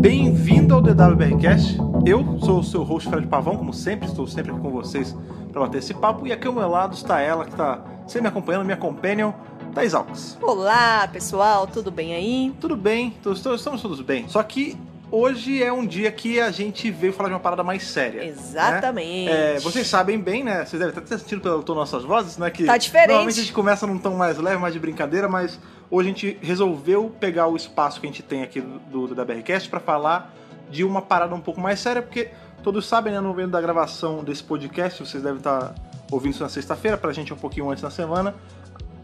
Bem-vindo ao DWBRCast. Eu sou o seu host Fred Pavão, como sempre, estou sempre aqui com vocês para bater esse papo. E aqui ao meu lado está ela que está sempre me acompanhando, minha companion, Thais Alves. Olá, pessoal, tudo bem aí? Tudo bem, Tô- estou- estamos todos bem. Só que hoje é um dia que a gente veio falar de uma parada mais séria. Exatamente. né? É, vocês sabem bem, né? Vocês devem estar sentindo pelo tom das nossas vozes, né? Que Tá diferente. Normalmente a gente começa num tom mais leve, mais de brincadeira, mas hoje a gente resolveu pegar o espaço que a gente tem aqui do, do- da BRCast pra falar de uma parada um pouco mais séria, porque todos sabem, né? No momento da gravação desse podcast, vocês devem estar ouvindo isso na sexta-feira, pra gente é um pouquinho antes na semana.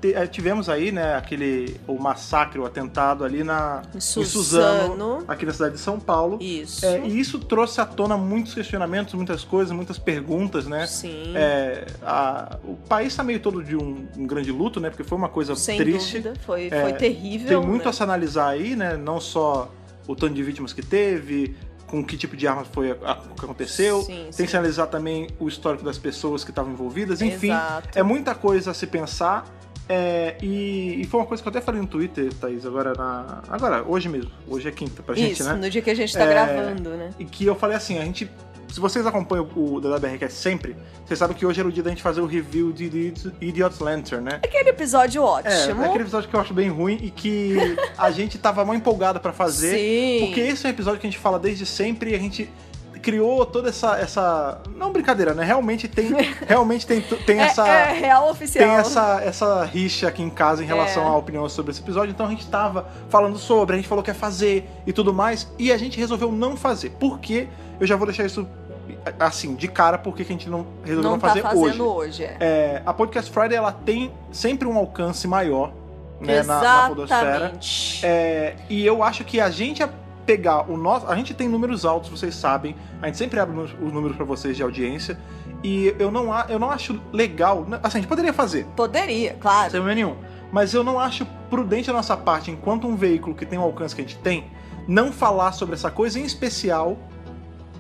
Te- eh, Tivemos aí, né, aquele o massacre, o atentado ali na, Em em Suzano. aqui na cidade de São Paulo. Isso. É, e isso trouxe à tona muitos questionamentos, muitas coisas, muitas perguntas, né? Sim. É, a- o país tá meio todo de um, um grande luto, né? Porque foi uma coisa sem triste. dúvida. Foi, É, foi terrível. Tem muito né? a se analisar aí, né? Não só o tanto de vítimas que teve, com que tipo de arma foi a- a- o que aconteceu. Sim, Tem sim. que se analisar também o histórico das pessoas que estavam envolvidas, enfim. Exato. É muita coisa a se pensar. é, e, e foi uma coisa que eu até falei no Twitter, Thaís, agora na. Agora, hoje mesmo. Hoje é quinta pra gente, Isso, né? no dia que a gente tá É, gravando, né? E que eu falei assim, a gente. Se vocês acompanham o DWRcast sempre, vocês sabem que hoje era o dia da gente fazer o review de Idi- Idiot Lantern, né? Aquele episódio É, ótimo. aquele episódio que eu acho bem ruim e que a gente tava mal empolgado pra fazer. Sim. Porque esse é um episódio que a gente fala desde sempre e a gente criou toda essa. essa não brincadeira, né? Realmente tem. realmente tem, tem É- essa. é, real oficial. Tem essa, essa rixa aqui em casa em relação à opinião sobre esse episódio, então a gente tava falando sobre, a gente falou que ia fazer e tudo mais, e a gente resolveu não fazer. Por quê? Eu já vou deixar isso assim, de cara, porque que a gente não resolveu não, Não tá fazer fazendo hoje. hoje. é. É, a Podcast Friday ela tem sempre um alcance maior né, na, na podosfera. Exatamente. É, e eu acho que a gente ia pegar o nosso. A gente tem números altos, vocês sabem. A gente sempre abre os os números pra vocês de audiência. E eu não, a- eu não acho legal. né, Assim, a gente poderia fazer, Poderia, claro. sem problema nenhum. Mas eu não acho prudente a nossa parte, enquanto um veículo que tem o alcance que a gente tem, não falar sobre essa coisa, em especial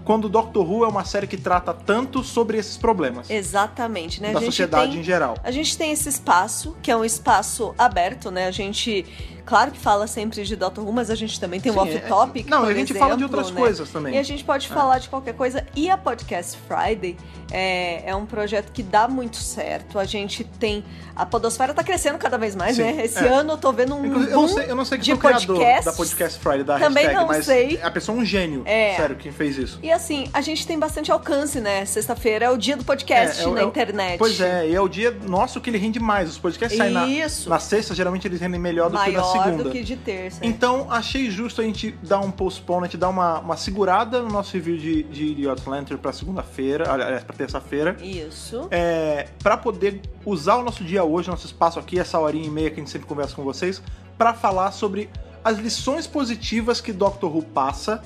quando Doctor Who é uma série que trata tanto sobre esses problemas Exatamente, né? da a gente sociedade tem em geral. A gente tem esse espaço, que é um espaço aberto, né? A gente, claro que fala sempre de Doctor Who, mas a gente também tem o Sim, é- off-topic. Não, por a gente exemplo, fala de outras né? coisas E também. Ah. a gente pode falar de qualquer coisa. E a Podcast Friday é, é um projeto que dá muito certo. A gente tem. A Podosfera tá crescendo cada vez mais, Sim, né? Esse é. ano eu tô vendo um. Inclusive, eu não boom. sei, eu não sei que de foi o criador podcasts. da Podcast Friday, da Também hashtag, não mas sei. a pessoa é um gênio. É. Sério, quem fez isso. E assim, a gente tem bastante alcance, né? Sexta-feira é o dia do podcast É, eu- na eu- internet. Pois é, e é o dia nosso que ele rende mais. Os podcasts saem na, Isso. na sexta, geralmente eles rendem melhor do que na maior segunda. do que de terça. né? Então, achei justo a gente dar um postpone, a gente dar uma, uma segurada no nosso review de, de Idiot Lantern pra segunda-feira, aliás, pra terça-feira. Isso. é, para poder usar o nosso dia hoje, nosso espaço aqui, essa horinha e meia que a gente sempre conversa com vocês, para falar sobre as lições positivas que Doctor Who passa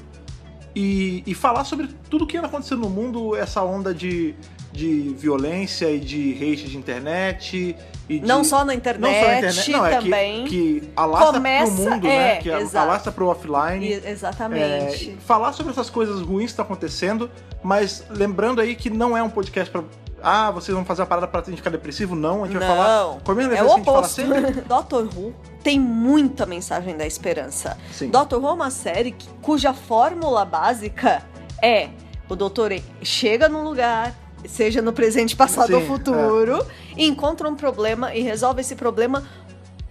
e, e falar sobre tudo que anda acontecendo no mundo, essa onda de, de violência e de hate de internet. E de, Não só na internet, não só na internet, não, é que- também. que, alastra Começa- pro mundo, é, né? Que exato. alastra pro offline. E- Exatamente. É, falar sobre essas coisas ruins que estão acontecendo, mas lembrando aí que não é um podcast pra. Ah, vocês vão fazer a parada pra gente ficar depressivo? Não, a gente vai falar. Não. Com a mesma É o leveza que a oposto. gente fala sempre. Doctor Who tem muita mensagem da esperança. Sim. Doctor Who é uma série que- cuja fórmula básica é o doutor E- chega num lugar, seja no presente, passado ou Sim, futuro, e encontra um problema e resolve esse problema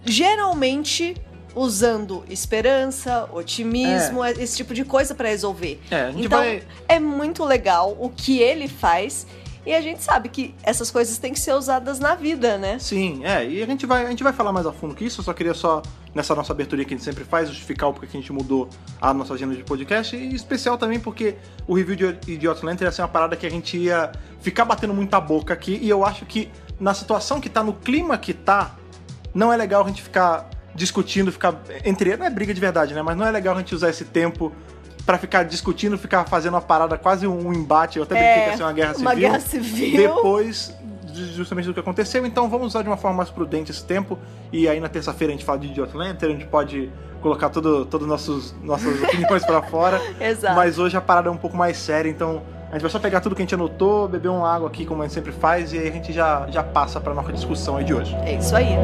geralmente usando esperança, otimismo, esse tipo de coisa pra resolver. É, a gente Então, vai. É muito legal o que ele faz. E a gente sabe que essas coisas têm que ser usadas na vida, né? Sim, é, e a gente vai, a gente vai falar mais a fundo que isso, eu só queria só, nessa nossa aberturinha que a gente sempre faz, justificar o porquê que a gente mudou a nossa agenda de podcast, e em especial também porque o review de Idiot Lantern ia ser uma parada que a gente ia ficar batendo muita boca aqui, e eu acho que na situação que tá, no clima que tá, não é legal a gente ficar discutindo, ficar, entre, não é briga de verdade, né, mas não é legal a gente usar esse tempo pra ficar discutindo, ficar fazendo uma parada quase um embate, eu até brinquei É, que ia ser uma guerra civil Uma guerra civil. depois de- justamente do que aconteceu. Então vamos usar de uma forma mais prudente esse tempo. E aí na terça-feira a gente fala de Idiot Lantern, a gente pode colocar todas todo nossos nossas opiniões pra fora. Exato. Mas hoje a parada é um pouco mais séria, então a gente vai só pegar tudo que a gente anotou, beber uma água aqui, como a gente sempre faz, e aí a gente já, já passa pra nossa discussão aí de hoje. É isso aí.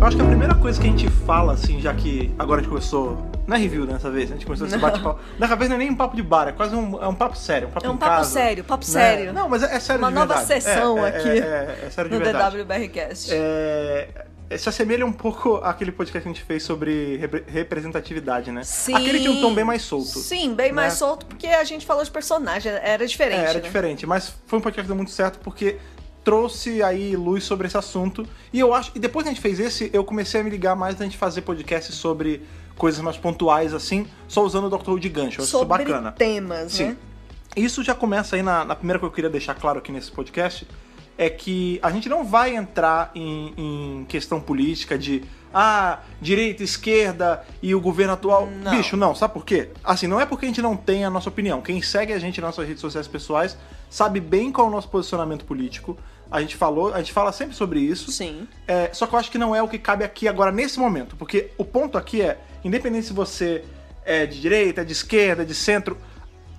Eu acho que a primeira coisa que a gente fala, assim, já que agora a gente começou. Não é review dessa vez, a gente começou esse Não. bate-papo. Dessa vez não é nem um papo de bar, é quase um, é um papo sério. Um papo É um em papo casa, sério, papo né? sério. Não, mas é, é sério Uma de nova verdade. É, sessão é, é, aqui É, é, é sério de no verdade. DWBRcast. É, se assemelha um pouco àquele podcast que a gente fez sobre repre- representatividade, né? Sim. Aquele tinha um tom bem mais solto. Sim, bem né? mais solto, porque a gente falou de personagem, era diferente. É, era né? diferente, mas foi um podcast que deu muito certo porque trouxe aí luz sobre esse assunto. E eu acho, e depois que a gente fez esse, eu comecei a me ligar mais na gente fazer podcasts sobre coisas mais pontuais assim, só usando o Dr. Who de gancho, eu acho isso Sobre bacana. temas, Sim. né? Isso já começa aí na, na primeira coisa que eu queria deixar claro aqui nesse podcast. É que a gente não vai entrar em, em questão política de ah, direita, esquerda e o governo atual. Não. Bicho, não, sabe por quê? Assim, não é porque a gente não tem a nossa opinião. Quem segue a gente nas nossas redes sociais pessoais sabe bem qual é o nosso posicionamento político. A gente falou, a gente fala sempre sobre isso. Sim. É, só que eu acho que não é o que cabe aqui agora, nesse momento. Porque o ponto aqui é, independente se você é de direita, é de esquerda, é de centro,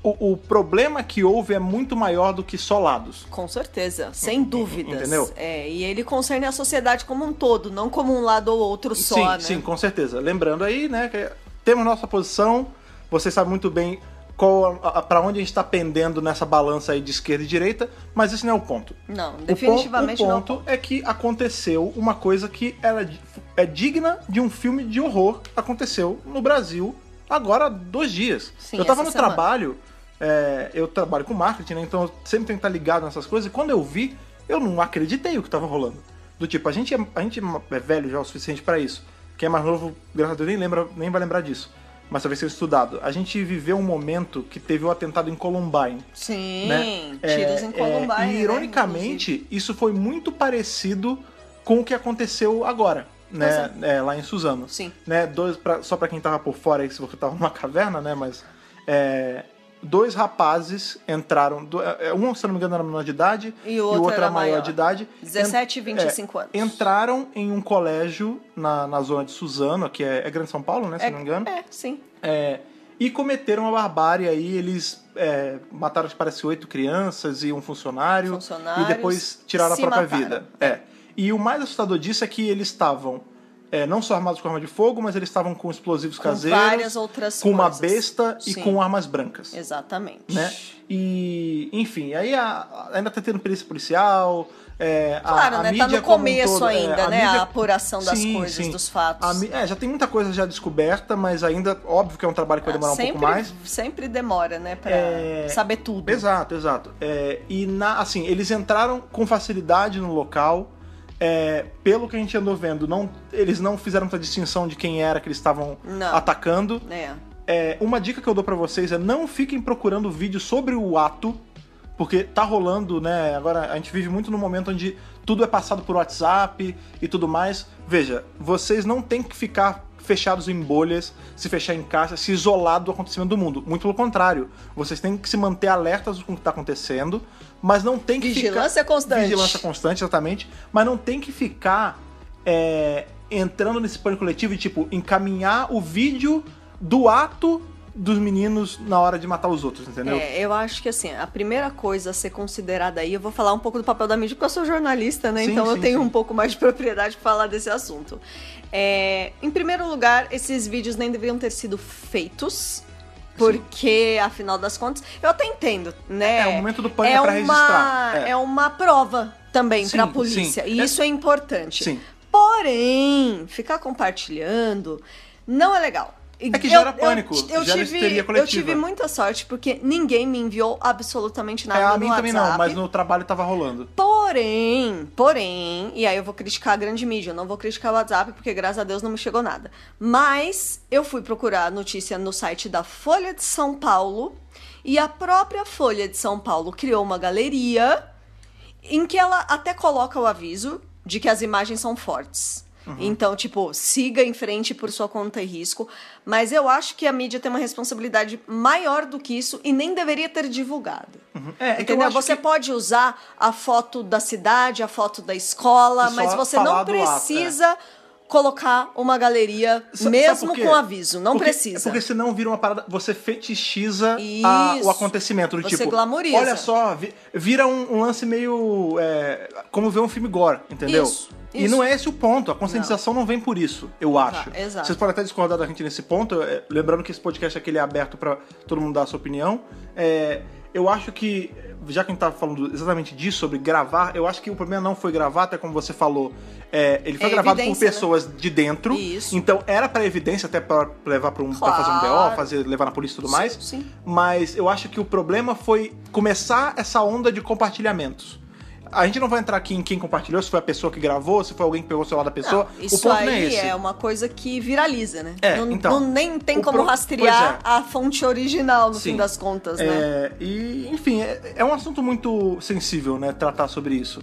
o, o problema que houve é muito maior do que só lados. Com certeza, sem dúvidas. entendeu? É, e ele concerne a sociedade como um todo, não como um lado ou outro só, sim, né? sim, com certeza. Lembrando aí, né, que temos nossa posição, você sabe muito bem qual a- a- pra onde a gente tá pendendo nessa balança aí de esquerda e direita, mas esse não é o ponto. Não, O pon- definitivamente o não. ponto é que aconteceu uma coisa que era, di- é digna de um filme de horror. Aconteceu no Brasil agora há dois dias. Sim, eu tava essa no semana. trabalho, é, eu trabalho com marketing, né, então eu sempre tenho que estar ligado nessas coisas. E quando eu vi, eu não acreditei o que tava rolando. Do tipo, a gente é, a gente é velho já o suficiente pra isso. Quem é mais novo, graças a Deus, nem, lembra, nem vai lembrar disso. Mas talvez seja estudado. A gente viveu um momento que teve o atentado em Columbine Sim, né? tiros É, em é, Columbine. né, E ironicamente, isso foi muito parecido com o que aconteceu agora, né? É, lá em Suzano. Sim. Né? Dois, pra- só pra quem tava por fora aí, se você tava numa caverna, né? Mas. é, dois rapazes entraram. do- é, Um, se não me engano, era menor de idade. E o outro outro era era maior, maior. de é, idade. inclusive. 17 e 25 anos. Entraram em um colégio na, na zona de Suzano, que é, é Grande São Paulo, né? Se É- não me engano. É, sim. É, e cometeram uma barbárie aí, eles é, mataram, acho que parece, oito crianças e um funcionário. Funcionários, e depois tiraram a se própria mataram. vida. É. E o mais assustador disso é que eles estavam é, não só armados com arma de fogo, mas eles estavam com explosivos Com caseiros, várias outras com uma coisas. besta e Sim. com armas brancas Exatamente. né? E, enfim, aí a- a- ainda tá tendo perícia policial. é, a- Claro, a, né? mídia tá no como um começo todo, é, ainda, né? mídia- A apuração das Sim, coisas, sim. dos fatos. A mi- é, já tem muita coisa já descoberta, mas ainda, óbvio que é um trabalho que vai demorar um Ah, sempre, pouco mais. Sempre demora, né? Pra É, saber tudo. Exato, exato. É, e na, assim, eles entraram com facilidade no local. é, pelo que a gente andou vendo, não, eles não fizeram essa distinção de quem era que eles estavam Não. atacando. É. É, uma dica que eu dou pra vocês é não fiquem procurando vídeo sobre o ato, porque tá rolando, né? Agora a gente vive muito num momento onde tudo é passado por WhatsApp e tudo mais. Veja, vocês não têm que ficar fechados em bolhas, se fechar em caixa, se isolar do acontecimento do mundo. Muito pelo contrário, vocês têm que se manter alertas com o que tá acontecendo, mas não tem que ficar... Vigilância constante. Vigilância constante, exatamente. Mas não tem que ficar é, entrando nesse pânico coletivo e, tipo, encaminhar o vídeo do ato dos meninos na hora de matar os outros, entendeu? É, eu acho que assim, a primeira coisa a ser considerada aí, eu vou falar um pouco do papel da mídia, porque eu sou jornalista, né? Sim, então eu sim, tenho sim. um pouco mais de propriedade para falar desse assunto. É, em primeiro lugar, esses vídeos nem deveriam ter sido feitos. Porque, afinal das contas, eu até entendo, né? É, o momento do pânico é pra uma, registrar, é. É uma prova também Sim, pra polícia. sim. E É- isso é importante. Sim. Porém, ficar compartilhando não é legal. E É que gera pânico, Eu, gera histeria tive, eu coletiva. tive muita sorte porque ninguém me enviou absolutamente nada É, a no mim WhatsApp. também não, mas no trabalho tava rolando. Porém, porém, e aí eu vou criticar a grande mídia, eu não vou criticar o WhatsApp, porque graças a Deus não me chegou nada. Mas eu fui procurar a notícia no site da Folha de São Paulo, e a própria Folha de São Paulo criou uma galeria em que ela até coloca o aviso de que as imagens são fortes. Uhum. Então, tipo, siga em frente por sua conta e risco. Mas eu acho que a mídia tem uma responsabilidade maior do que isso e nem deveria ter divulgado. É, é que eu Entendeu? acho Você que- pode usar a foto da cidade, a foto da escola, E só mas você falar não do ato, precisa colocar uma galeria, Sa- sabe mesmo por quê? com aviso. Não Porque- é precisa. Porque senão vira uma parada. Você fetichiza a- Isso. o acontecimento. Do Você tipo, glamoriza. Olha só, vi- vira um, um lance meio. é, como ver um filme gore, entendeu? Isso. E Isso. não é esse o ponto. A conscientização não, vem por isso, eu acho. exato. Vocês podem até discordar da gente nesse ponto. é, Lembrando que esse podcast aqui ele é aberto pra todo mundo dar a sua opinião. É, eu acho que, já que a gente tá falando exatamente disso, sobre gravar, eu acho que o problema não foi gravar, até como você falou. é, ele foi É gravado por evidência, né? pessoas de dentro. Isso. Então era pra evidência, até pra levar pra um. pra fazer um Claro. BO, fazer, levar na polícia e tudo mais. Sim, sim. Mas eu acho que o problema foi começar essa onda de compartilhamentos. A gente não vai entrar aqui em quem compartilhou, se foi a pessoa que gravou, se foi alguém que pegou o celular da pessoa. Não, isso o ponto aí não é esse. uma coisa que viraliza, né? É, não, então, não- nem tem o como pro- rastrear pois é. a fonte original, no Sim. fim das contas, né? É, e, enfim, é, é um assunto muito sensível, né? Tratar sobre isso.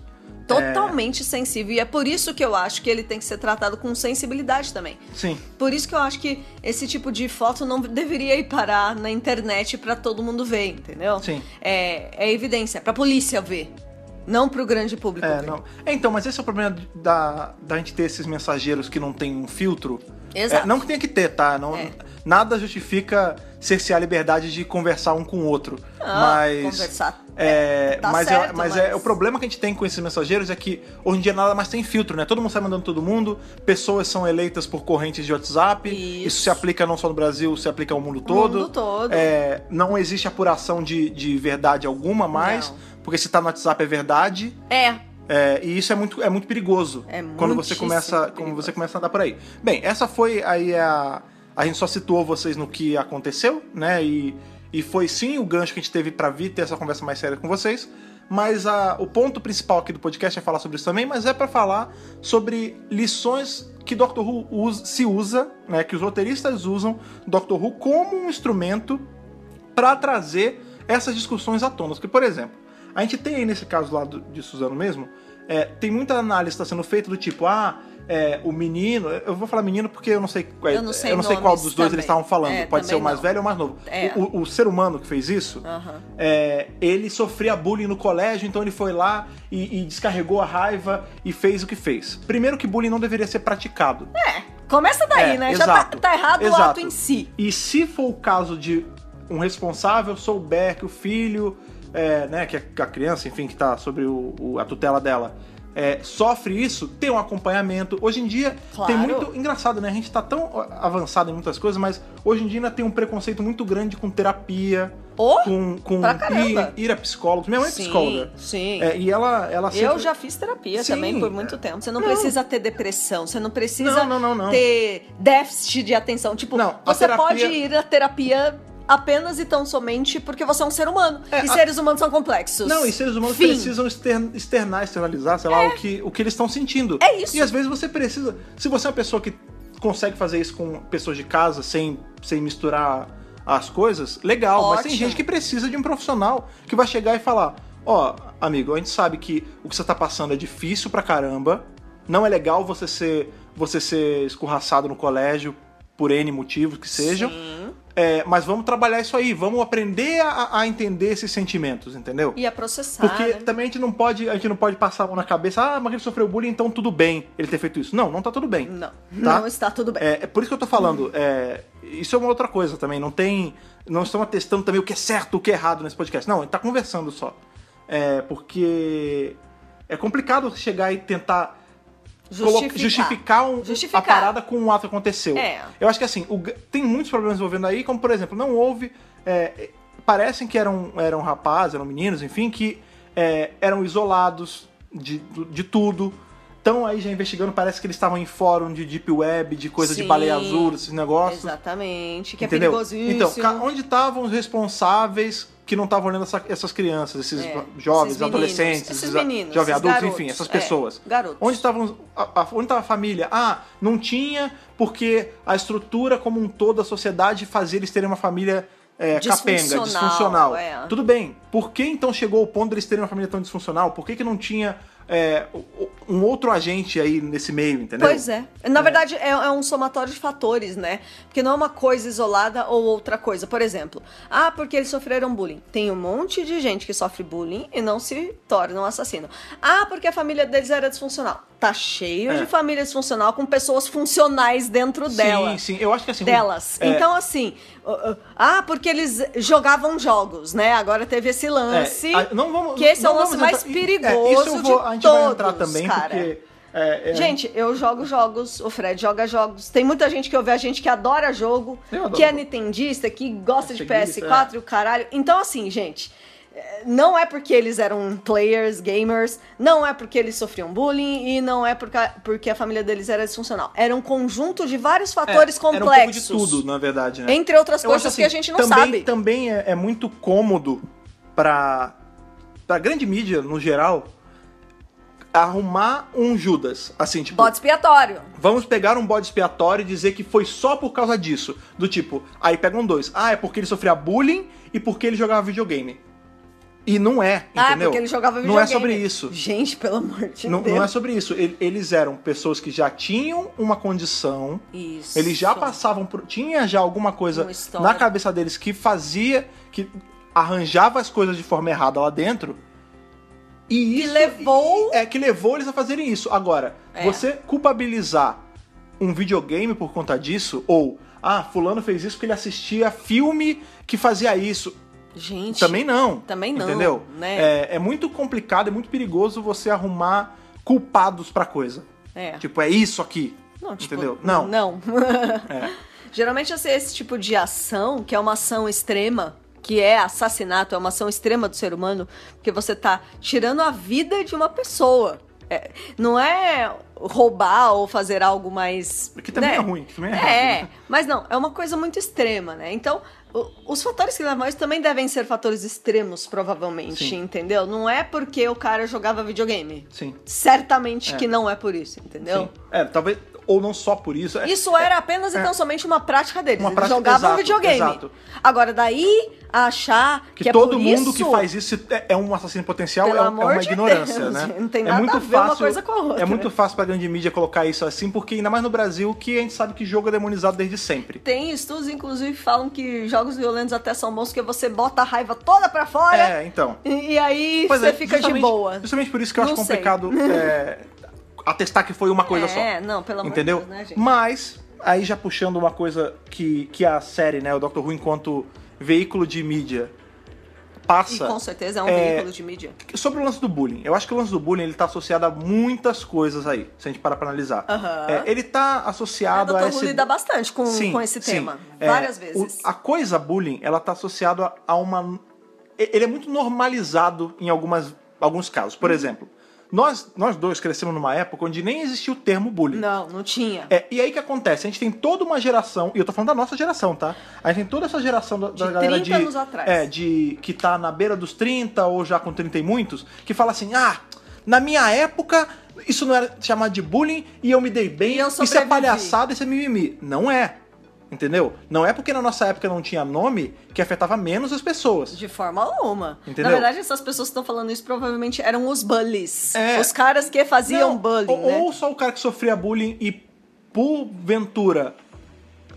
Totalmente sensível. E é por isso que eu acho que ele tem que ser tratado com sensibilidade também. Sim. Por isso que eu acho que esse tipo de foto não deveria ir parar na internet pra todo mundo ver, entendeu? Sim. É, é evidência, pra polícia ver, não pro grande público É, ver. não. É, então, mas esse é o problema da, da gente ter esses mensageiros que não tem um filtro. Exato. É, não que tenha que ter, tá? Não, É. Nada justifica cercear a liberdade de conversar um com o outro. Ah, mas. conversar. É, Tá mas é, certo, mas é- mas- o problema que a gente tem com esses mensageiros é que hoje em dia nada mais tem filtro, né? Todo mundo sai mandando todo mundo, pessoas são eleitas por correntes de WhatsApp. Isso. se aplica não só no Brasil, se aplica ao mundo todo. mundo todo. É, não existe apuração de, de verdade alguma mais, Não. porque se tá no WhatsApp é verdade. É, É, e isso é muito, é muito perigoso. É quando você muitíssimo começa, quando perigoso. você começa a andar por aí. Bem, essa foi aí a a gente só situou vocês no que aconteceu, né? E, e foi sim o gancho que a gente teve pra vir ter essa conversa mais séria com vocês. Mas a- o ponto principal aqui do podcast é falar sobre isso também, mas é pra falar sobre lições que Doctor Who usa- se usa, né, que os roteiristas usam Doctor Who como um instrumento para trazer essas discussões à tona. Porque, por exemplo, a gente tem aí nesse caso lá do- de Suzano mesmo, é, tem muita análise que está sendo feita do tipo, ah, é, o menino, eu vou falar menino porque eu não sei, é, Eu não sei qual nomes dos dois eles também. estavam falando, É, pode ser o também mais não. velho ou o mais novo. É. O, o- o ser humano que fez isso, aham. é, ele sofria bullying no colégio, então ele foi lá e, e descarregou a raiva e fez o que fez. Primeiro que bullying não deveria ser praticado. É, começa daí, É, né? Já exato. tá, tá errado o Exato. ato em si. E se for o caso de um responsável souber que o filho, é, né, que a, a criança, enfim, que tá sobre o- o- a tutela dela, é, sofre isso, tem um acompanhamento. Hoje em dia Claro. tem muito. Engraçado, né? A gente tá tão avançado em muitas coisas, mas hoje em dia ainda tem um preconceito muito grande com terapia, Ô, com, com pra caramba. ir, ir a psicólogos. Minha mãe é sim, psicóloga. Sim. É, e ela, ela Eu sempre- já fiz terapia Sim, também por muito é. tempo. Você não, Não. precisa ter depressão, você não precisa Não, não, não, não. ter déficit de atenção. Tipo, Não, a você terapia- pode ir à terapia apenas e tão somente porque você é um ser humano. É, e a- seres humanos são complexos. Não, e seres humanos Fim. precisam exter- externar, externalizar, sei lá, o, que, o que eles estão sentindo. É isso. E às vezes você precisa. Se você é uma pessoa que consegue fazer isso com pessoas de casa, sem, sem misturar as coisas, legal. Mas tem Ótimo. gente que precisa de um profissional que vai chegar e falar: Ó, amigo, a gente sabe que o que você tá passando é difícil pra caramba. Não é legal você ser, você ser escorraçado no colégio por N motivos que sejam. Sim. É, mas vamos trabalhar isso aí, vamos aprender a, a entender esses sentimentos, entendeu? E a processar, Porque né? também a gente não pode, a gente não pode passar a mão na cabeça, ah, mas ele sofreu bullying, então tudo bem ele ter feito isso. Não, não tá tudo bem. Não, Tá? não está tudo bem. É, é por isso que eu tô falando, é, isso é uma outra coisa também, não tem, não estamos atestando também o que é certo, o que é errado nesse podcast. Não, a gente tá conversando só. É, porque é complicado chegar e tentar colo- justificar, um- Justificar. a parada com um ato que aconteceu. É. Eu acho que assim, o g- tem muitos problemas envolvendo aí, como por exemplo, não houve. é, parecem que eram, eram rapazes, eram meninos, enfim, que é, eram isolados de, de tudo. Estão aí já investigando, parece que eles estavam em fórum de Deep Web, de coisa de Sim. baleia azul, esses negócios. Exatamente, que entendeu? é perigosíssimo. Então, ca- onde estavam os responsáveis que não estavam olhando essa- essas crianças, esses É, jovens, esses meninos, adolescentes, esses meninos, jovens esses adultos, garotos, enfim, essas é, pessoas. garotos. Onde estavam a, a- onde estava a família? Ah, não tinha porque a estrutura como um todo da sociedade fazia eles terem uma família é, capenga, Disfuncional, disfuncional. é. Tudo bem. Por que então chegou ao ponto deles terem uma família tão disfuncional? Por que, que não tinha é, o- o- um outro agente aí nesse meio, entendeu? Pois é. Na verdade, é, é um somatório de fatores, né? Porque não é uma coisa isolada ou outra coisa. Por exemplo, ah, porque eles sofreram bullying. Tem um monte de gente que sofre bullying e não se torna um assassino. Ah, porque a família deles era disfuncional. Tá cheio É. de família disfuncional com pessoas funcionais dentro dela Sim, sim. Eu acho que assim. delas. é, Então, assim, uh, uh, ah, porque eles jogavam jogos, né? Agora teve esse É, lance. a- não vamos, que esse é não o lance vamos mais entrar- perigoso É, isso eu vou, de a gente todos, vai entrar também, cara. porque É, é- Gente, eu jogo jogos, o Fred joga jogos. Tem muita gente que ouve a gente que adora jogo, Eu adoro que é jogo. nintendista, que gosta de Seguista, PS4 e o caralho. Então, assim, gente, eh, não é porque eles eram players, gamers, não é porque eles sofriam bullying e não é porque a, porque a família deles era disfuncional. Era um conjunto de vários é, fatores Era um pouco de complexos. tudo, na verdade, né? Entre outras Eu acho coisas assim, que a gente não também, sabe. Também é, é muito cômodo pra, pra grande mídia, no geral, arrumar um Judas. Assim, tipo, Bode expiatório. vamos pegar um bode expiatório e dizer que foi só por causa disso. Do tipo, aí pegam dois. Ah, é porque ele sofria bullying e porque ele jogava videogame. E não é, Ah, entendeu? porque ele jogava videogame. Não é sobre isso. Gente, pelo amor de Não, Deus. não é sobre isso. Ele- Eles eram pessoas que já tinham uma condição, Isso. eles já passavam por. Tinha já alguma coisa Uma história. na cabeça deles que fazia. que arranjava as coisas de forma errada lá dentro. E Que isso. levou- É, que levou eles a fazerem isso. Agora, É. você culpabilizar um videogame por conta disso, ou. Ah, Fulano fez isso porque ele assistia filme que fazia isso. Gente. Também não. Também não, Entendeu? né? É, é muito complicado, é muito perigoso você arrumar culpados pra coisa. É. Tipo, é isso aqui. Não, tipo, entendeu? Não. Não. É. Geralmente assim, esse tipo de ação, que é uma ação extrema, que é assassinato, é uma ação extrema do ser humano, porque você tá tirando a vida de uma pessoa. É, não é roubar ou fazer algo mais. Que também né? é ruim, que também é errado. É, mas não, é uma coisa muito extrema, né? Então, o- os fatores que levam a isso também devem ser fatores extremos, provavelmente, Sim. entendeu? Não é porque o cara jogava videogame. Sim. Certamente É. que não é por isso, entendeu? Sim. É, talvez. Ou não só por isso. É, Isso era apenas, é. então, somente uma prática deles. Uma Eles prática- jogavam exato, videogame. exato. Agora, daí, a achar que, que, é todo por mundo isso, que faz isso é- é um assassino potencial Pelo é, um- é amor uma de ignorância, Deus, né? não tem é nada muito a ver uma fácil, coisa com a outra. É muito fácil pra grande mídia colocar isso assim, porque ainda mais no Brasil, que a gente sabe que jogo é demonizado desde sempre. Tem estudos, inclusive, que falam que jogos violentos até são bons, porque você bota a raiva toda pra fora É, então. e, e aí Pois você é, fica de justamente- boa. Justamente por isso que eu Não acho sei. complicado é, atestar que foi uma coisa só. É, não, pelo amor entendeu? de Deus, né, gente? Mas, aí já puxando uma coisa que, que a série, né, o Doctor Who enquanto veículo de mídia E passa. com certeza é um é, veículo de mídia. Sobre o lance do bullying, eu acho que o lance do bullying ele tá associado a muitas coisas aí, se a gente parar pra analisar. Aham. É, ele tá associado a a Dr. esse... Who lida bastante com, Sim, com esse sim. tema. É, várias o- vezes. a coisa bullying, ela tá associada a- a uma. e- Ele é muito normalizado em algumas, alguns casos. Uhum. Por exemplo, nós, nós dois crescemos numa época onde nem existia o termo bullying. Não, não tinha. É, e aí o que acontece? A gente tem toda uma geração, e eu tô falando da nossa geração, tá? A gente tem toda essa geração da, da De galera 30 de. anos atrás. É, de. que tá na beira dos 30 ou já com 30 e muitos, que fala assim: ah, na minha época isso não era chamado de bullying e eu me dei bem, E eu isso é sobrevivi." palhaçada, isso é mimimi. Não é. Entendeu? Não é porque na nossa época não tinha nome que afetava menos as pessoas. De forma alguma. Entendeu? Na verdade, essas pessoas que estão falando isso provavelmente eram os bullies. É. Os caras que faziam Não, bullying, ou, né? ou só o cara que sofria bullying e, porventura,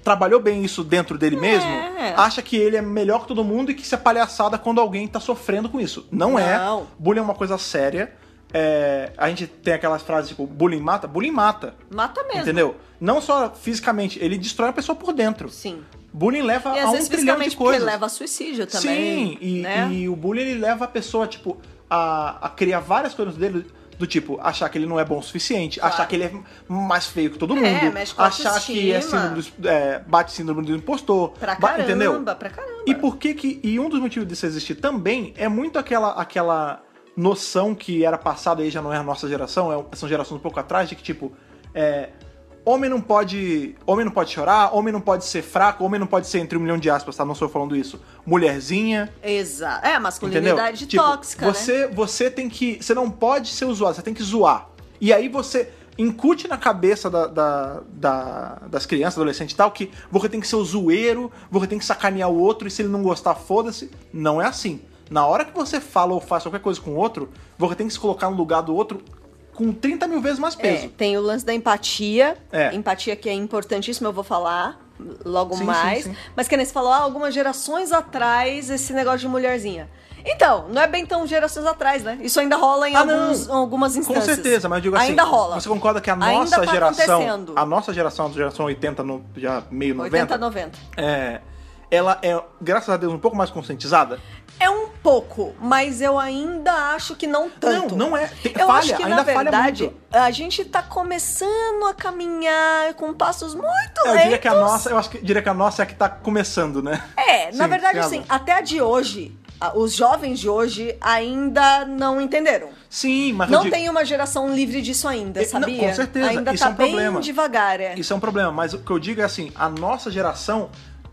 trabalhou bem isso dentro dele É. mesmo, acha que ele é melhor que todo mundo e que isso é palhaçada quando alguém tá sofrendo com isso. Não, é. Não. Bullying é uma coisa séria. É, a gente tem aquelas frases tipo, bullying mata? Bullying mata. Mata É mesmo. Entendeu? Não só fisicamente, ele destrói a pessoa por dentro. Sim. Bullying leva E a às um vezes trilhão fisicamente de porque coisas. leva a suicídio também. Sim, e, né? e o bullying ele leva a pessoa, tipo, a, a criar várias coisas dele. Do tipo, achar que ele não é bom o suficiente, Claro. achar que ele é mais feio que todo mundo, mexe com a achar que é autoestima. síndrome do, é, bate síndrome do impostor, Pra ba- caramba, entendeu? pra caramba. E por que que e um dos motivos disso existir também é muito aquela aquela noção que era passada aí já não é a nossa geração, é, são gerações um pouco atrás de que tipo é, homem não pode homem não pode chorar, homem não pode ser fraco, homem não pode ser entre um milhão de aspas, tá? Não sou eu falando isso. Mulherzinha, Exato. É, a entendeu? masculinidade Tipo, tóxica, né? você você tem que você não pode ser o zoado, você tem que zoar. E aí você incute na cabeça da- da- da- das crianças, adolescentes e tal, que você tem que ser o zoeiro, você tem que sacanear o outro e se ele não gostar, foda-se. Não é assim. Na hora que você fala ou faz qualquer coisa com o outro, você tem que se colocar no lugar do outro com 30 mil vezes mais É, peso. tem o lance da empatia. É. Empatia que é importantíssimo, eu vou falar logo Sim, mais. sim, sim. Mas que nem você falou, ah, algumas gerações atrás, esse negócio de mulherzinha. Então, não é bem tão gerações atrás, né? Isso ainda rola em Ah, não. alguns, algumas Com instâncias. certeza, mas eu digo assim, Ainda rola. você concorda que a Ainda nossa tá geração, acontecendo. a nossa geração, a geração 80, no, já meio 90, 80, 90. é, ela é, graças a Deus, um pouco mais conscientizada. É um pouco, mas eu ainda acho que não tanto. Não, não é. Tem- Eu falha, acho que, ainda na falha verdade, muito. a gente tá começando a caminhar com passos muito É, Eu lentos. diria que a nossa, eu acho que diria que a nossa é a que tá começando, né? É, na Sim, verdade, tem assim, razão. até a de hoje, a- os jovens de hoje ainda não entenderam. Sim, mas eu Não digo- tem uma geração livre disso ainda, Eh, não, sabia? com certeza, Ainda isso tá é um bem problema. devagar, é. Isso é um problema, mas o que eu digo é assim, a nossa geração,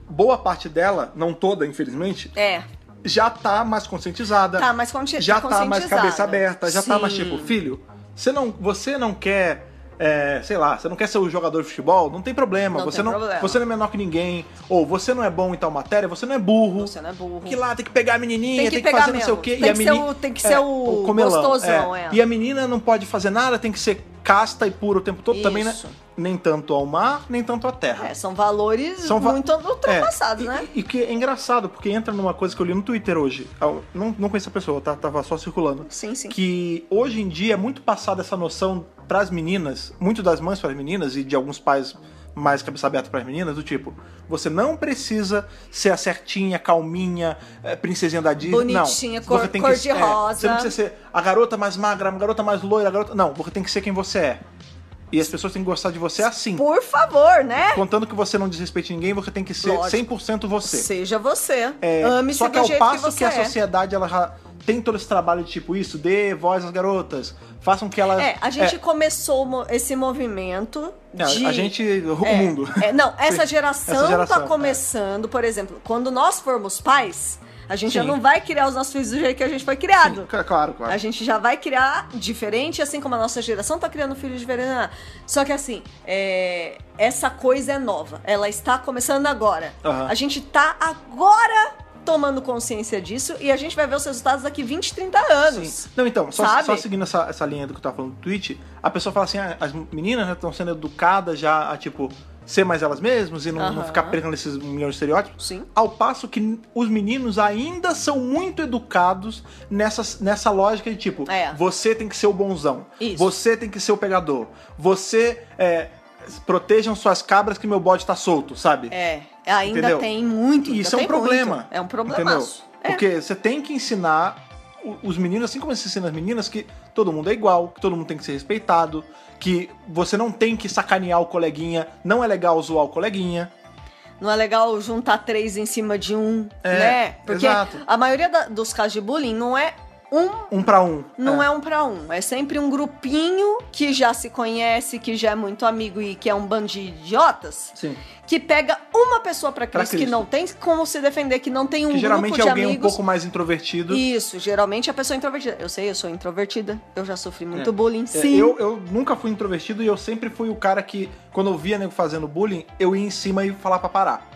boa parte dela, não toda, infelizmente, É, já tá mais conscientizada. tá mais consciente. já tá mais conscientizada. cabeça aberta, já tá mais Sim. tipo, filho, você não, você não quer, é, sei lá, você não quer ser um jogador de futebol, não tem problema. Não você tem não, problema. você não é menor que ninguém, ou você não é bom em tal matéria, você não é burro. Você não é burro. Que lá tem que pegar a menininha, tem Tem que que, pegar fazer não sei mesmo. o quê. Tem e a é, que ser meni- o- tem que ser o gostosão, é. E a menina não pode fazer nada, tem que ser casta e pura o tempo todo também, né? Isso. Nem tanto ao mar, nem tanto à terra. É, são valores São va- muito ultrapassados, É, e- né? E, e que é engraçado, porque entra numa coisa que eu li no Twitter hoje. Eu não, não conheço a pessoa, tá? Tava só circulando. Sim, sim. Que hoje em dia é muito passada essa noção pras meninas, muito das mães pras meninas e de alguns pais mais cabeça aberta pras meninas, do tipo, você não precisa ser a certinha, calminha, eh, princesinha da Disney. Bonitinha, não. cor- Você tem cor que- de é, rosa. Você não precisa ser a garota mais magra, a garota mais loira, a garota... Não, você tem que ser quem você é. E as pessoas têm que gostar de você assim. Por favor, né? Contando que você não desrespeite ninguém, você tem que ser Lógico. 100% você. Seja você. É, Ame-se só que do ao jeito passo que você a é. sociedade ela já tem todo esse trabalho de tipo isso, dê voz às garotas, façam que elas. É, a gente começou mo- esse movimento É, de... a gente. O É, mundo. é, não, Sim, essa geração, essa geração, tá é. começando, por exemplo, quando nós formos pais, a gente já Sim. não vai criar os nossos filhos do jeito que a gente foi criado. Sim, cl- claro, claro. A gente já vai criar diferente, assim como a nossa geração tá criando filhos diferentes. né? Só que assim, é, essa coisa é nova. Ela está começando agora. Aham. A gente tá agora tomando consciência disso e a gente vai ver os resultados daqui 20, 30 anos. Sim. Não, então, só, é Sabe? só seguindo essa, essa linha do que eu tava falando do tweet, a pessoa fala assim: ah, as meninas estão sendo educadas já a, tipo, ser mais elas mesmas e não, não Aham. ficar presas nesses milhões de estereótipos. Sim. Ao passo que os meninos ainda são muito educados nessa, nessa lógica de tipo, É. você tem que ser o bonzão, Isso. você tem que ser o pegador, você é, protejam suas cabras que meu bode tá solto, sabe? É, ainda Entendeu? tem muito. E ainda isso é um tem problema. muito. É um Entendeu? problemaço. É. Porque você tem que ensinar o- os meninos, assim como você ensina as meninas, que todo mundo é igual, que todo mundo tem que ser respeitado, que você não tem que sacanear o coleguinha, não é legal zoar o coleguinha. Não é legal juntar três em cima de um, É, né? Porque exato. a maioria da- dos casos de bullying não é um Um pra um. Não é, um pra um, é sempre um grupinho que já se conhece, que já é muito amigo e que é um bando de idiotas, Sim. que pega uma pessoa pra Cristo, que Cristo. não tem como se defender, que não tem um que geralmente grupo é de alguém um amigos. pouco mais introvertido. Isso, geralmente é a pessoa introvertida. Eu sei, eu sou introvertida, eu já sofri muito É. bullying, É, sim. Eu, eu nunca fui introvertido e eu sempre fui o cara que, quando eu via nego fazendo bullying, eu ia em cima e falar pra parar.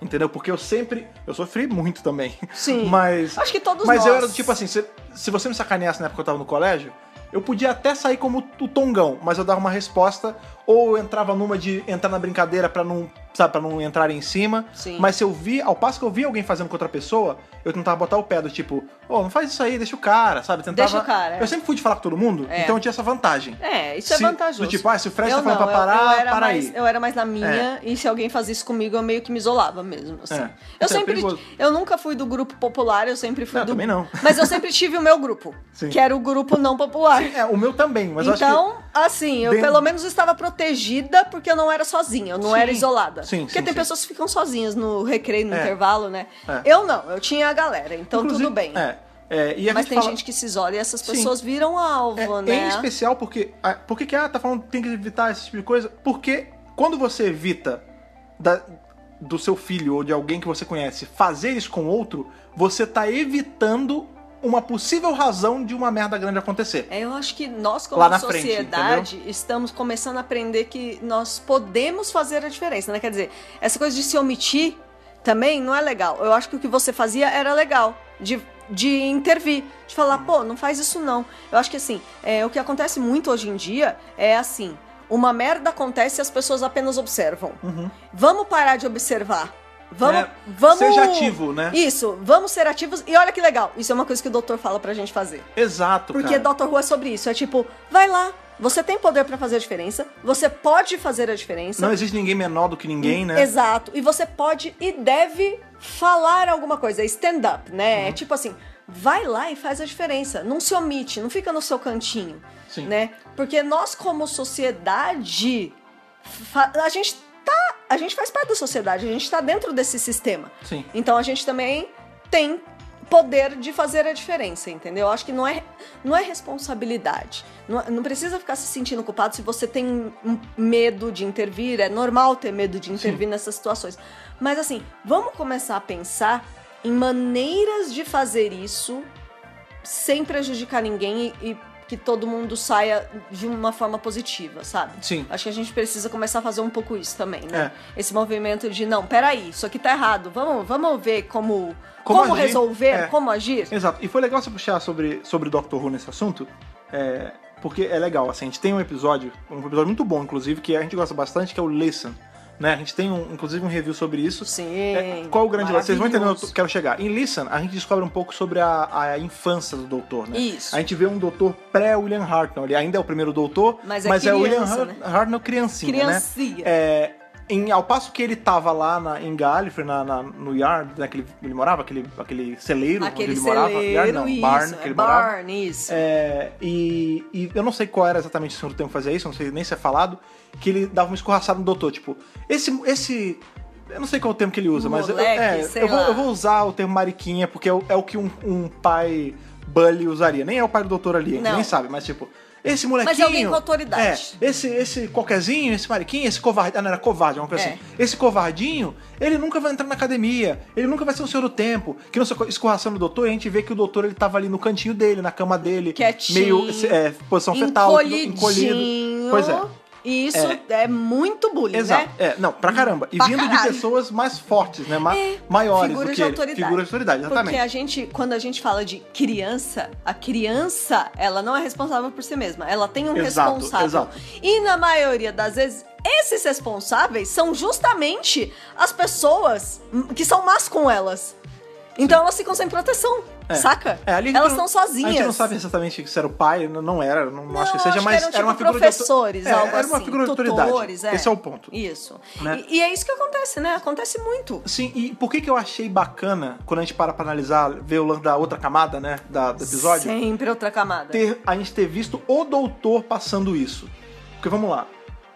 Entendeu? Porque eu sempre. Eu sofri muito também. Sim. Mas. Acho que é um todos Mas nós. eu era do tipo assim, se, se você me sacaneasse na época que eu tava no colégio, eu podia até sair como o tongão, mas eu dava uma resposta, ou eu entrava numa de entrar na brincadeira pra não, sabe, para não entrar em cima. Sim. Mas se eu vi, ao passo que eu vi alguém fazendo com outra pessoa, eu tentava botar o pé do tipo, ô, não faz isso aí, deixa o cara, sabe? Tentava, Deixa o cara, é. Eu sempre fui de falar com todo mundo, É. então eu tinha essa vantagem. É, isso Se- é vantajoso. do tipo, ah, se o Fred eu tá falando não, pra eu- parar, eu era para mais, aí. Eu era mais na minha, e se alguém fazia isso comigo, eu meio que me isolava mesmo, assim. É. Eu Isso é sempre... perigoso. eu nunca fui do grupo popular, eu sempre fui Não, do... também não. Mas eu sempre tive o meu grupo, Sim. que era o grupo não popular. É, o meu também, mas eu acho que. então, assim, eu dentro- pelo menos estava protegida porque eu não era sozinha, eu não Sim. era isolada. Sim, porque sim, tem sim. pessoas que ficam sozinhas no recreio, no É. intervalo, né? É. Eu não, eu tinha a galera, então Inclusive, tudo bem. É, é, e a Mas gente tem fala- gente que se isola e essas Sim. pessoas viram alvo, É, né? Em especial porque. ah, Por que, que ah, tá falando que tem que evitar esse tipo de coisa? Porque quando você evita da- do seu filho ou de alguém que você conhece fazer isso com outro, você tá evitando uma possível razão de uma merda grande acontecer. É, Eu acho que nós, como Lá na frente, sociedade, estamos começando a aprender que nós podemos fazer a diferença, né? Quer dizer, essa coisa de se omitir também não é legal. Eu acho que o que você fazia era legal, de, de intervir, de falar, pô, não faz isso não. Eu acho que assim, é, o que acontece muito hoje em dia é assim: uma merda acontece e as pessoas apenas observam. Uhum. Vamos parar de observar. Vamos, É, vamos. seja ativo, né? Isso, vamos ser ativos. E olha que legal, isso é uma coisa que o doutor fala pra gente fazer. Exato. Porque cara. Dr. Who é sobre isso. É tipo, vai lá, você tem poder pra fazer a diferença, você pode fazer a diferença. Não existe ninguém menor do que ninguém, né? Uhum. Exato. E você pode e deve falar alguma coisa. É Stand up, né? É tipo assim, vai lá e faz a diferença. Não se omite, não fica no seu cantinho, Sim. né? Porque nós como sociedade, fa- a gente tá, a gente faz parte da sociedade, a gente tá dentro desse sistema. Sim. Então a gente também tem poder de fazer a diferença, entendeu? Acho que não é, não é responsabilidade. Não, é, não precisa ficar se sentindo culpado se você tem um medo de intervir. É normal ter medo de intervir nessas situações. Mas assim, vamos começar a pensar em maneiras de fazer isso sem prejudicar ninguém e, e que todo mundo saia de uma forma positiva, sabe? Sim. Acho que a gente precisa começar a fazer um pouco isso também, né? É. Esse movimento de, não, peraí, isso aqui tá errado, vamos, vamos ver como, Como como, agir, resolver, é. como agir. Exato. E foi legal você puxar sobre, sobre Doctor Who nesse assunto, é, porque é legal, assim, a gente tem um episódio, um episódio muito bom, inclusive, que a gente gosta bastante, que é o Listen. Né? A gente tem, um, inclusive, um review sobre isso. Sim. É, qual o grande lance? Vocês vão entender onde eu maravilhoso. quero chegar. Em Listen, a gente descobre um pouco sobre a, a infância do doutor, né? Isso. A gente vê um doutor pré-William Hartnell. Ele ainda é o primeiro doutor, Mas é o William criança, Hart- Hartnell criancinha, né? Criancinha. É, em- ao passo que ele tava lá na- em Gallifrey, na- na- no yard, né, que ele, ele morava, aquele, aquele celeiro É onde Aquele ele morava. Yard celeiro, não, isso, barn, que é ele morava. barn, isso. É, e, e eu não sei qual era exatamente o senhor tempo que fazia isso, não sei nem se é falado, que ele dava uma escorraçada no doutor, tipo, esse. esse eu não sei qual é o termo que ele usa, mas eu, Moleque, é, sei eu, vou, lá. eu vou usar o termo mariquinha, porque é o, é o que um, um pai bully usaria. Nem é o pai do doutor ali, a gente Não. é nem sabe, mas tipo, esse molequinho. alguém com autoridade. É, esse, esse qualquerzinho, esse mariquinho, esse covarde. Ah, não, era covarde, é uma coisa É. assim. Esse covardinho, ele nunca vai entrar na academia, ele nunca vai ser o senhor do tempo. Que não sei, escorraçando o doutor, e a gente vê que o doutor ele tava ali no cantinho dele, na cama dele, Quietinho, meio é, posição fetal, Encolhidinho. né? encolhido. Pois é. E isso é, muito bullying, Exato. né? É, não, pra caramba. E Pra vindo de caralho. pessoas mais fortes, né? Ma É, maiores figura do que de ele. autoridade. Figura de autoridade, exatamente. Porque a gente, quando a gente fala de criança, a criança, ela não é responsável por si mesma. Ela tem um Exato, responsável. exato. E na maioria das vezes, esses responsáveis são justamente as pessoas m- que são más com elas. Então elas ficam sem proteção, É. saca? É, ali a gente elas não- estão sozinhas. A gente não sabe exatamente se era o pai, não, não era, não, não Não, acho que seja, acho mas eram, era uma tipo, figura professores, de autor- algo é, Era uma assim, figura de tutores, autoridade. é. Esse é o ponto. Isso. Né? E, e é isso que acontece, né? Acontece muito. Sim, e por que que eu achei bacana, quando a gente para pra analisar, ver o lance da outra camada, né, da, do episódio, Sempre outra camada. ter, a gente ter visto o doutor passando isso. Porque vamos lá.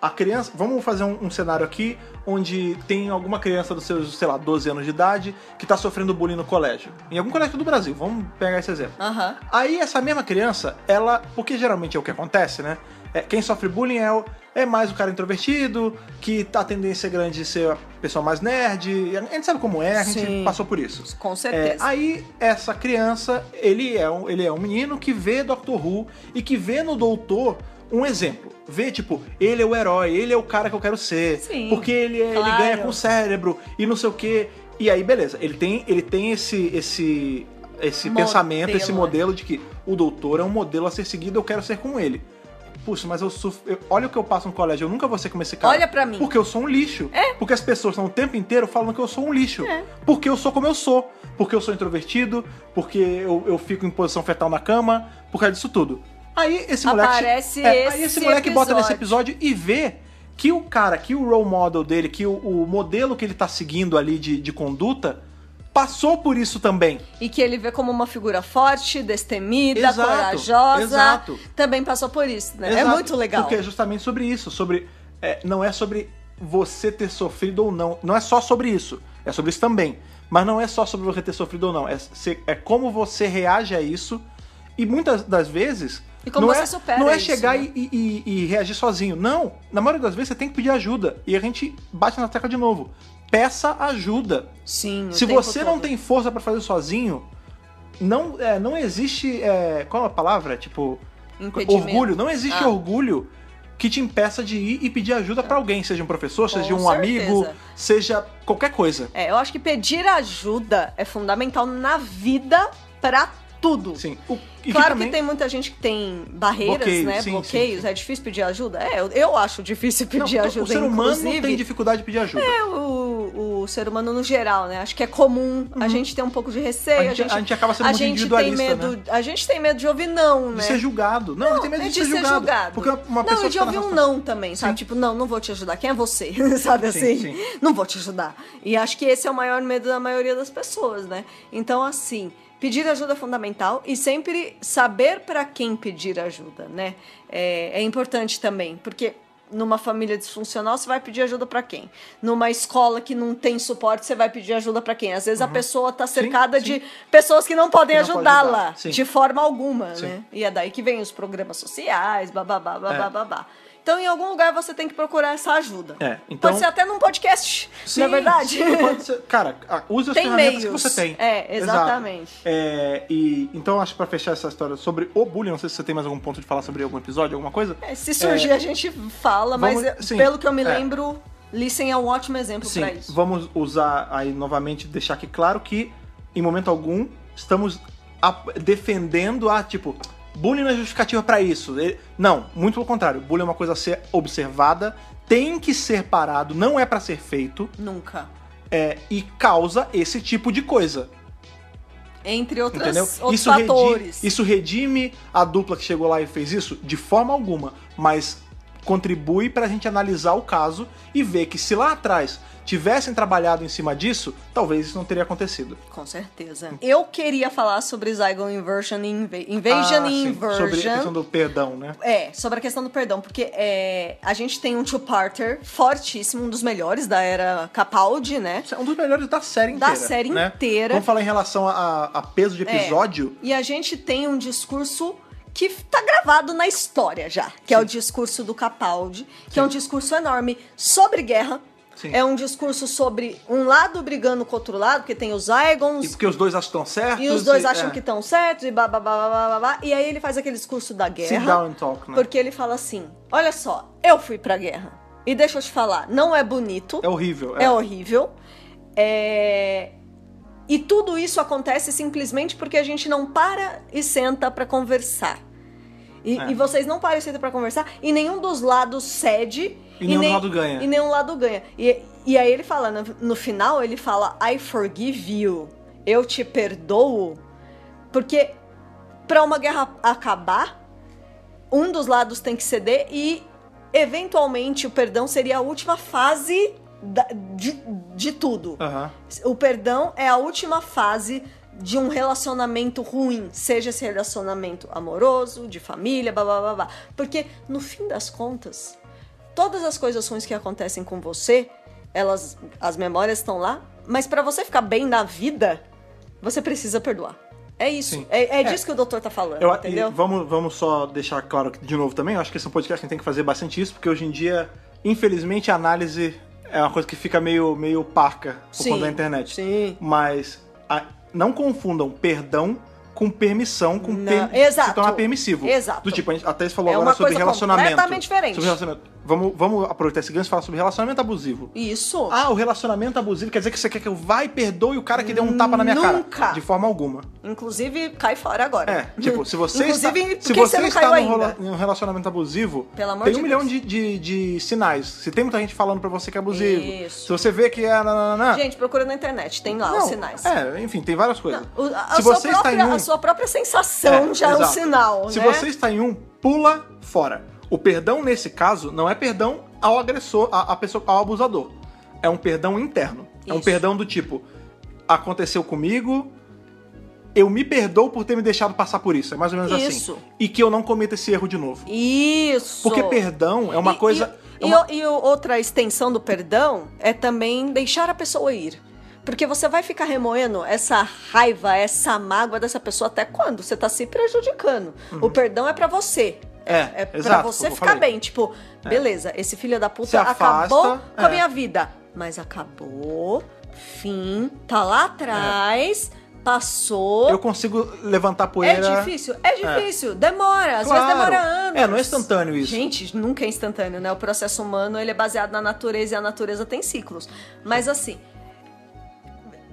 A criança. Vamos fazer um, um cenário aqui onde tem alguma criança dos seus, sei lá, 12 anos de idade que tá sofrendo bullying no colégio. Em algum colégio do Brasil, vamos pegar esse exemplo. Aham. Aí essa mesma criança, ela. Porque geralmente é o que acontece, né? É, quem sofre bullying é, o- é mais o cara introvertido, que tá a tendência grande de ser a pessoa mais nerd. A gente sabe como é, a gente Sim. passou por isso. Com É, certeza. aí essa criança, ele é, um, ele é um menino que vê Doctor Who e que vê no doutor um exemplo. Vê, tipo, ele é o herói, ele é o cara que eu quero ser. Sim, porque ele, é- ele claro. ganha com o cérebro e não sei o quê. E aí, beleza, ele tem, ele tem esse, esse, esse Modelo, pensamento, esse né? modelo de que o doutor é um modelo a ser seguido, eu quero ser como ele. Puxa, mas eu, suf... eu- olha o que eu passo no colégio, eu nunca vou ser como esse cara. Olha pra mim. Porque eu sou um lixo. Porque as pessoas estão o tempo inteiro falando que eu sou um lixo. É. Porque eu sou como eu sou. Porque eu sou introvertido, porque eu, eu fico em posição fetal na cama, por causa disso tudo. Aí esse moleque. é, Aparece aí esse esse moleque bota nesse episódio. episódio e vê que o cara, que o role model dele, que o, o modelo que ele tá seguindo ali de, de conduta, passou por isso também. E que ele vê como uma figura forte, destemida, Exato, corajosa. exato. Também passou por isso, né? É Exato. muito legal. Porque é justamente sobre isso, sobre. é, não é sobre você ter sofrido ou não. Não é só sobre isso. É sobre isso também. Mas não é só sobre você ter sofrido ou não. É, se- é como você reage a isso. E muitas das vezes. E como não você é, supera Não é isso, chegar né? e, e- e reagir sozinho. Não. Na maioria das vezes você tem que pedir ajuda. E a gente bate na tecla de novo. Peça ajuda. Sim. o Se tempo você não todo. tem força pra fazer sozinho, não, é, não existe. é, qual é a palavra? Tipo. Impedimento. Orgulho. Não existe Ah. orgulho que te impeça de ir e pedir ajuda pra alguém, seja um professor, Com seja um certeza. amigo, seja qualquer coisa. É, eu acho que pedir ajuda é fundamental na vida pra tudo. Sim. assim. O- e claro também- que tem muita gente que tem barreiras, Bloqueios, né? sim, Bloqueios. sim, sim. É difícil pedir ajuda. É, eu, eu acho difícil não, pedir ajuda. O ser humano inclusive. tem dificuldade de pedir ajuda. É, o, o o ser humano no geral, né? Acho que é comum a gente ter um pouco de receio. Uhum. A gente- a gente acaba sendo a muito gente individualista, né? tem medo, A gente tem medo de ouvir não, né? De ser julgado. Não, ele tem medo é de, ser, julgado, Porque uma uma não, pessoa e de que tá ouvir na um nossa- não também, sabe? Tipo, não, não vou te ajudar. Quem é você? sabe Sim, assim? sim. Não vou te ajudar. E acho que esse é o maior medo da maioria das pessoas, né? Então, assim, pedir ajuda é fundamental e sempre saber para quem pedir ajuda, né? É, é importante também, porque numa família disfuncional você vai pedir ajuda para quem? Numa escola que não tem suporte você vai pedir ajuda para quem? Às vezes a pessoa tá cercada Uhum. sim. de pessoas que não podem Que não pode ajudá-la ajudar, sim. de forma alguma, Sim. né? E é daí que vem os programas sociais, bababá, babá, É. babá. Então, em algum lugar você tem que procurar essa ajuda. É, então- Pode ser até num podcast, Sim, na é verdade. sim, pode ser. Cara, a- use as Tem ferramentas que meios. você tem. É, Exato. exatamente. É, e, então, acho que pra fechar essa história sobre o bullying, não sei se você tem mais algum ponto de falar sobre algum episódio, alguma coisa. É, se surgir, a gente fala, mas Vamos- eu- sim, pelo que eu me é. lembro, Listen é um ótimo exemplo Sim, pra isso. vamos usar aí novamente, deixar aqui claro que, em momento algum, estamos a- defendendo a, tipo, bullying não é justificativa pra isso. E- Não, muito pelo contrário. Bullying é uma coisa a ser observada, tem que ser parado, não é pra ser feito, Nunca. é, e causa esse tipo de coisa. Entre Entendeu? outras, outros isso, fatores. Redime, isso redime a dupla que chegou lá e fez isso? De forma alguma. Mas contribui pra gente analisar o caso e ver que se lá atrás tivessem trabalhado em cima disso, talvez isso não teria acontecido. Com certeza. Eu queria falar sobre Zygon Inversion e inva Invasion Ah, e sim, Inversion. Sobre a questão do perdão, né? É, sobre a questão do perdão, porque é, a gente tem um two-parter fortíssimo, um dos melhores da era Capaldi, né? É um dos melhores da série Da inteira. série né? inteira. Vamos falar em relação a, a peso de É. episódio? E a gente tem um discurso que tá gravado na história já, que é o discurso do Capaldi, que é um discurso enorme sobre guerra. Sim. É um discurso sobre um lado brigando com o outro lado, porque tem os Aegons, E porque os dois estão certos. E os dois acham é. que estão certos e bababá, babá, babá. E aí ele faz aquele discurso da guerra. down and talk, né? Porque ele fala assim: olha só, eu fui pra guerra. E deixa eu te falar, não é bonito. É horrível. É, horrível. É... E tudo isso acontece simplesmente porque a gente não para e senta pra conversar. E, É. e vocês não param e sentam pra conversar, e nenhum dos lados cede. E nenhum lado ganha. E nenhum lado ganha. E, e aí ele fala, no, no final, ele fala, I forgive you. Eu te perdoo. Porque pra uma guerra acabar, um dos lados tem que ceder e eventualmente o perdão seria a última fase da- de, de tudo. Aham. O perdão é a última fase de um relacionamento ruim, seja esse relacionamento amoroso, de família, blá blá blá blá. Porque no fim das contas, todas as coisas ruins que acontecem com você, elas as memórias estão lá, mas pra você ficar bem na vida, você precisa perdoar. É isso. Sim. É, é É. disso que o doutor tá falando, Eu- e entendeu? vamos, vamos só deixar claro que, de novo também, eu acho que esse é um podcast que tem que fazer bastante isso, porque hoje em dia, infelizmente, a análise é uma coisa que fica meio, meio parca por Sim, conta da internet. sim. Mas a- não confundam perdão com permissão, com Não, per- exato. se tornar permissivo. Exato. Do tipo, a gente até falou É agora uma sobre coisa relacionamento. completamente diferente. Sobre relacionamento. Vamos, vamos aproveitar esse gancho e falar sobre relacionamento abusivo. Isso. Ah, o relacionamento abusivo quer dizer que você quer que eu vá e perdoe o cara que deu um tapa na minha Nunca. cara. De forma alguma. Inclusive, cai fora agora. É, tipo, se você Inclusive, está, por se que você não está caiu num, ainda? rola- num relacionamento abusivo, Pelo amor tem de um Deus. milhão de, de, de sinais. Se tem muita gente falando pra você que é abusivo, Isso. se você vê que é nananana, Gente, procura na internet, tem lá não, os sinais. É, enfim, tem várias coisas. O- a, a se sua você própria, está em um, a sua própria sensação é, já é um exato. sinal, Se né? você está em um, pula fora. O perdão nesse caso não é perdão ao agressor, a, a pessoa, ao abusador. É um perdão interno. É um Isso. perdão do tipo aconteceu comigo, eu me perdoo por ter me deixado passar por isso. É mais ou menos Isso. assim. E que eu não cometa esse erro de novo. Isso! Porque perdão é uma E- coisa. E, é uma- e o- e o- outra extensão do perdão é também deixar a pessoa ir. Porque você vai ficar remoendo essa raiva, essa mágoa dessa pessoa até quando? Você tá se prejudicando. O perdão é pra você. Uhum. É, é pra exato, você como eu ficar falei. É. bem. Tipo, beleza, esse filho da Se puta afasta, acabou com a é. minha vida. Mas acabou, fim, tá lá atrás, passou. É. Eu consigo levantar É poeira. difícil, é difícil, demora, às Claro. vezes demora anos. É, não é instantâneo isso. Gente, nunca é instantâneo, né? O processo humano, ele é baseado na natureza e a natureza tem ciclos. Mas assim,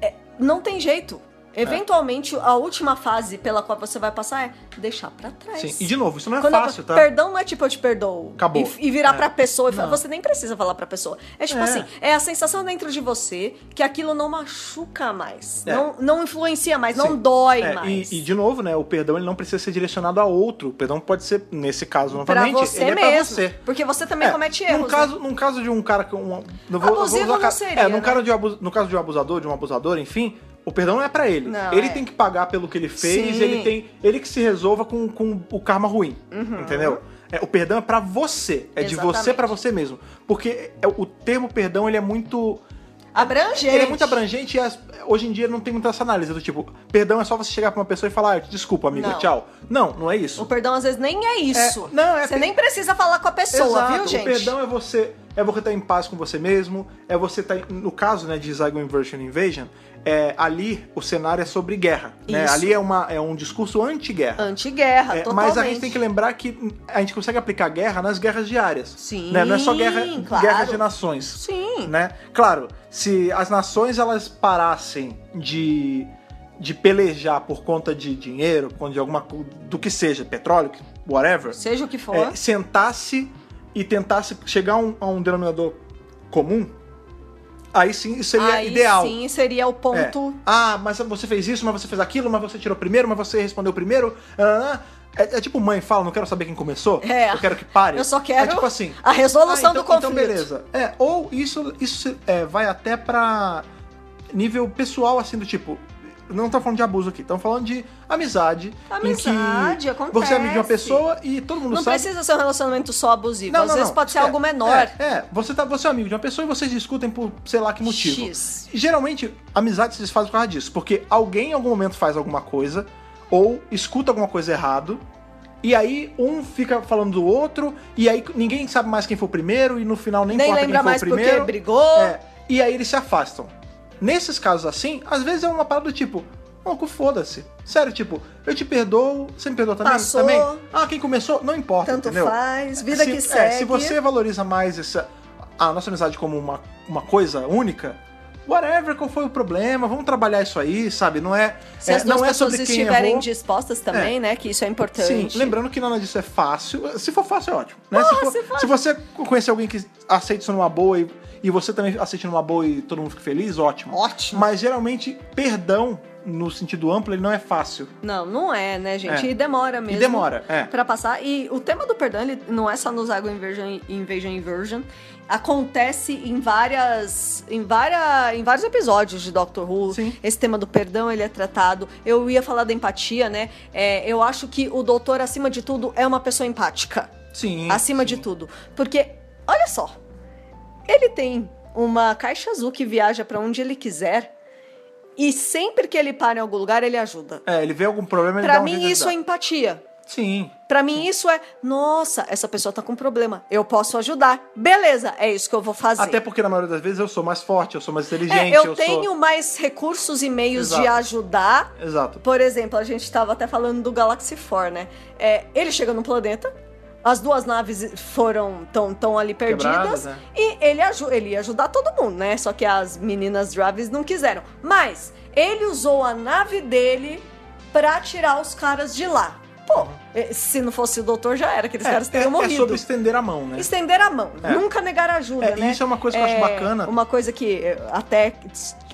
é, não tem jeito. Eventualmente, a última fase pela qual você vai passar é deixar pra trás. Sim. E de novo, isso não é Quando eu- fácil, tá? Perdão não é tipo eu te perdoo. Acabou. E, e virar É. pra pessoa e falar. Não. Você nem precisa falar pra pessoa. É tipo É. assim, é a sensação dentro de você que aquilo não machuca mais. É. Não, não influencia mais, não Sim. dói É, mais. E, e, de novo, né? O perdão ele não precisa ser direcionado a outro. O perdão pode ser, nesse caso, pra novamente, você ele é pra mesmo. você. Porque você também É, comete Num erros. né? caso, num caso de um cara que. Um, não vou- vou Abusivo usar não ca- seria, É, num né? cara de um abu- no caso de um abusador, de um abusador, enfim, o perdão não é pra ele. Não, ele é. tem que pagar pelo que ele fez, Sim. Uhum. ele tem. Ele que se resolva com, com o karma ruim. Entendeu? É, o perdão é pra você. É de você Exatamente. pra você mesmo. Porque é- o termo perdão ele é muito. né? Abrangente. Ele é muito abrangente e as- hoje em dia não tem muita essa análise do tipo, perdão é só você chegar pra uma pessoa e falar, "Ah, desculpa, amiga, Não. tchau. Não, não é isso. O perdão às vezes nem é isso. É, não, é Você pe- nem precisa falar com a pessoa, Exato. viu, gente? O perdão é você é você estar em paz com você mesmo, é você estar em- no caso, né, de Zygon Inversion Invasion, é, ali o cenário é sobre guerra, né? Isso. Ali é uma é um discurso anti-guerra. Antiguerra, É, totalmente. mas a gente tem que lembrar que a gente consegue aplicar guerra nas guerras diárias. Sim, né? Não é só guerra, claro. guerra de nações. Sim. Né? Claro, se as nações elas parassem de, de pelejar por conta de dinheiro, por conta de alguma co- do que seja, petróleo, whatever, Seja o que for. é, sentasse e tentasse chegar a um, a um denominador comum, aí sim isso seria Aí ideal. sim seria o É. ponto. Ah, mas você fez isso, mas você fez aquilo, mas você tirou primeiro, mas você respondeu primeiro. nananã. É, é tipo mãe fala, não quero saber quem começou, É. eu quero que pare. Eu só quero É tipo assim. a ah, resolução então, do conflito. Então beleza. É, ou isso, isso é, vai até pra nível pessoal, assim, do tipo. Não tá falando de abuso aqui, estamos falando de amizade. Amizade, em que Você é amigo de uma acontece. pessoa e todo mundo Não sabe. precisa ser um relacionamento só abusivo. Não, Às não, vezes não. pode ser É, algo menor. É, é. Você, tá, você é amigo de uma pessoa e vocês discutem por sei lá que motivo. X. Geralmente, amizades se desfazem por causa disso. Porque alguém em algum momento faz alguma coisa, ou escuta alguma coisa errado, e aí um fica falando do outro, e aí ninguém sabe mais quem foi o primeiro, e no final nem, Nem importa quem lembra foi mais o primeiro. porque brigou. É, e aí eles se afastam. Nesses casos assim, às vezes é uma parada do tipo, maluco, foda-se. Sério, tipo, eu te perdoo, você me perdoa também? Passou. Também? Ah, quem começou? Não importa, Tanto entendeu? faz, vida se, que é, segue. se você valoriza mais essa, a nossa amizade como uma, uma coisa única, whatever, qual foi o problema, vamos trabalhar isso aí, sabe? Não é, Se é, as duas não é pessoas sobre quem estiverem errou. dispostas também, né? Que isso é Sim, importante. lembrando que nada disso é fácil. Se for fácil, é ótimo. Né? se, for- se for- se você conhecer alguém que aceita isso numa boa e, e você também aceita numa boa e todo mundo fica feliz, ótimo. Ótimo. Mas geralmente, perdão, no sentido amplo, ele não é fácil. Não, não é, né, gente? É. E demora mesmo. E demora. É. Pra passar. E o tema do perdão, ele não é só no Zago Inversion, Invasion Inversion. Acontece em várias. Em, várias, em vários episódios de Doctor Who. Sim. Esse tema do perdão, ele é tratado. Eu ia falar da empatia, né? É, eu acho que o doutor, acima de tudo, é uma pessoa empática. Sim. acima sim. de tudo. Porque, olha só, ele tem uma caixa azul que viaja pra onde ele quiser e sempre que ele para em algum lugar, ele ajuda. É, ele vê algum problema, ele Pra dá um jeito mim, de isso é ajudar. empatia. Sim. Pra mim, isso é, nossa, essa pessoa tá com problema, eu posso ajudar. Beleza, é isso que eu vou fazer. Até porque, na maioria das vezes, eu sou mais forte, eu sou mais é, inteligente, eu, eu tenho sou... mais recursos e meios de Exato. ajudar. Exato. Por exemplo, a gente estava até falando do Galaxy 4, né? É, ele chega num planeta, as duas naves foram tão, tão ali Quebradas, perdidas né? e ele, aju- ele ia ajudar todo mundo, né? Só que as meninas Draves não quiseram. Mas ele usou a nave dele pra tirar os caras de lá. Pô, eh, se não fosse o doutor, já era, aqueles caras teriam é, é morrido. sobre estender a mão, né? Estender a mão, É. nunca negar ajuda, É, e né? isso é uma coisa que eu acho bacana. Uma coisa que eh, até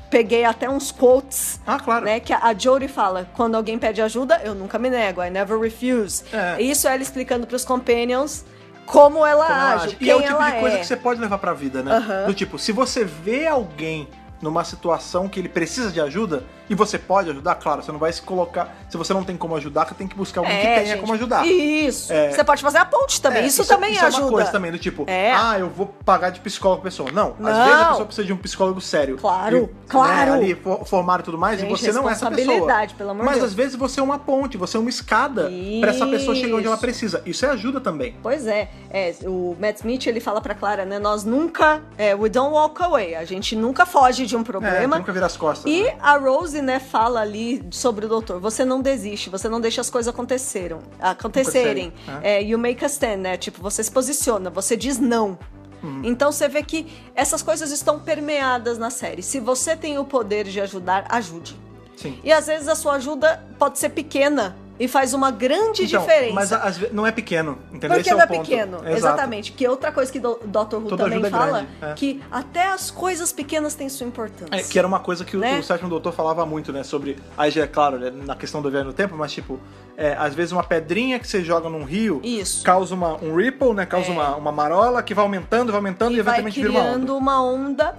peguei até uns quotes Ah, claro. né, que a Jory fala, quando alguém pede ajuda, eu nunca me nego, I never refuse. É. Isso é ela explicando pros companions como ela Como ela age, age. quem E é o tipo ela de coisa é. que você pode levar pra vida, né? Aham. Do tipo, se você vê alguém numa situação que ele precisa de ajuda e você pode ajudar, claro, você não vai se colocar. Se você não tem como ajudar, você tem que buscar alguém é, que tenha gente. como ajudar. Isso. É. Você pode fazer a ponte também. É, isso, também isso ajuda. É uma coisa também do tipo, É. ah, eu vou pagar de psicólogo pra pessoa. Não, às Não. vezes a pessoa precisa de um psicólogo sério. Claro, E, né, claro. ali fo- formado e tudo mais, e Gente, você não é essa pessoa. responsabilidade, pelo amor de Mas Deus. às vezes você é uma ponte, você é uma escada pra essa pessoa chegar onde ela Isso. precisa. Isso é ajuda também. Pois é, É, o Matt Smith ele fala pra Clara, né? Nós nunca, é, we don't walk away, a gente nunca foge de um É, problema. nunca vira as costas. E né? a Rose, né, fala ali sobre o doutor. Você não desiste, você não deixa as coisas aconteceram, acontecerem. Acontecerem, É, you make a stand, né? Tipo, você se posiciona, você diz não. Hum. Então você vê que essas coisas estão permeadas na série. Se você tem o poder de ajudar, ajude. Sim. E às vezes a sua ajuda pode ser pequena e faz uma grande Então, diferença. Mas às ve- não é pequeno, entendeu? Porque Esse é não o é ponto. pequeno, Exato. exatamente. Que outra coisa que o Dr. Who Toda também ajuda é fala, grande, é. que até as coisas pequenas têm sua importância. É, que era uma coisa que o- Né? o sétimo doutor falava muito, né? Sobre. Aí já é claro, né, na questão do viagem no tempo, mas tipo, é, às vezes uma pedrinha que você joga num rio Isso. É. causa uma- um ripple, né? Causa uma, uma marola que vai aumentando, vai aumentando e, Vai eventualmente vira uma onda. criando uma onda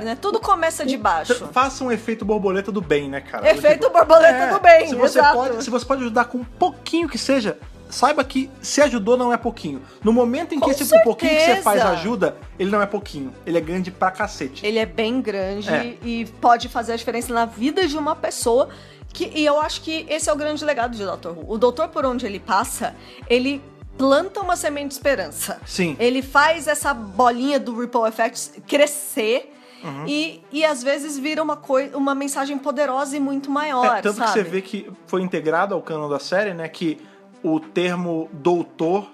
É. né? Tudo começa de baixo. Tra- Faça um efeito borboleta do bem, né, cara? Efeito borboleta do bem, É, se você exato. Pode, se você pode ajudar com um pouquinho que seja, saiba que se ajudou não é pouquinho. No momento em que Com esse tipo, pouquinho que você certeza. faz ajuda, ele não é pouquinho. Ele é grande pra cacete. Ele é bem grande É. e pode fazer a diferença na vida de uma pessoa. Que, e eu acho que esse é o grande legado de Dr. Who. O doutor, por onde ele passa, ele planta uma semente de esperança. Sim. É, Ele faz essa bolinha do Ripple Effect crescer. Uhum. E, e às vezes vira uma, coi- uma mensagem poderosa e muito maior. É, tanto sabe? que você vê que foi integrado ao cano da série, né? Que o termo doutor,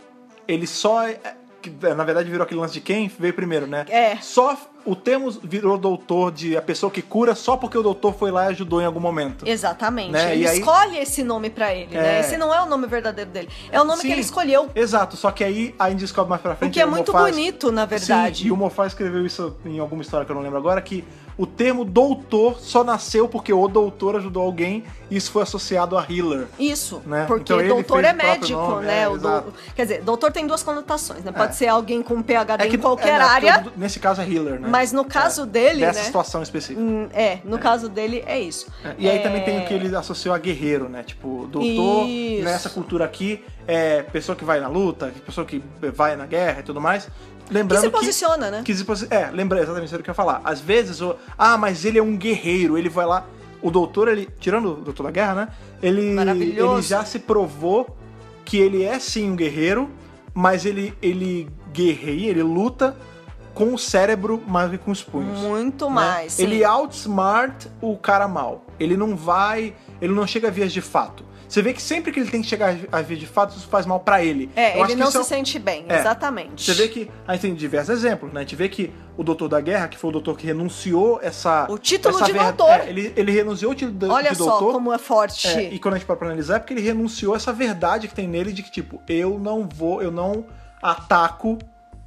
ele só. é- que, na verdade, virou aquele lance de quem veio primeiro, né? É. Só o termo virou doutor de a pessoa que cura só porque o doutor foi lá e ajudou em algum momento. Exatamente. Né? Ele E aí- escolhe esse nome pra ele, É. né? Esse não é o nome verdadeiro dele. É o nome Sim. que ele escolheu. Exato, só que aí a gente descobre mais pra O frente. que é o muito Moffat- bonito, na verdade. Sim, e o Mofá escreveu isso em alguma história que eu não lembro agora, que o termo doutor só nasceu porque o doutor ajudou alguém e isso foi associado a healer. Isso, Né? porque Então ele doutor fez é o próprio médico, nome, né? é, o dou- exato. Quer dizer, doutor tem duas conotações, né? Pode É. ser alguém com PhD em é, qualquer né, área, todo- nesse caso é healer, né? mas no caso dele, Nessa né? situação específica. Hum, É, no caso dele é isso. E aí É, também tem o que ele associou a guerreiro, né? Tipo, doutor, Isso. nessa cultura aqui, é pessoa que vai na luta, pessoa que vai na guerra e tudo mais. Que Lembrando se posiciona, né? Que se posi- É, lembra exatamente o que eu ia falar. Às vezes, o... ah, mas ele é um guerreiro, ele vai lá. O doutor, ele. Tirando o doutor da guerra, né? Ele, Maravilhoso. ele já se provou que ele é sim um guerreiro, mas ele, ele guerreia, ele luta com o cérebro mais do que com os punhos. Muito né? mais. sim. Ele outsmart o cara mal. Ele não vai. Ele não chega a vias de fato. Você vê que sempre que ele tem que chegar a vias de fato, isso faz mal pra ele. Eu É, acho ele que não isso se é um- sente bem, É. exatamente. você vê que a gente tem diversos exemplos, né? A gente vê que o doutor da guerra, que foi o doutor que renunciou essa. O título essa de ver- doutor. é, ele, ele renunciou o título do- Olha de só doutor. como é forte. é, e quando a gente para pra analisar, é porque ele renunciou essa verdade que tem nele de que, tipo, eu não vou, eu não ataco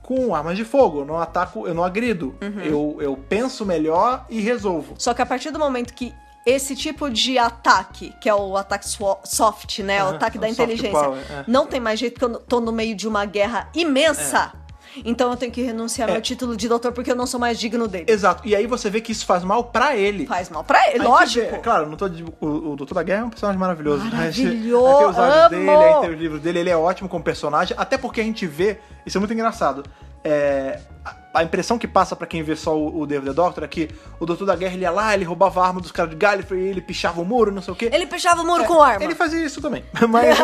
com armas de fogo, eu não ataco, eu não agrido. Uhum. Eu, eu penso melhor e resolvo. Só que a partir do momento que esse tipo de ataque, que é o ataque swo- soft, né? o Aham, ataque é da o soft inteligência, power, é. não tem mais jeito porque eu tô no meio de uma guerra imensa. É. Então eu tenho que renunciar meu título de doutor porque eu não sou mais digno dele. Exato. E aí você vê que isso faz mal pra ele. Faz mal pra Aí ele, você lógico. vê, é claro, não tô de- o, o Doutor da Guerra é um personagem maravilhoso. né? Maravilhoso, Aí tem os olhos amo! dele, aí tem os livros dele, ele é ótimo como personagem, até porque a gente vê, isso é muito engraçado. é, a- a impressão que passa pra quem vê só o, o David the Doctor é que o Doutor da Guerra ele ia lá, ele roubava a arma dos caras de Gallifrey, ele pichava o muro, não sei o quê. Ele fechava o muro com arma. É, Ele fazia isso também. Mas,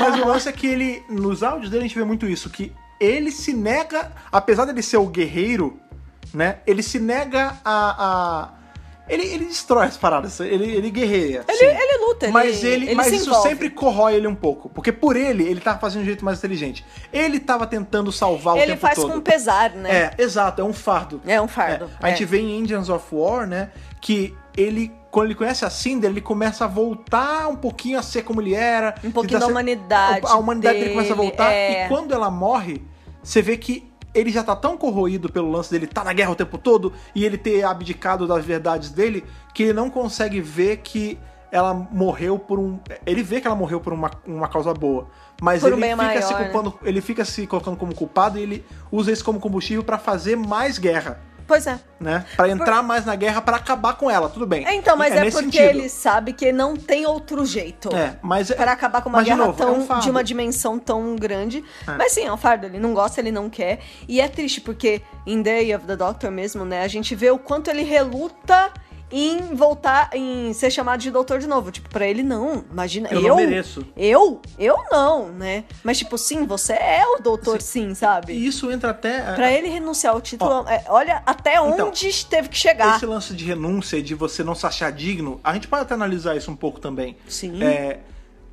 mas o lance é que ele, nos áudios dele, a gente vê muito isso, que ele se nega, apesar dele ser o guerreiro, né? Ele se nega a. a- ele, ele destrói as paradas, ele, ele guerreia. Ele- sim. ele luta, ele- mas ele, ele Mas se isso envolve. sempre corrói ele um pouco. Porque por ele, ele tava fazendo de um jeito mais inteligente. Ele tava tentando salvar o Ele tempo faz todo. com pesar, né? É, exato, é um fardo. É um fardo, A é. gente vê em Indians of War, né, que ele, quando ele conhece a Cinder, ele começa a voltar um pouquinho a ser como ele era. Um pouquinho Tentar da ser- humanidade A humanidade dele, dele, começa a voltar. é. E quando ela morre, você vê que ele já tá tão corroído pelo lance dele tá na guerra o tempo todo e ele ter abdicado das verdades dele que ele não consegue ver que ela morreu por um. Ele vê que ela morreu por uma, uma causa boa. Mas Por um ele bem fica se maior, né? culpando quando ele fica se colocando como culpado e ele usa isso como combustível pra fazer mais guerra, Pois é. né? Pra entrar mais na guerra, pra acabar com ela, tudo bem. É, Então, mas é, nesse porque sentido. ele sabe que não tem outro jeito. É, mas é- Pra acabar com uma mas, de guerra novo, é tão, um fardo. de uma dimensão tão grande. Mas sim, é um fardo. Ele não gosta, ele não quer. E é triste, porque em Day of the Doctor mesmo, né? A gente vê o quanto ele reluta em voltar, em ser chamado de doutor de novo. Tipo, pra ele, não. Imagina, eu... Eu não mereço. Eu? Eu não, né? Mas tipo, sim, você é o doutor sim, sabe? E isso entra até. é, Pra ele renunciar ao título, é, olha até Então, onde teve que chegar. Esse lance de renúncia e de você não se achar digno, a gente pode até analisar isso um pouco também. Sim. É,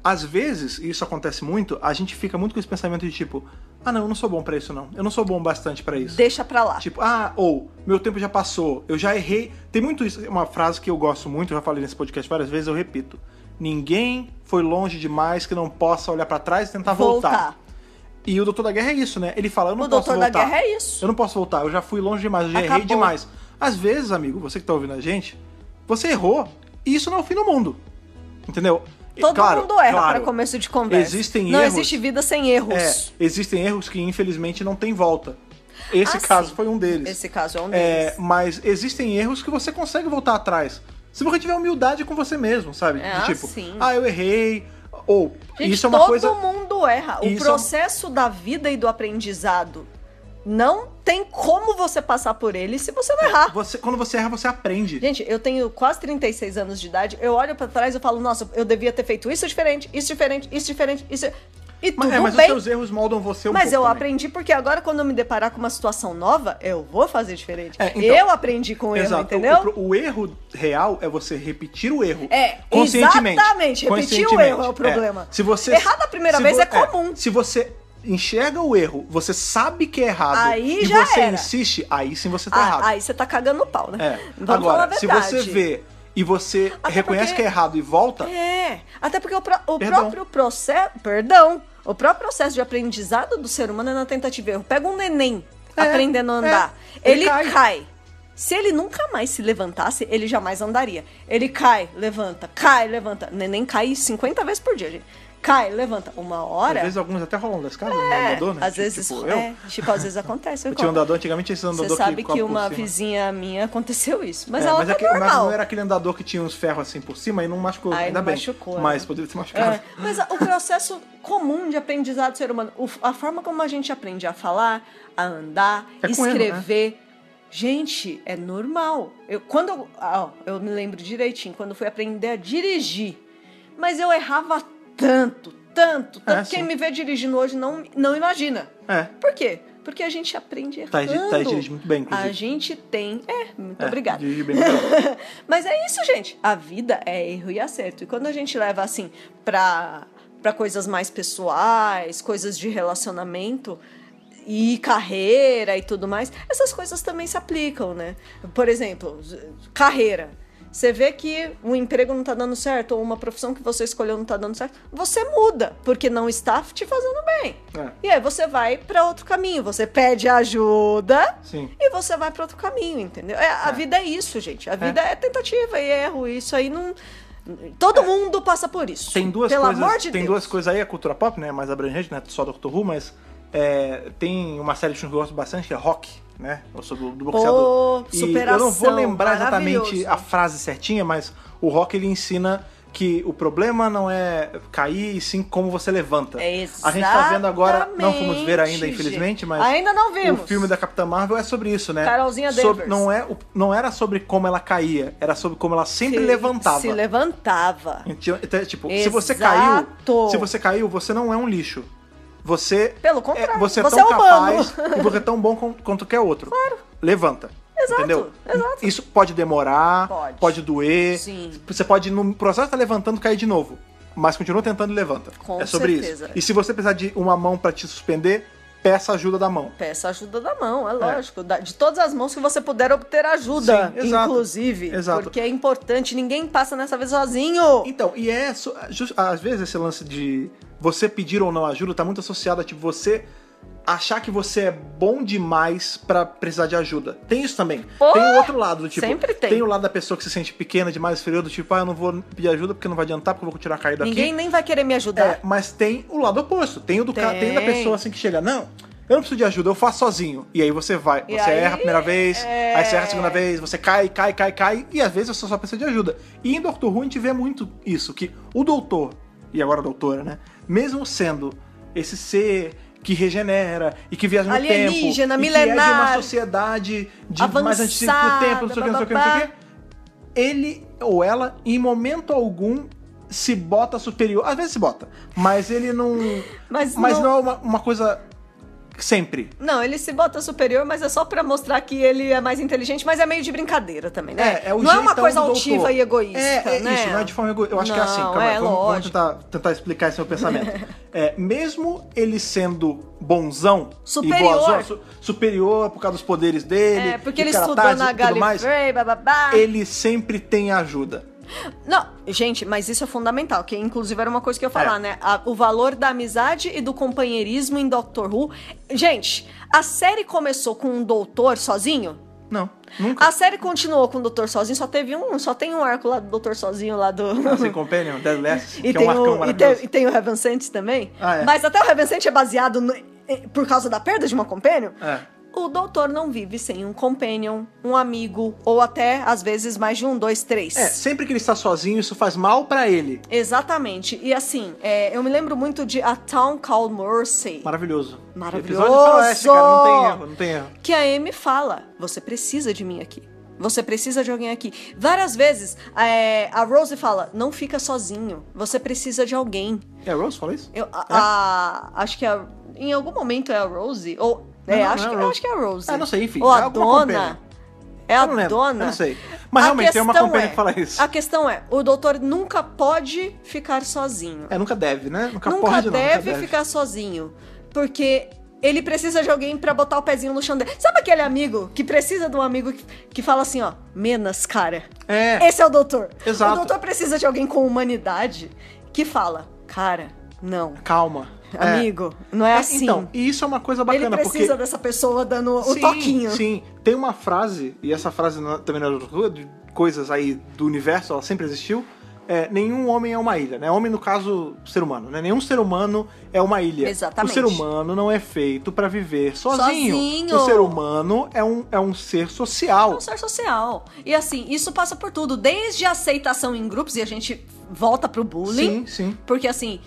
às vezes, e isso acontece muito, a gente fica muito com esse pensamento de tipo, Ah, não, eu não sou bom pra isso, não. Eu não sou bom bastante pra isso. Deixa pra lá. Tipo, ah, ou, meu tempo já passou, eu já errei. Tem muito isso, uma frase que eu gosto muito, eu já falei nesse podcast várias vezes, eu repito. Ninguém foi longe demais que não possa olhar pra trás e tentar voltar. Voltar. E o Doutor da Guerra é isso, né? Ele fala, eu não O posso Doutor da voltar. Guerra é isso. Eu não posso voltar, eu já fui longe demais, eu já errei Acabou. demais. Às vezes, amigo, você que tá ouvindo a gente, você errou e isso não é o fim do mundo. Entendeu? E, Todo claro, mundo erra claro, pra começo de conversa. Existem não erros. existe vida sem erros. É, existem erros que infelizmente não tem volta. Esse Ah, caso sim. foi um deles. Esse caso é um É, deles. mas existem erros que você consegue voltar atrás. Se você tiver humildade com você mesmo, sabe? É, De tipo, sim. ah, eu errei. Ou Gente, isso é uma todo coisa. mundo erra. O Isso é um- processo da vida e do aprendizado não tem como você passar por ele se você não errar. Você, quando você erra, você aprende. tá-" Gente, eu tenho quase 36 anos de idade, eu olho pra trás e falo, nossa, eu devia ter feito isso diferente, isso diferente, isso diferente, isso... E mas tudo é, mas bem, os seus erros moldam você um mas eu pouco. também. aprendi porque agora quando eu me deparar com uma situação nova, eu vou fazer diferente. É, então- eu aprendi com o um erro, Exato. O- entendeu? O, o erro real é você repetir o erro. É, conscientemente. exatamente. Repetir o erro é o problema. Se você Errar da primeira se vez é comum. se você enxerga o erro, você sabe que é errado Aí e já você era. insiste, aí sim você tá Ah, errado. aí você tá cagando o pau, né? É. Vamos falar Agora, a se verdade. você vê e você Até reconhece que porque- é errado e volta, É, até porque o, pro- o Perdão. próprio processo. Perdão! O próprio processo de aprendizado do ser humano é na tentativa e erro. Pega um neném É, aprendendo a andar. é. Ele, Ele cai. cai. Se ele nunca mais se levantasse, ele jamais andaria. Ele cai, levanta, cai, levanta. Neném cai 50 vezes por dia, gente. Cai, levanta. Uma hora. às vezes alguns até rolam das casas, é, né? Andador, né? Às Tipo, vezes. tipo, eu, é, tipo, às vezes acontece. eu eu tinha um conto. andador, antigamente esse andador Você sabe com a que por uma cima. vizinha minha aconteceu isso. Mas É, ela mas, tá aquele- mas normal. não era aquele andador que tinha uns ferros assim por cima e não machucou, Aí ainda não bem. machucou, né? mas poderia ter machucado. É, mas a- o processo comum de aprendizado do ser humano, o- a forma como a gente aprende a falar, a andar, É com erro, escrever. Gente, é normal. Eu, quando eu, ah, ó, eu me lembro direitinho, quando eu fui aprender a dirigir, mas eu errava tanto, tanto, tanto. É, sim. quem me vê dirigindo hoje não, não imagina. É. Por quê? Porque a gente aprende Tá, errando. tá dirige muito bem, inclusive. A gente tem. É, muito É, obrigada. dirige bem, muito bem. Mas é isso, gente. A vida é erro e acerto. E quando a gente leva assim pra, pra coisas mais pessoais, coisas de relacionamento e carreira e tudo mais, essas coisas também se aplicam, né? Por exemplo, z- carreira. Você vê que um emprego não tá dando certo ou uma profissão que você escolheu não tá dando certo, você muda, porque não está te fazendo bem. É. E aí você vai pra outro caminho, você pede ajuda Sim. e você vai pra outro caminho, entendeu? É, a vida é isso, gente. A vida é, tentativa e erro. Isso aí não. Todo mundo passa por isso. É. Tem duas Pelo coisas. amor de tem Deus. duas coisas aí, a cultura pop, né? Mais abrangente, né? Só Doctor Who, mas é, tem uma série de filmes que eu gosto bastante, que é Rock, né? Ou sobre o do boxeador. E superação, eu não vou lembrar exatamente maravilhoso. a frase certinha, mas o Rock ele ensina que o problema não é cair, e sim como você levanta. É a gente tá vendo agora, não fomos ver ainda, exatamente, infelizmente, gente. mas Ainda não vimos. o filme da Capitã Marvel é sobre isso, né? Carolzinha sobre, Danvers. não é o- não era sobre como ela caía, era sobre como ela sempre Se- levantava. Se levantava. Então, até, tipo, se Exato. você caiu, se você caiu, você não é um lixo. Você Pelo contrário, você é você tão é humano. capaz e você é tão bom com- quanto qualquer outro. Claro. Levanta. Exato, entendeu? exato. Isso pode demorar, Pode. doer. Sim. Você pode no processo de tá levantando cair de novo, mas continua tentando e levanta. Com é sobre certeza. isso. E se você precisar de uma mão pra te suspender, peça ajuda da mão. Peça ajuda da mão, é lógico. da- De todas as mãos que você puder obter ajuda, Sim, exato, inclusive. exato. Porque é importante, ninguém passa nessa vez sozinho. Então, e é. so- jus- Às vezes esse lance de você pedir ou não ajuda tá muito associado a tipo você achar que você é bom demais pra precisar de ajuda. Tem isso também. Pô, tem o outro lado, do tipo, sempre tem. o lado da pessoa que se sente pequena demais, inferior, do tipo, ah, eu não vou pedir ajuda porque não vai adiantar, porque eu vou tirar a caída Ninguém aqui. nem vai querer me ajudar. É, mas tem o lado oposto. Tem o do cara, tem da Tem. pessoa assim que chega, não. Eu não preciso de ajuda, eu faço sozinho. E aí você vai. E Você aí, erra a primeira vez, é. aí você erra a segunda vez, você cai, cai, cai, cai. E às vezes você só precisa de ajuda. E em Doctor Who a gente vê muito isso, que o doutor, e agora a doutora, né? Mesmo sendo esse ser que regenera e que viaja no Alienígena, tempo, e que é de uma milenar, sociedade de mais avançada, antiga do tempo, não sei o que, não sei o que, não sei o bababá. que ele ou ela, em momento algum, se bota superior. Às vezes se bota, mas ele não. Mas mas não- não, é uma, uma coisa Sempre. Não, ele se bota superior, mas é só pra mostrar que ele é mais inteligente, mas é meio de brincadeira também, né? É, é o não é uma jeitão coisa do altiva autor. e egoísta, É, é né? isso, não é de forma egoísta. Eu acho que é assim, Não, calma aí, é, vamos, vamos lógico. tentar, tentar explicar esse meu pensamento. É, mesmo ele sendo bonzão Superior. e boazão, su- superior por causa dos poderes dele, É, porque de ele estudou caratagens na e tudo mais, Gallifrey, bababá. ele sempre tem ajuda. Não, gente, mas isso é fundamental, que inclusive era uma coisa que eu ia falar, É. né? A- o valor da amizade e do companheirismo em Doctor Who. Gente, a série começou com um doutor sozinho? Não, nunca. A série continuou com o doutor sozinho, só teve um, só tem um arco lá do doutor sozinho lá do Sem Companion, Dead Last, e, que é um tem arcão o, e, maravilhoso. tem, e tem o Heaven Sent também. Ah, é. Mas até o Heaven Sent é baseado no- eh, por causa da perda de uma companion. É. O doutor não vive sem um companion, um amigo, ou até, às vezes, mais de um, dois, três. É, sempre que ele está sozinho, isso faz mal pra ele. Exatamente. E assim, é, eu me lembro muito de A Town Called Mercy. Maravilhoso. Maravilhoso! Episódio faroeste, cara, não tem erro, não tem erro. que a Amy fala: Você precisa de mim aqui. Você precisa de alguém aqui. Várias vezes é, a Rose fala: Não fica sozinho. Você precisa de alguém. É, Rose falou isso? Eu, a- É? a- acho que a- em algum momento é a Rose. Ou, é, não, não acho, é a que, eu Rose. acho que é a Rose. Ah, não sei, enfim, Ou é a alguma companion. dona. É a Eu não lembro, dona. eu não sei. Mas realmente, tem uma questão companion é- que fala isso. A questão é: o doutor nunca pode ficar sozinho. É, nunca deve, né? Nunca, nunca pode, não, deve nunca deve. ficar sozinho. Porque ele precisa de alguém pra botar o pezinho no chão dele. Sabe aquele amigo que precisa de um amigo que, que fala assim, ó, menos, cara. É. Esse é o doutor. Exato. O doutor precisa de alguém com humanidade que fala, cara, não. Calma. É. Amigo, não é, assim. Então, e isso é uma coisa ele bacana, precisa porque... dessa pessoa dando o sim, toquinho. Sim, tem uma frase, e essa frase na- também na rua, de coisas aí do universo, ela sempre existiu. É, nenhum homem é uma ilha, né? Homem, no caso, ser humano, né? Nenhum ser humano é uma ilha. Exatamente. O ser humano não é feito pra viver sozinho. Sozinho. O ser humano é um, é um ser É social. um ser social. E assim, isso passa por tudo, desde a aceitação em grupos, e a gente volta pro Sim, bullying. sim. Porque assim,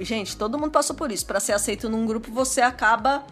gente, todo mundo passou por isso. Pra ser aceito num grupo, você acaba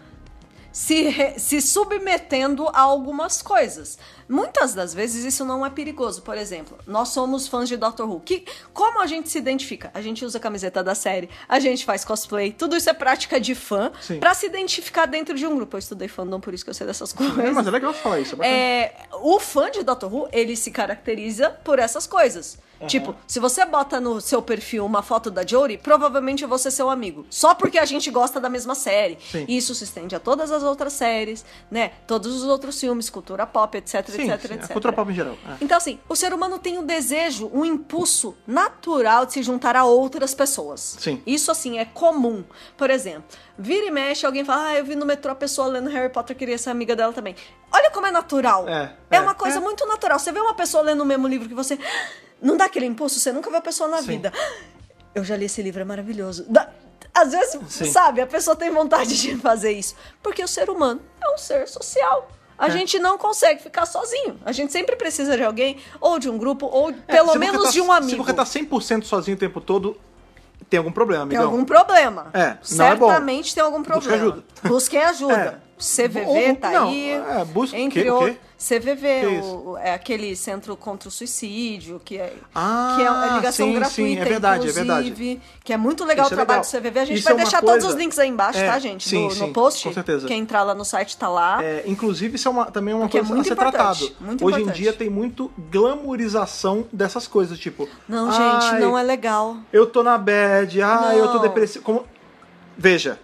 se, re- se submetendo a algumas coisas. Muitas das vezes isso não é perigoso. Por exemplo, nós somos fãs de Doctor Who. Que, como a gente se identifica? A gente usa a camiseta da série, a gente faz cosplay, tudo isso é prática de fã Sim. pra se identificar dentro de um grupo. Eu estudei fandom, por isso que eu sei dessas coisas. É, mas é legal falar isso. É bacana. É, o fã de Doctor Who, ele se caracteriza por essas coisas. Tipo, se você bota no seu perfil uma foto da Jory, provavelmente eu vou ser seu amigo. Só porque a gente gosta da mesma série. Sim. E isso se estende a todas as outras séries, né? Todos os outros filmes, cultura pop, etc, sim, etc, sim. etc. A cultura pop em geral. é. Então, assim, o ser humano tem um desejo, um impulso natural de se juntar a outras pessoas. Sim. Isso, assim, é comum. Por exemplo, vira e mexe, alguém fala, ah, eu vi no metrô a pessoa lendo Harry Potter, queria ser amiga dela também. Olha como é natural. É, é, é, uma coisa é. muito natural. Você vê uma pessoa lendo o mesmo livro que você. Não dá aquele impulso, você nunca vê a pessoa na Sim. vida. Eu já li esse livro, é maravilhoso. Dá- Às vezes, Sim. sabe, a pessoa tem vontade de fazer isso. Porque o ser humano é um ser social. A É. gente não consegue ficar sozinho. A gente sempre precisa de alguém, ou de um grupo, ou É, pelo se você menos tá- de um Se amigo. você tá 100% sozinho o tempo todo, tem algum problema, Tem amigão. algum problema. É, não é Certamente tem algum Busca problema. ajuda. Busquem ajuda. É. CVV Ou- tá não, aí. é, busca- entre que- o quê? outros. CVV, Que o- isso? o- é aquele Centro contra o Suicídio, que é, Ah, que é uma ligação sim, sim, gratuita, é verdade, é verdade. inclusive, que é muito legal Isso o é trabalho legal. do CVV. A gente Isso é vai uma deixar coisa- todos os links aí embaixo, É, tá, gente? sim, no, no sim, post. com certeza. Quem entrar lá no site tá lá. É, inclusive, isso é uma- também é uma Porque é coisa muito a ser importante, tratado. muito Hoje em importante. dia tem muito glamorização dessas coisas, tipo. Não, gente, "Ai, não é legal. Eu tô na bad, ah, eu tô Não. depressivo. Como... Veja.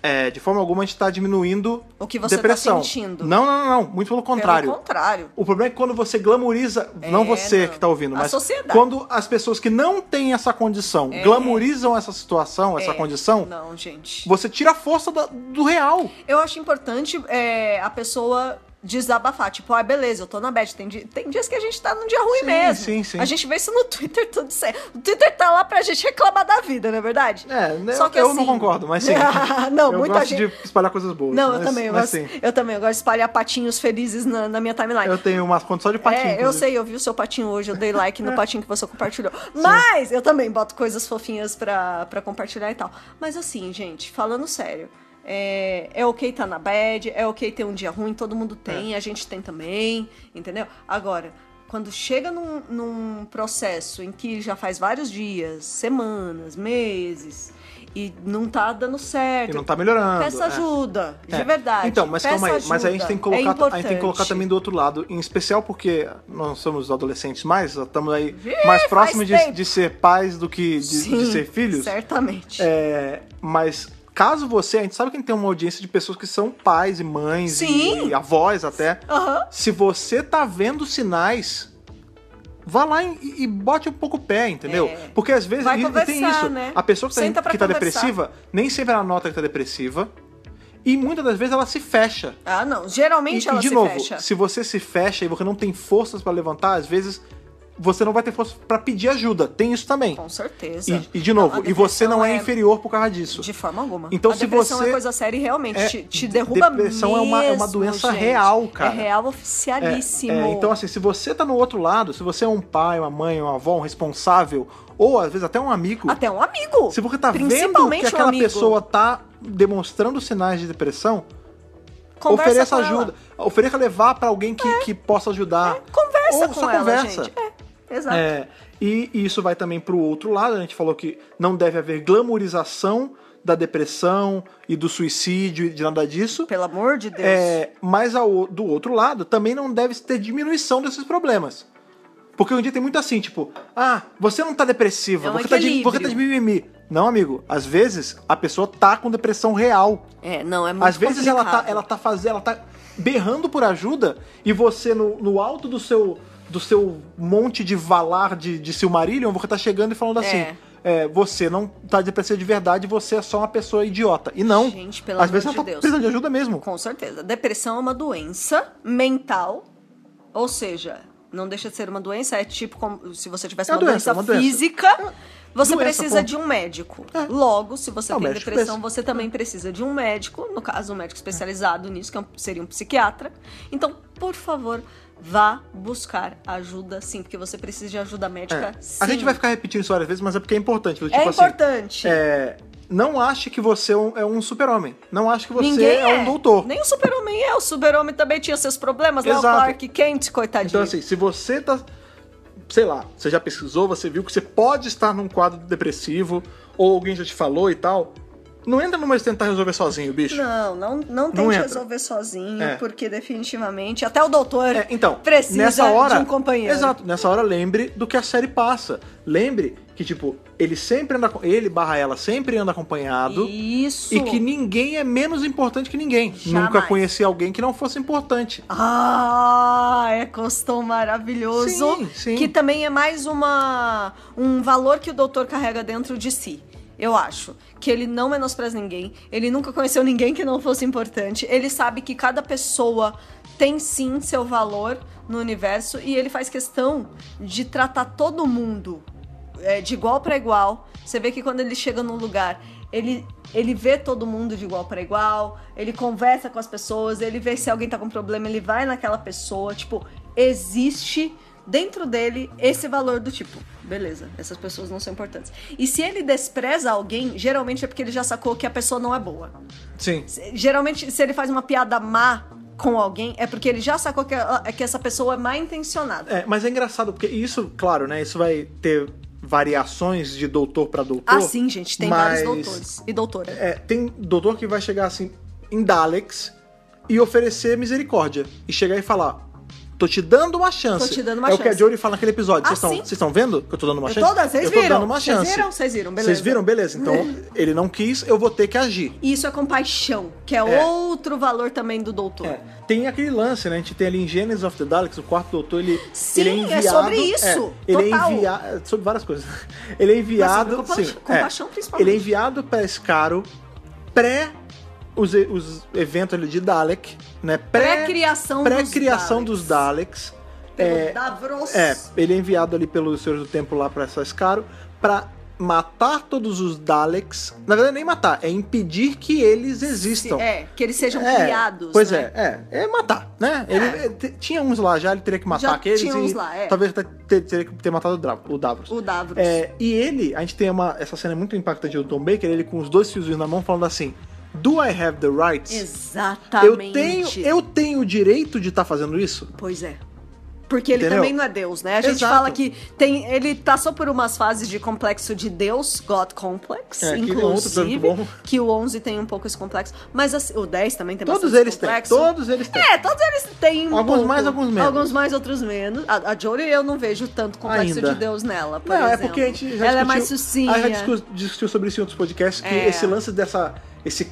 É, de forma alguma a gente tá diminuindo O que você tá depressão. sentindo. Não, não, não, não. Muito pelo contrário. Pelo contrário. É, O problema é que quando você glamoriza, não você não. que tá ouvindo, A mas sociedade. quando as pessoas que não têm essa condição glamorizam essa situação, essa É, condição, Não, gente. você tira a força da- do real. Eu acho importante é, a pessoa desabafar. Tipo, ah, beleza, eu tô na bad. Tem, di- tem dias que a gente tá num dia ruim Sim, mesmo. sim, sim. A gente vê isso no Twitter tudo certo. O Twitter tá lá pra gente reclamar da vida, não é verdade? É, né, Só que eu assim- não concordo, mas sim. não, eu muita gosto gente... de espalhar coisas boas. Não, eu mas- também. Eu, mas gosto, sim. eu também. Eu gosto de espalhar patinhos felizes na, na minha timeline. Eu tenho umas contas só de patinho. é, eu inclusive. sei, eu vi o seu patinho hoje, eu dei like no patinho que você compartilhou. Mas eu também boto coisas fofinhas pra, pra compartilhar e tal. Mas assim, gente, falando sério, é, é ok tá na bad, é ok ter um dia ruim, todo mundo É. tem, a gente tem também, entendeu? Agora, quando chega num, num processo em que já faz vários dias, semanas, meses, e não tá dando certo. E não tá melhorando. Peça é. ajuda, de É. verdade. Então, mas Peça calma aí. Mas aí a gente tem que ajuda, é colocar, a gente tem importante. que colocar também do outro lado, em especial porque nós não somos adolescentes mais, estamos aí mais próximos de, tempo. de ser pais do que de, de Sim, ser filhos. Certamente. É, mas caso você, a gente sabe que a gente tem uma audiência de pessoas que são pais e mães Sim. e avós até. Aham. Se você tá vendo sinais, vá lá e, e bote um pouco o pé, entendeu? É. Porque às vezes Vai e- e tem conversar, isso. né? A pessoa que tá, Senta pra que tá conversar. depressiva, nem sempre ela nota que tá depressiva. E muitas das vezes ela se fecha. Ah, não. Geralmente E, ela e de se novo, fecha. se você se fecha e você não tem forças pra levantar, às vezes você não vai ter força pra pedir ajuda. Tem isso também. Com certeza. E, e de Não, a novo, e você não é, depressão inferior por causa disso. De forma alguma. Então, a se depressão você- é coisa séria e realmente É, te, te derruba depressão mesmo, é uma- é uma doença gente. real, cara. É real É, oficialíssimo. é, então, assim, se você tá no outro lado, se você é um pai, uma mãe, uma avó, um responsável, ou às vezes até um amigo, Até um amigo. se você tá vendo Principalmente que aquela um amigo. pessoa tá demonstrando sinais de depressão, Conversa ofereça com ela. É. ajuda. Ofereça levar pra alguém que, que possa ajudar. Conversa Ou com só ela, conversa. gente. É, exato. É, e, e isso vai também pro outro lado. A gente falou que não deve haver glamorização da depressão e do suicídio e de nada disso. Pelo amor de Deus. É, mas ao- do outro lado, também não deve ter diminuição desses problemas. Porque hoje em dia tem muito assim, tipo, ah, você não tá depressiva, É um você, tá de, equilíbrio. você tá de mimimi. Não, amigo, às vezes a pessoa tá com depressão real. É, não, é muito às vezes ela tá, complicado. ela tá fazendo, ela tá berrando por ajuda e você no, no alto do seu do seu monte de valar de, de Silmarillion, você tá chegando e falando assim. É. é, você não tá depressiva de verdade, você é só uma pessoa idiota. E não. Gente, pelo Às amor vezes ela de tá Deus. precisando de ajuda mesmo. Com certeza. Depressão é uma doença mental, ou seja, não deixa de ser uma doença, é tipo como se você tivesse É uma uma, doença, doença, uma doença. física, você Doença, precisa ponto. de um médico. Logo, se você É, o tem médico depressão, pensa. você também precisa de um médico, no caso, um médico especializado nisso, que é um- seria um psiquiatra. Então, por favor, vá buscar ajuda sim, porque você precisa de ajuda médica sim. É. A gente vai ficar repetindo isso várias vezes, mas é porque é importante. do Tipo É assim, importante. é, não ache que você é um, é um super-homem. Não ache que você Ninguém é, um doutor. Nem o super-homem é. O super-homem também tinha seus problemas, né? O Exato. Clark Kent, coitadinho. Então, assim, se você tá. Sei lá, você já pesquisou, você viu que você pode estar num quadro depressivo, ou alguém já te falou e tal. Não entra numa de tentar resolver sozinho, bicho. Não, não, não tente Não entra. resolver sozinho, É. porque definitivamente até o doutor É, então, precisa nessa hora, de um companheiro. Exato, nessa hora lembre do que a série passa. Lembre que, tipo, ele sempre anda. com- Ele barra ela sempre anda acompanhado. Isso. E que ninguém é menos importante que ninguém. Jamais. Nunca conheci alguém que não fosse importante. Ah, é costum maravilhoso. Sim, sim. Que também é mais uma um valor que o doutor carrega dentro de si. Eu acho que ele não menospreza ninguém, ele nunca conheceu ninguém que não fosse importante, ele sabe que cada pessoa tem sim seu valor no universo e ele faz questão de tratar todo mundo é, de igual para igual. Você vê que quando ele chega num lugar, ele, ele vê todo mundo de igual para igual, ele conversa com as pessoas, ele vê se alguém tá com problema, ele vai naquela pessoa. Tipo, existe dentro dele esse valor do tipo, beleza, essas pessoas não são importantes. E se ele despreza alguém, geralmente é porque ele já sacou que a pessoa não é boa. Sim. Se- Geralmente, se ele faz uma piada má com alguém, é porque ele já sacou que, ela- que essa pessoa é mal intencionada. É, mas é engraçado, porque isso, claro, né? Isso vai ter variações de doutor pra doutor. Ah, sim, gente, tem vários mas, doutores e doutora. É, tem doutor que vai chegar assim, em Daleks, e oferecer misericórdia. E chegar e falar. Tô te dando uma chance. Tô te dando uma é o que a chance. Jory fala naquele episódio. Ah, Vocês tão- sim. Vocês estão vendo que eu tô dando uma Eu chance? tô dando- vocês eu tô viram. dando uma Vocês chance. viram? Vocês viram, Vocês beleza. viram? Beleza. Então, ele não quis, eu vou ter que agir. E isso é compaixão, que é, É. outro valor também do doutor. É, tem aquele lance, né? A gente tem ali em Genesis of the Daleks, o quarto doutor, ele, Sim, ele é é enviado. sobre isso, é, ele é total. enviado. Sobre várias coisas. Ele é enviado. Mas sobre sim, compa- compaixão, principalmente. Ele é enviado pra Escaro pré os, e- os eventos ali de Dalek, né? Pré- Pré-criação dos pré-criação dos Daleks. Pelo é, Davros. é, ele é enviado ali pelos Senhores do Tempo lá pra Escaro pra matar todos os Daleks. Na verdade, nem matar, é impedir que eles existam. É, que eles sejam É, criados. Pois né? é, é, é matar, né? Ele, é, t- tinha uns lá já, ele teria que matar Já aqueles. tinha e uns lá, é. Talvez até ter- teria que ter matado o, Dra o Davros. O Davros. É, e ele, a gente tem uma. Essa cena é muito impactante do Tom Baker, ele com os dois fiozinhos na mão falando assim: Do I have the rights? Exatamente. Eu tenho, eu tenho o direito de estar fazendo tá isso? Pois é. Porque ele Entendeu? também não é Deus, né? A gente Exato. fala que tem, ele passou por umas fases de complexo de Deus, God Complex, É, aquele outro tá muito inclusive. bom. que o 11 tem um pouco esse complexo. Mas assim, o 10 também tem Todos bastante eles têm. complexo. Todos eles têm. É, todos eles têm um Alguns pouco. mais, alguns menos. Alguns mais, outros menos. A, a Jory eu não vejo tanto complexo Ainda. de Deus nela, por Não, é exemplo. porque a gente já Ela é discutiu, mais sucinta. A gente já discu- discutiu sobre isso em outros podcasts, que É. esse lance dessa. esse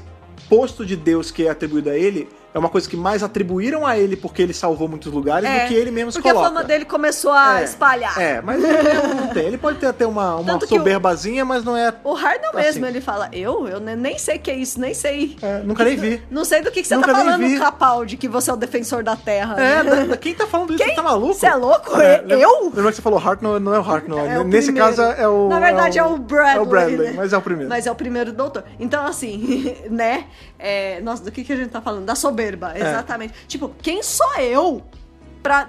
posto de Deus que é atribuído a ele é uma coisa que mais atribuíram a ele porque ele salvou muitos lugares É, do que ele mesmo se Porque coloca. a fama dele começou a É. espalhar. É, mas ele não tem. Ele pode ter até uma, uma Tanto que o- soberbazinha, mas não é. O Hardon Assim. mesmo, ele fala, eu? Eu ne- nem sei o que é isso, nem sei. é, nunca nem vi. Não sei do que, que você Nunca tá nem falando, vi. Capaldi, que você é o defensor da terra. É, né? da- da- quem tá falando isso? Você tá maluco? Você é louco? É, Eu? lembra- Lembra que você falou Hart? Não, não é o Hart, não. É o Nesse primeiro. caso é o. Na verdade, é o, Bradley. É o Bradley, né? mas é o primeiro. Mas é o primeiro doutor. Então, assim, né? É, nossa, do que, que a gente tá falando? Da soberba, É. exatamente. Tipo, quem sou eu pra.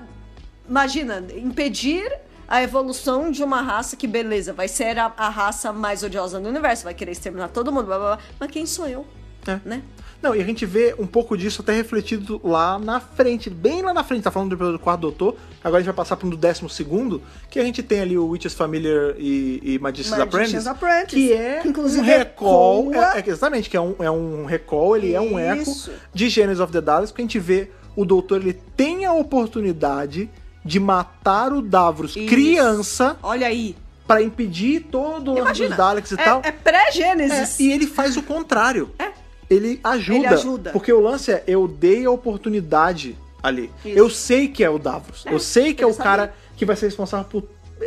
Imagina, impedir a evolução de uma raça que, beleza, vai ser a, a raça mais odiosa do universo, vai querer exterminar todo mundo, blá blá blá. Mas quem sou eu? É. Né? Não, e a gente vê um pouco disso até refletido lá na frente, bem lá na frente, tá falando do episódio do quarto doutor, agora a gente vai passar pro do décimo segundo, que a gente tem ali o Witches Familiar e, e Magician's Apprentice, Magician's Apprentice, que é que inclusive um recall, ecoa- é- é- exatamente, que é um, é um recall, ele é um eco Isso. de Genesis of the Daleks, que a gente vê o doutor, ele tem a oportunidade de matar o Davros Isso. criança Olha aí. pra impedir todo o lance Imagina. dos Daleks e é tal. é É, pré-Gênesis. e ele faz o contrário. Ele ajuda. É. Ele ajuda. Porque o lance é, eu dei a oportunidade ali. Isso. Eu sei que é o Davos. eu sei que é ele o cara que vai ser responsável por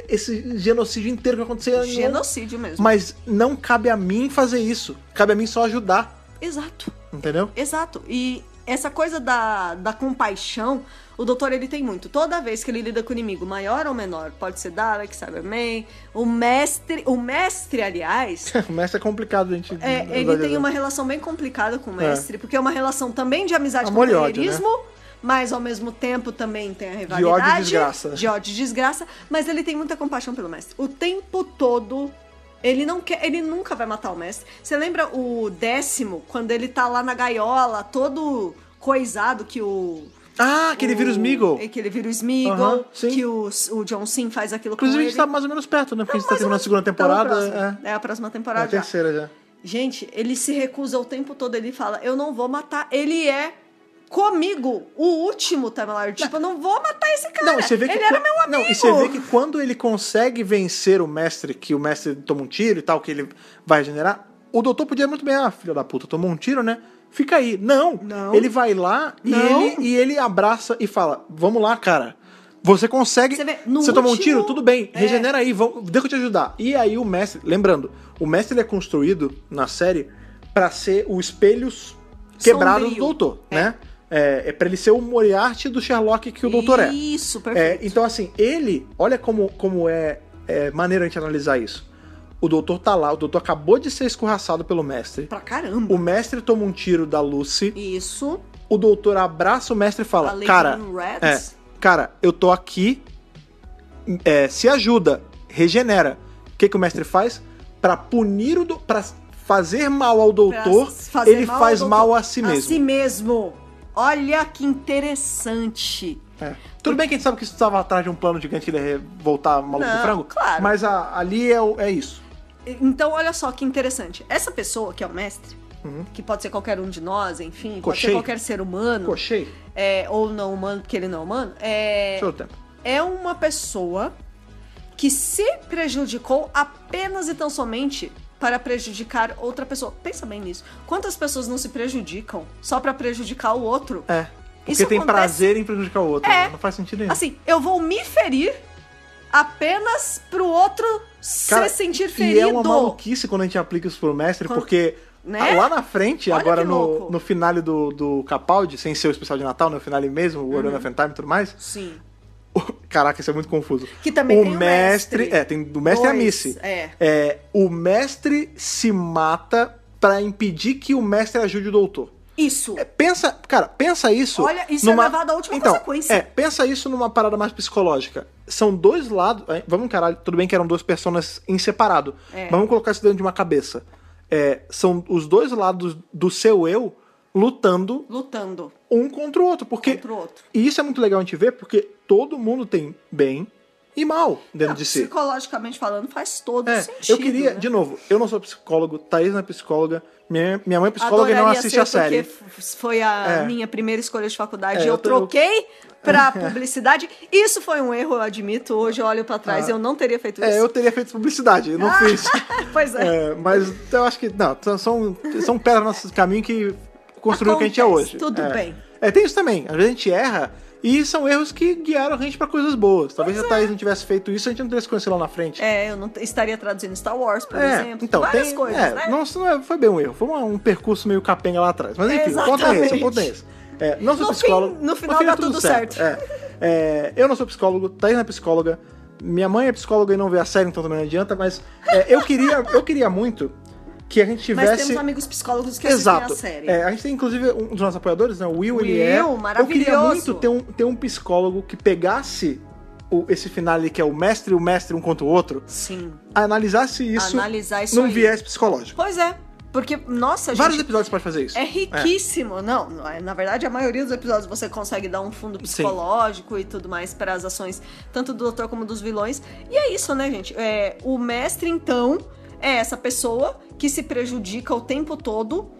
esse genocídio inteiro que aconteceu. Genocídio mesmo. É. Mas não cabe a mim fazer isso. Cabe a mim só ajudar. Exato. Entendeu? Exato. E essa coisa da, da compaixão, o doutor ele tem muito. Toda vez que ele lida com o inimigo, maior ou menor, pode ser Dalek, Cyberman, o mestre, o mestre, aliás, O mestre é complicado, a gente. é, ele tem uma relação bem complicada com o mestre, porque é uma relação também de amizade Amor com e ódio, né? companheirismo, mas ao mesmo tempo também tem a rivalidade. ódio e desgraça. De ódio e desgraça, mas ele tem muita compaixão pelo mestre. O tempo todo. Ele não quer, ele nunca vai matar o mestre. Você lembra o décimo, quando ele tá lá na gaiola, todo coisado que o. Ah, aquele o- vírus Meagle. é, Que ele vira o Smeagol, Aham, sim. que o, o John Sim faz aquilo com Inclusive, a ele. gente tá mais ou menos perto, né? Porque a gente tá Mais terminando ou a menos. segunda Tá na temporada. próxima. É, a É, próxima é temporada a já. terceira já. Gente, ele se recusa o tempo todo. Ele fala: Eu não vou matar. Ele é comigo o último Tamelar. Tipo, eu não vou matar esse cara. Não, e você vê que ele era quan- meu amigo. Não, e você vê que quando ele consegue vencer o mestre, que o mestre toma um tiro e tal, que ele vai regenerar, o doutor podia muito bem, ah, filho da puta, tomou um tiro, né? Fica aí. Não. Não. Ele vai lá e Não. ele, e ele abraça e fala: Vamos lá, cara. Você consegue. Você Você, vê, no tomou um último- tiro? Tudo bem. É. Regenera aí. Vamos, deixa eu te ajudar. E aí o mestre. Lembrando, o mestre ele é construído na série pra ser o espelhos quebrado do Sombrio. doutor, né? É, é pra ele ser o Moriarty do Sherlock que o doutor é. Isso, É, perfeito. então, assim, ele. Olha como, como é, é maneiro a gente analisar isso. O doutor tá lá, o doutor acabou de ser escorraçado pelo mestre. Pra caramba. O mestre toma um tiro da Lucy. Isso. O doutor abraça o mestre e A fala: Lady Cara, Rats. é, cara, eu tô aqui. é, se ajuda, regenera. O que, que o mestre faz? Pra punir o. Pra fazer mal ao doutor, fazer ele mal ao faz doutor. mal a si A mesmo. si mesmo. Olha que interessante. É. Tudo bem que a gente sabe que isso estava atrás de um plano gigante que ele ia voltar maluco Não, do frango. claro. Mas a- ali é, o- é isso. Então, olha só que interessante. Essa pessoa, que é o mestre, Uhum. que pode ser qualquer um de nós, enfim, pode ser Cochei. qualquer ser humano, Cochei. é, ou não humano, porque ele não é humano, é, Deixa eu ver o tempo. é uma pessoa que se prejudicou apenas e tão somente para prejudicar outra pessoa. Pensa bem nisso. Quantas pessoas não se prejudicam só para prejudicar o outro? É. Porque Isso tem acontece- prazer em prejudicar o outro. É. né? Não faz sentido nenhum. Assim, eu vou me ferir apenas pro outro Cara, se sentir E é uma ferido. maluquice quando a gente aplica isso pro mestre, Quando- porque Né? lá na frente, Olha agora que no, louco. no finale do, do Capaldi, sem ser o especial de Natal, no finale mesmo, Uhum. o Orlando of Time e tudo mais, Sim. caraca, isso é muito confuso. Que também o tem o mestre, mestre. É, tem do mestre e a Dois, Missy. é. o mestre se mata pra impedir que o mestre ajude o doutor. Isso. É, pensa, cara, pensa isso. Olha, isso é levado à última então, consequência. É, pensa isso numa parada mais psicológica. São dois lados. é, Vamos encarar, tudo bem que eram duas personas em separado. É. Mas vamos colocar isso dentro de uma cabeça. É, são os dois lados do seu eu lutando Lutando. um contra o outro. Porque Contra o outro. E isso é muito legal a gente ver, porque todo mundo tem bem e mal dentro Não, de si. Psicologicamente falando, É, faz todo É, sentido. eu queria, né? de novo, eu não sou psicólogo, Thaís não é psicóloga, minha, minha mãe é psicóloga e não Adoraria assiste ser, a série. Porque f- foi a É. minha primeira escolha de faculdade. É, eu, eu tô- troquei pra publicidade. Isso foi um erro, eu admito. Hoje eu olho pra trás, eu não teria feito É, isso. eu teria feito publicidade, eu não Ah! fiz. Pois é. É, mas eu acho que, não, são- são, são pedras no nosso caminho que construiu o que a gente é Acontece, hoje. tudo É. bem. É, tem isso também. Às vezes a gente erra e são erros que guiaram a gente pra coisas boas. Talvez se a Thaís não tivesse feito isso, a gente não teria se conhecido lá na frente. É, eu não t- estaria traduzindo Star Wars, por exemplo. então, Várias tem, coisas, é, né? não, isso não é- foi bem um erro, foi uma- um, percurso meio capenga lá atrás. Mas enfim, o ponto é esse, o ponto é esse. É, não sou No psicólogo. fim- no final dá tudo certo. É. É, eu não sou psicólogo, Thaís não é psicóloga, minha mãe é psicóloga e não vê a série, então também não adianta, mas é, eu, queria, eu queria muito que a gente Mas tivesse. temos amigos psicólogos que Exato. assistem a série. É, a gente tem, inclusive, um dos nossos apoiadores, né? O Will, ele Will, é. Eu queria maravilhoso. muito ter um, ter um psicólogo que pegasse o- esse finale que é o mestre e o mestre um contra o outro, Sim. analisasse isso Analisar É isso num aí. viés psicológico. Pois é. Porque, nossa, Vários gente, episódios pode fazer isso. é riquíssimo. Não, não é- na verdade, a maioria dos episódios você consegue dar um fundo psicológico e tudo mais para as ações, tanto do doutor como dos vilões. E é isso, né, gente? É, o mestre, então, é essa pessoa que se prejudica o tempo todo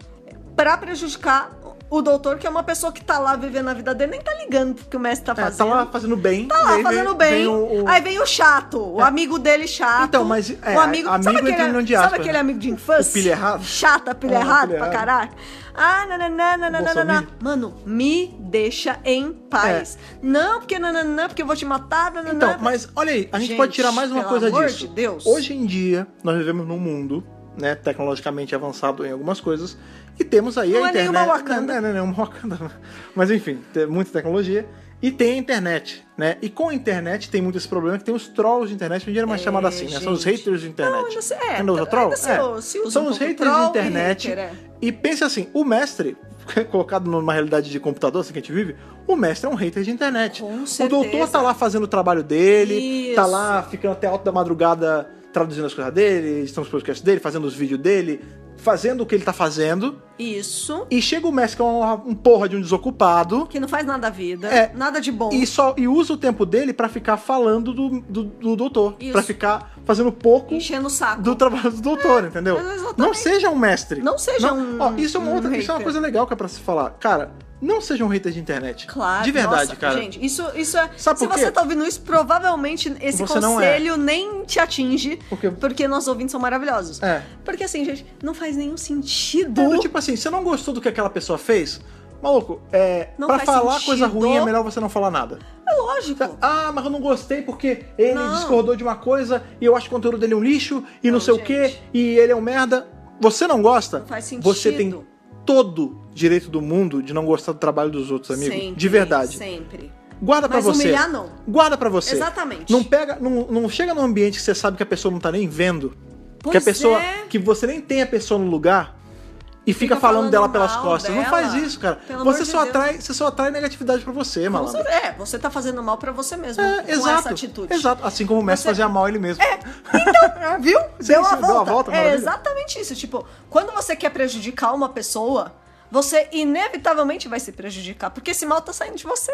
para prejudicar o doutor, que é uma pessoa que tá lá vivendo a vida dele, nem tá ligando porque o mestre tá É, fazendo. tá lá fazendo bem. Tá lá e aí fazendo vem- bem. vem o- o- Aí vem o chato, o amigo dele chato. Então, mas, é, o amigo, amigo sabe aquele, entre milhão de sabe aspas, aquele né? amigo de infância? O pilha errado. Chata, pilha É, o errado pilha pra errado. caraca. Ah, nananã, nananã, nananã. Bolsominion. Mano, me deixa em paz. Não, porque nananã, porque eu vou te matar, nananã. É. Então, mas olha aí, a gente, Gente, pode tirar mais uma pelo coisa amor disso. de Deus. Hoje em dia, nós vivemos num mundo, né, tecnologicamente avançado em algumas coisas, e temos aí Não a é internet. nenhuma Wakanda. Não, não, não, é uma Wakanda. não. Mas enfim, tem muita tecnologia. E tem a internet, né? E com a internet tem muito esse problema que tem os trolls de internet, hoje em dia é mais chamado assim, né? São os gente. haters de internet. Não, ainda se- é, ainda usa ainda troll? se- se usa São um os pouco haters de troll e internet. hater, é. E pensa assim, o mestre, colocado numa realidade de computador assim que a gente vive, o mestre é um hater de internet. Com o doutor certeza. tá lá fazendo o trabalho dele, tá Isso. lá ficando até alto da madrugada traduzindo as coisas dele, estão os podcasts dele, fazendo os vídeos dele, fazendo o que ele tá fazendo. Isso, E chega o mestre que é um, um porra de um desocupado que não faz nada da vida, É. nada de bom. e, só, e usa o tempo dele pra ficar falando do, do, do doutor. Isso. Pra ficar fazendo pouco Enchendo o saco. do trabalho do doutor, entendeu? exatamente. Não seja um mestre. Não seja um- Ó, isso é uma um outra, isso é uma hater. coisa legal que é pra se falar. Cara, não seja um hater de internet. Claro. De verdade, nossa, cara. Gente, isso, isso é. Sabe se por quê? você tá ouvindo isso, provavelmente esse Você não é. conselho nem te atinge, Porque- porque nossos ouvintes são maravilhosos. É. Porque assim, gente, não faz nenhum sentido. É, do tipo assim, você não gostou do que aquela pessoa fez? Maluco, é, Não pra faz falar sentido. coisa ruim é melhor você não falar nada. É lógico. Ah, mas eu não gostei porque ele Não. discordou de uma coisa e eu acho o conteúdo dele um lixo e não, Não, sei o gente. quê e ele é um merda. Você não gosta? Não faz sentido. Você tem todo direito do mundo de não gostar do trabalho dos outros, amigo. Sempre, de verdade. Sempre. Guarda pra Mas você. humilhar, não. Guarda pra você. Exatamente. Não pega, não, não chega num ambiente que você sabe que a pessoa não tá nem vendo. que a Pois pessoa, é. que você nem tem a pessoa no lugar e fica, Fica falando, falando dela pelas mal costas. Não dela. faz isso, cara. Pelo amor você de só Deus. atrai, você só atrai negatividade pra você, Você, malandro. é, você tá fazendo mal pra você mesmo né? É, com exato. essa atitude. Exato, assim como o mestre Você- Então, fazia mal a ele mesmo. É, Viu? Sim, deu, sim, a deu a volta. volta, É maravilha. exatamente isso. Tipo, quando você quer prejudicar uma pessoa, você inevitavelmente vai se prejudicar, porque esse mal tá saindo de você.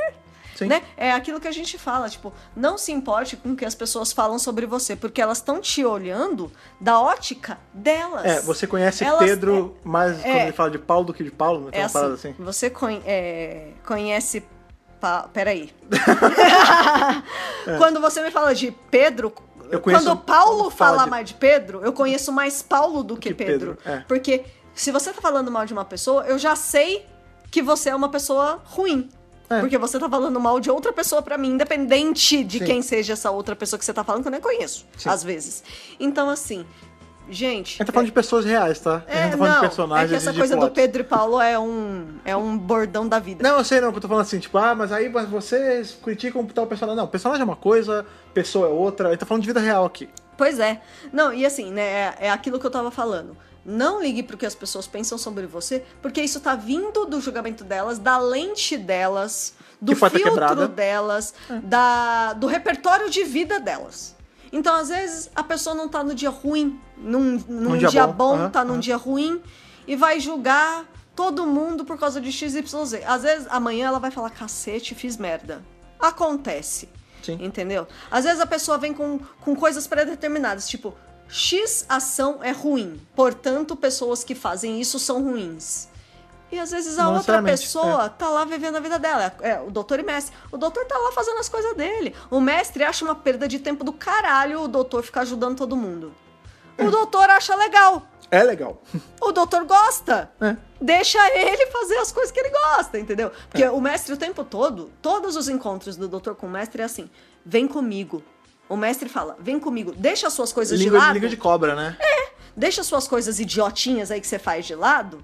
Sim. Né? É aquilo que a gente fala, tipo, não se importe com o que as pessoas falam sobre você, porque elas estão te olhando da ótica delas. É, você conhece Elas- Pedro mais quando é. ele fala de Paulo do que de Paulo, né? Tem É uma parada assim. Você conhe- é, conhece. Pa... Peraí. Quando você me fala de Pedro. É. Eu conheço- quando Paulo quando fala fala de- mais de Pedro, eu conheço mais Paulo do que, Que Pedro, Pedro. é. Porque se você tá falando mal de uma pessoa, eu já sei que você é uma pessoa ruim. É. Porque você tá falando mal de outra pessoa pra mim, independente de Sim. quem seja essa outra pessoa que você tá falando, que eu nem conheço, Sim. às vezes. Então, assim, gente. A gente tá falando de pessoas reais, tá? a É, gente tá falando não, de é personagens que essa e de coisa do plots. Pedro e Paulo é um, é um bordão da vida. Não, eu sei não, que eu tô falando assim, tipo, ah, mas aí vocês criticam tal personagem. Não, personagem é uma coisa, pessoa é outra. Ele tá falando de vida real aqui. Pois é. Não, e assim, né, é, é aquilo que eu tava falando. Não ligue pro que as pessoas pensam sobre você, porque isso tá vindo do julgamento delas, da lente delas, do Que foi até filtro quebrada. delas, da, do repertório de vida delas. Então, às vezes, a pessoa não tá no dia ruim, num, num dia dia, bom, bom, aham, tá num aham. dia ruim, e vai julgar todo mundo por causa de XYZ. Às vezes amanhã ela vai falar, cacete, fiz merda. Acontece. Sim. Entendeu? Às vezes a pessoa vem com, com coisas pré-determinadas, tipo, X ação é ruim, portanto, pessoas que fazem isso são ruins. E às vezes a Não outra necessariamente, é. pessoa tá lá vivendo a vida dela. É, é, o doutor e mestre. O doutor tá lá fazendo as coisas dele. O mestre acha uma perda de tempo do caralho o doutor ficar ajudando todo mundo. O doutor acha legal. É legal. O doutor gosta. É. Deixa ele fazer as coisas que ele gosta, entendeu? Porque É. o mestre o tempo todo, todos os encontros do doutor com o mestre é assim: vem comigo. O mestre fala: vem comigo, deixa as suas coisas Língua de de, lado. língua de cobra, né? é Deixa as suas coisas idiotinhas aí que você faz de lado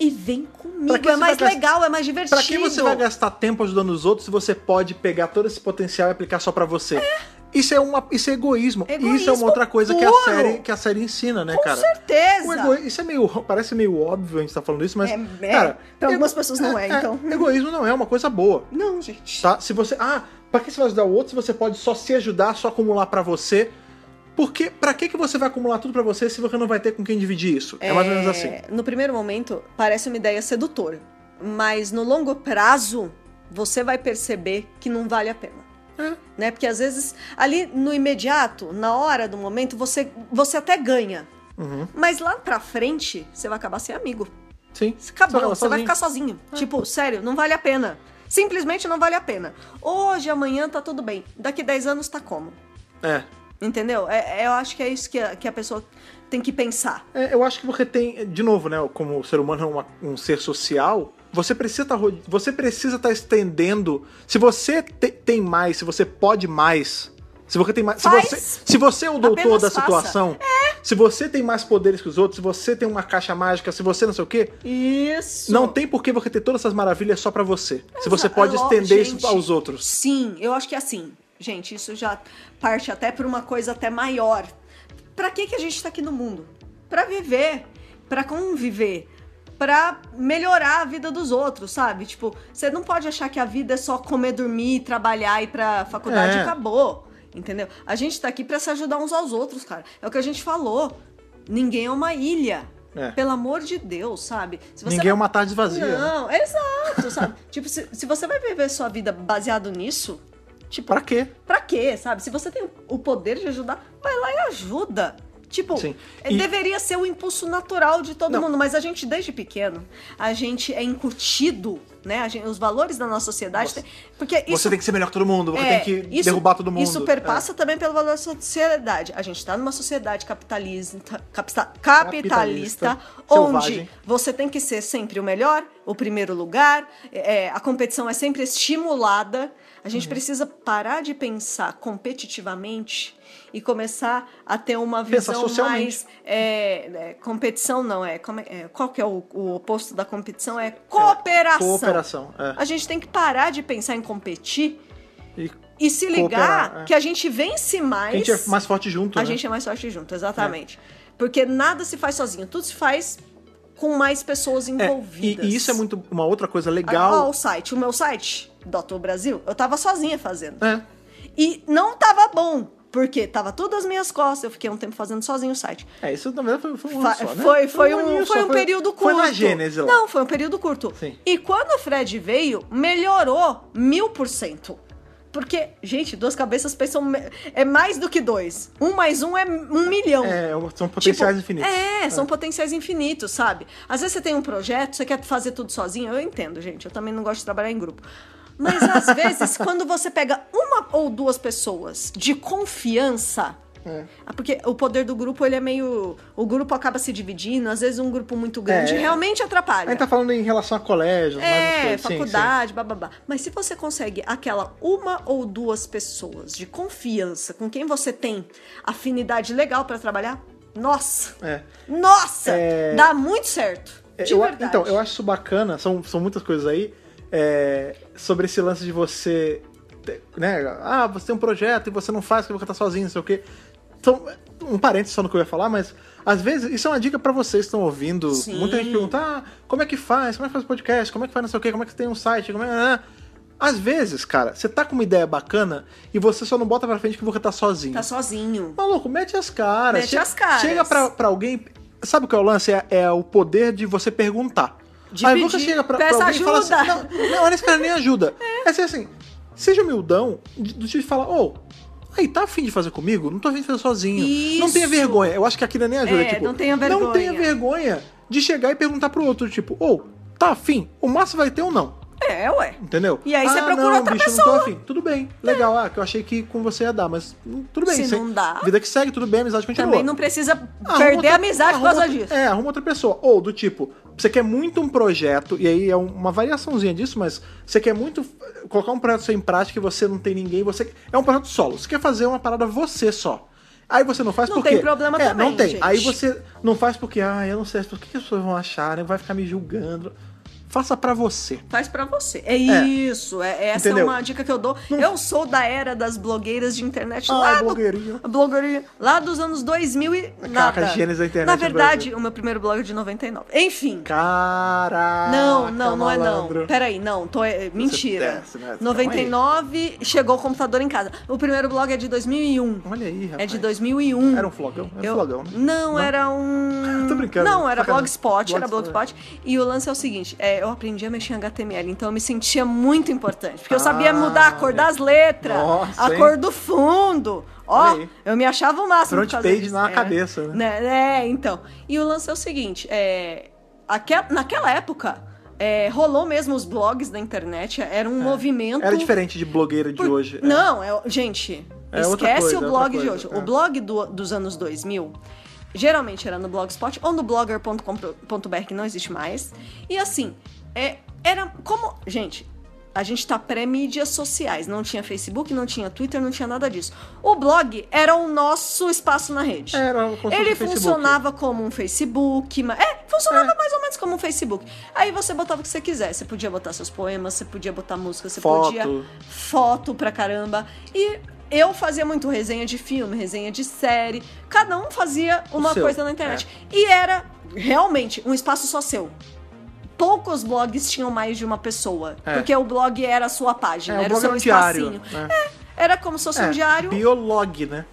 e vem comigo. Pra que É você mais vai gastar- legal, é mais divertido. Pra que você vai gastar tempo ajudando os outros se você pode pegar todo esse potencial e aplicar só pra você? Isso é, uma, isso é egoísmo. Egoísmo Isso é uma outra coisa que a, puro. série, que a série ensina, né, Com cara? O certeza. ego- Isso é meio. Parece meio óbvio a gente tá falando isso, mas. É, é. cara, Pra ego- algumas pessoas não é, então. Egoísmo não é uma coisa boa. Não, gente. Tá? Se você. Ah, pra que você vai ajudar o outro se você pode só se ajudar, só acumular pra você? Porque pra que, que você vai acumular tudo pra você se você não vai ter com quem dividir isso? É, mais ou menos assim. No primeiro momento, parece uma ideia sedutora. Mas no longo prazo, você vai perceber que não vale a pena. É. né? Porque às vezes ali no imediato, na hora do momento, você você até ganha. Uhum. Mas lá pra frente, você vai acabar sem amigo. Sim. Acabou, Só- Ah. você vai ficar sozinho. Tipo, sério, não vale a pena. Simplesmente não vale a pena. Hoje, amanhã tá tudo bem. Daqui 10 anos tá como? É. Entendeu? É- é- eu acho que é isso que a, que a pessoa tem que pensar. É, eu acho que você tem, de novo, né? Como o ser humano é uma- um ser social, você precisa tá, rode- você precisa estar estendendo. Se você te- tem mais, se você pode mais, se você tem mais, se Faz. você, se você é o doutor Apenas da faça. É. situação, se você tem mais poderes que os outros, se você tem uma caixa mágica, se você não sei o quê, Isso. não tem por que você ter todas essas maravilhas só pra você. Se você Exa- pode É lo- estender gente, isso aos outros. Sim, eu acho que é assim. Gente, isso já parte até por uma coisa até maior. Pra que que a gente tá aqui no mundo? Pra viver, pra conviver, pra melhorar a vida dos outros, sabe? Tipo, você não pode achar que a vida é só comer, dormir, trabalhar, ir pra faculdade É. e acabou. Entendeu? A gente tá aqui pra se ajudar uns aos outros, cara. É o que a gente falou. Ninguém é uma ilha. É. Pelo amor de Deus, sabe? Se você Ninguém é não- uma tarde vazia. né? não, exato, sabe? tipo, se, se você vai viver sua vida baseado nisso, tipo, Pra quê? pra quê, sabe? Se você tem o poder de ajudar, vai lá e ajuda. Tipo, Sim. é- E- deveria ser o impulso natural de todo Não. mundo, mas a gente, desde pequeno, a gente é incutido, né? A gente- os valores da nossa sociedade. Você- tem- porque isso Você tem que ser melhor que todo mundo, você é, tem que isso- derrubar todo mundo. É. Isso perpassa também pelo valor da sociedade. A gente tá numa sociedade capitalista, capista- Capitalista, capitalista, selvagem. onde você tem que ser sempre o melhor, o primeiro lugar, é, é, a competição é sempre estimulada. A Uhum. gente precisa parar de pensar competitivamente e começar a ter uma Pensar visão socialmente. mais é, é, competição não é, como é- é, qual que é o, o oposto da competição é cooperação. Cooperação, é. A gente tem que parar de pensar em competir E e se Cooperar, ligar é. que a gente vence mais. a gente é mais forte junto, a né? É. gente é mais forte junto, exatamente. Porque nada se faz sozinho, tudo se faz com mais pessoas É, envolvidas. E, e isso é muito uma outra coisa Ah, ó, legal. o site, o meu site, Doutor Brasil, eu tava sozinha fazendo. É. E não tava bom, porque tava tudo às minhas costas, eu fiquei um tempo fazendo sozinho o site. É, isso na verdade foi, foi um ano Fa- só, né? Foi, foi um, aninho foi só, um período Foi curto. na Gênese lá. Não, foi um período curto. Sim. E quando o Fred veio, melhorou mil por cento. Porque, gente, duas cabeças pensam. me- É mais do que dois. Um mais um é um milhão. É, são potenciais Tipo, infinitos. É, são potenciais infinitos, sabe? Às vezes você tem um projeto, você quer fazer tudo sozinho. Eu entendo, gente. Eu também não gosto de trabalhar em grupo. Mas às vezes, quando você pega uma ou duas pessoas de confiança. É. Ah, Porque o poder do grupo, ele é meio. O grupo acaba se dividindo, às vezes um grupo muito grande É. realmente A atrapalha. gente tá falando em relação a colégio, mais umas É, coisas. sim, faculdade, bababá. Mas se você consegue aquela uma ou duas pessoas de confiança com quem você tem afinidade legal pra trabalhar, nossa! sim. É. Nossa! É. Dá muito certo. É, De eu a- verdade. Então, eu acho isso bacana, são, são muitas coisas aí, é, sobre esse lance de você, ter- né, ah, você tem um projeto e você não faz porque você tá sozinho, não sei o quê. Então, um parênteses só no que eu ia falar, mas às vezes, isso é uma dica pra vocês que estão ouvindo, Sim. muita gente pergunta, ah, como é que faz, como é que faz podcast, como é que faz não sei o quê, como é que tem um site, como é... ah, ah." Às vezes, cara, você tá com uma ideia bacana e você só não bota pra frente que você tá sozinho. Tá sozinho. Maluco, mete as caras. Mete Chega- as caras. Chega pra, pra alguém. Sabe o que é o lance? É, é o poder de você perguntar. De aí pedir, você chega pra, pra peça alguém e fala assim: ajuda. não, não, olha esse cara nem ajuda. É assim, assim seja humildão, de- do tipo de falar: ô, aí tá afim de fazer comigo? Não tô afim de fazer sozinho. Não tenha Isso. vergonha. Eu acho que aquilo nem ajuda. É, tipo, não tenha Não tenha vergonha. vergonha de chegar e perguntar pro outro: tipo, ô, tá afim? O Márcio vai ter ou não? É, ué. Entendeu? E aí você ah, procura não, outra bicho, pessoa. É. Não tô afim. Tudo bem, legal. Ah, que eu achei que com você ia dar, mas hum, tudo bem. Se você- não dá- Vida que segue, tudo bem, a amizade continua. Ah, Também não precisa Arruma perder outra- a amizade por arruma causa outra- disso. É, arruma outra pessoa. Ou do tipo, você quer muito um projeto, e aí é um- uma variaçãozinha disso, mas você quer muito eh, colocar um projeto seu em prática e você não tem ninguém, você é um projeto solo. Você quer fazer uma parada você só. Aí você não faz Não porque... tem problema é, também, não tem. gente. Aí você não faz porque, ah, eu não sei, o que que as pessoas vão achar, né? Vai ficar me julgando. Faça pra você. Faz pra você. É isso. É, essa Entendeu? é uma dica que eu dou. Não- Eu sou da era das blogueiras de internet Ah, lá blogueirinha. do blogueirinha lá dos anos 2000 e nada. a gênese da internet Na no verdade, Brasil. o meu primeiro blog é de 99. Enfim. Caraca, Não, não, não é não. malandro. Peraí, não, tô, é, mentira. desce, né? Calma aí. 99 chegou o computador em casa. O primeiro blog é de 2001. Olha aí, rapaz. É de 2001. Era um flogão? Era um Eu- flogão, né? Não, Não? era um. Tô brincando, Não, era sacanagem. Blogspot, era Blogspot. Blogspot. E o lance é o seguinte: é, eu aprendi a mexer em HTML, então eu me sentia muito importante. Porque eu sabia Ah, mudar a cor das letras, Nossa, a hein? cor do fundo. Ó, Olha aí. eu me achava o máximo. Front por causa page disso. na É. cabeça, né? É, então. E o lance é o seguinte: é, aque- naquela época, é, rolou mesmo os blogs da internet, era um movimento. É. Era diferente de blogueira de Por- hoje. é. Não, é- gente, É outra esquece coisa, é o outra blog de coisa, hoje. é. O blog do- dos anos 2000 geralmente era no Blogspot ou no blogger.com.br, que não existe mais. E assim, é, era como. Gente. A gente tá pré-mídias sociais. Não tinha Facebook, não tinha Twitter, não tinha nada disso. O blog era o nosso espaço na rede. Era o conceito Ele do Facebook. funcionava como um Facebook. ma- É, Ah. funcionava mais ou menos como um Facebook. Aí você botava o que você quisesse. Você podia botar seus poemas, você podia botar música, você Foto. podia foto pra caramba. E eu fazia muito resenha de filme, resenha de série. Cada um fazia uma seu, é. coisa na internet. E era realmente um espaço só seu. Poucos blogs tinham mais de uma pessoa. É. Porque o blog era a sua página, É, o era blog seu era um diário. espacinho. né? É, Era como se fosse um diário. Biolog, né?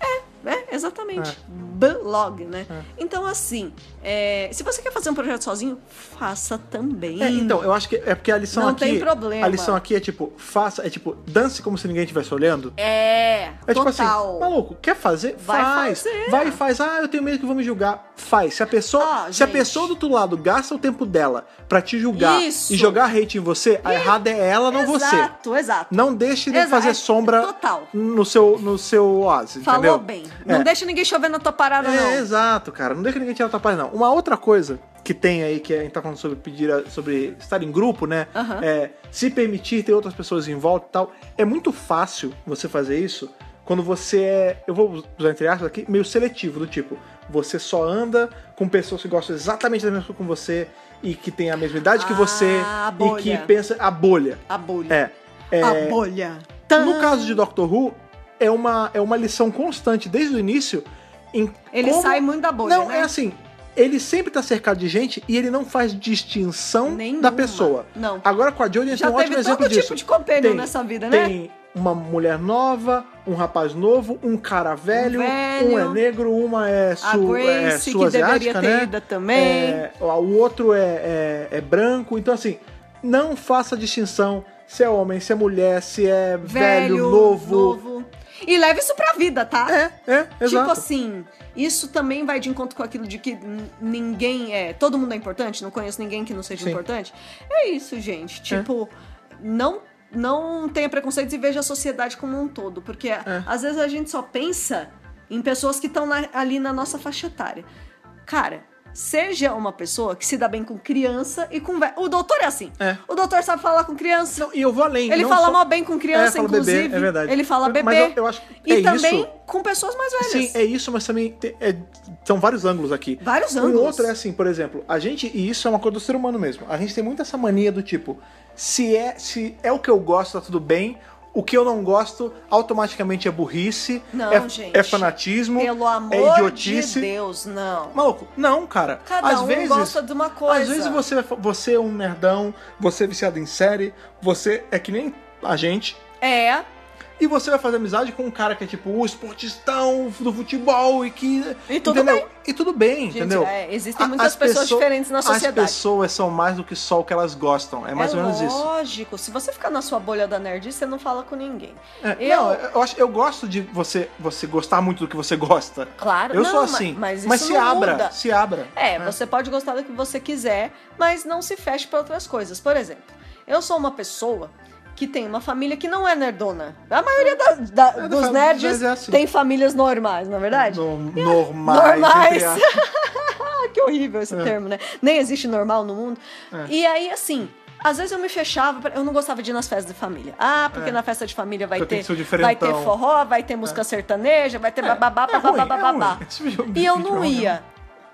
É, exatamente. É. Blog, né? Então, assim, é, se você quer fazer um projeto sozinho, faça também. É, então, eu acho que é porque a lição Não aqui. tem problema. A lição aqui é tipo, faça, é tipo, dance como se ninguém estivesse olhando. É, É tipo assim, total. maluco, quer fazer? Vai faz. fazer. Vai e faz. Ah, eu tenho medo que vão me julgar. Faz. Se a pessoa, Ah, se a gente. pessoa do outro lado gasta o tempo dela pra te julgar Isso. e jogar hate em você, a errada é ela, não você. Exato, exato. Não deixe de Exato, é fazer sombra total. no seu no seu oásis, Falou entendeu? bem. Não É. deixa ninguém chover na tua parada, não. É, exato, cara. Não deixa ninguém tirar tua paz, não. Uma outra coisa que tem aí, que a gente tá falando sobre pedir, a- sobre estar em grupo, né? Aham. É, se permitir ter outras pessoas em volta e tal. É muito fácil você fazer isso quando você é, eu vou usar entre aspas aqui, meio seletivo, do tipo, você só anda com pessoas que gostam exatamente da mesma coisa com você e que tem a mesma idade que Ah, você a e que bolha. pensa a bolha. A bolha. É. é A bolha. no caso de Doctor Who, é uma, é uma lição constante desde o início. Em Ele como- sai muito da bolha, Não, né? é assim. Ele sempre tá cercado de gente e ele não faz distinção Nenhuma. da pessoa. Não. Agora com a Jodie a gente Já tem um teve ótimo exemplo todo disso. tipo de companion Tem- nessa vida, né? Tem uma mulher nova, um rapaz novo, um cara velho, velho. um é negro, uma é A sul, é Grace, que deveria sul-asiática, ter né? ido também. É, o outro é, é- é branco. Então, assim, não faça distinção se é homem, se é mulher, se é velho, novo. novo. E leva isso pra vida, tá? É, é, exato. Tipo assim, isso também vai de encontro com aquilo de que n- ninguém é. Todo mundo é importante, não conheço ninguém que não seja Sim. importante. É isso, gente. Tipo, não. Não tenha preconceitos e veja a sociedade como um todo, porque É. às vezes a gente só pensa em pessoas que estão na- ali na nossa faixa etária. Cara, seja uma pessoa que se dá bem com criança e com. ve- O doutor é assim. É. O doutor sabe falar com criança. Não, e eu vou além. Ele não fala só- mó bem com criança, É, fala bebê, inclusive. é verdade. Ele fala bebê. Mas eu- eu acho que e é também isso. com pessoas mais velhas. Sim, é isso, mas também te- é- são vários ângulos aqui. Vários Um ângulos. outro é assim, por exemplo, a gente, e isso é uma coisa do ser humano mesmo, a gente tem muito essa mania do tipo, se é, se é o que eu gosto, tá tudo bem, o que eu não gosto automaticamente é burrice, Não, é, gente. é fanatismo, Pelo amor é idiotice. de Deus, não. Maluco, não, cara. Cada às um vezes, gosta de uma coisa. Às vezes você, você é um nerdão, você é viciado em série, você é que nem a gente, É. E você vai fazer amizade com um cara que é tipo o esportistão do futebol e que. E tudo entendeu? bem. E tudo bem, Gente, entendeu? é, existem A- muitas as pessoas diferentes na sociedade. As pessoas são mais do que só o que elas gostam. É mais é ou menos isso. lógico. Se você ficar na sua bolha da nerd, você não fala com ninguém. É, Eu- Não, eu, acho, eu gosto de você, você gostar muito do que você gosta. Claro, Eu não, sou mas- assim. mas isso se não abra, muda. se abra. É, você pode gostar do que você quiser, mas não se feche pra outras coisas. Por exemplo, eu sou uma pessoa que tem uma família que não é nerdona. A maioria da- da- da dos fam- nerds mas é assim. tem famílias normais, não é verdade? No- normais. normais. entre aspas. É. Ah, que horrível esse termo, né? Nem existe normal no mundo. E aí, assim. Às vezes eu me fechava, pra- eu não gostava de ir nas festas de família. Ah, porque na festa de família vai É. Porque tem ter, que ser o diferentão. vai ter forró, vai ter música sertaneja, vai ter bababá, é ruim, babá, é babá, babá. ruim. Esse jogo- E eu esse não jogo é ia.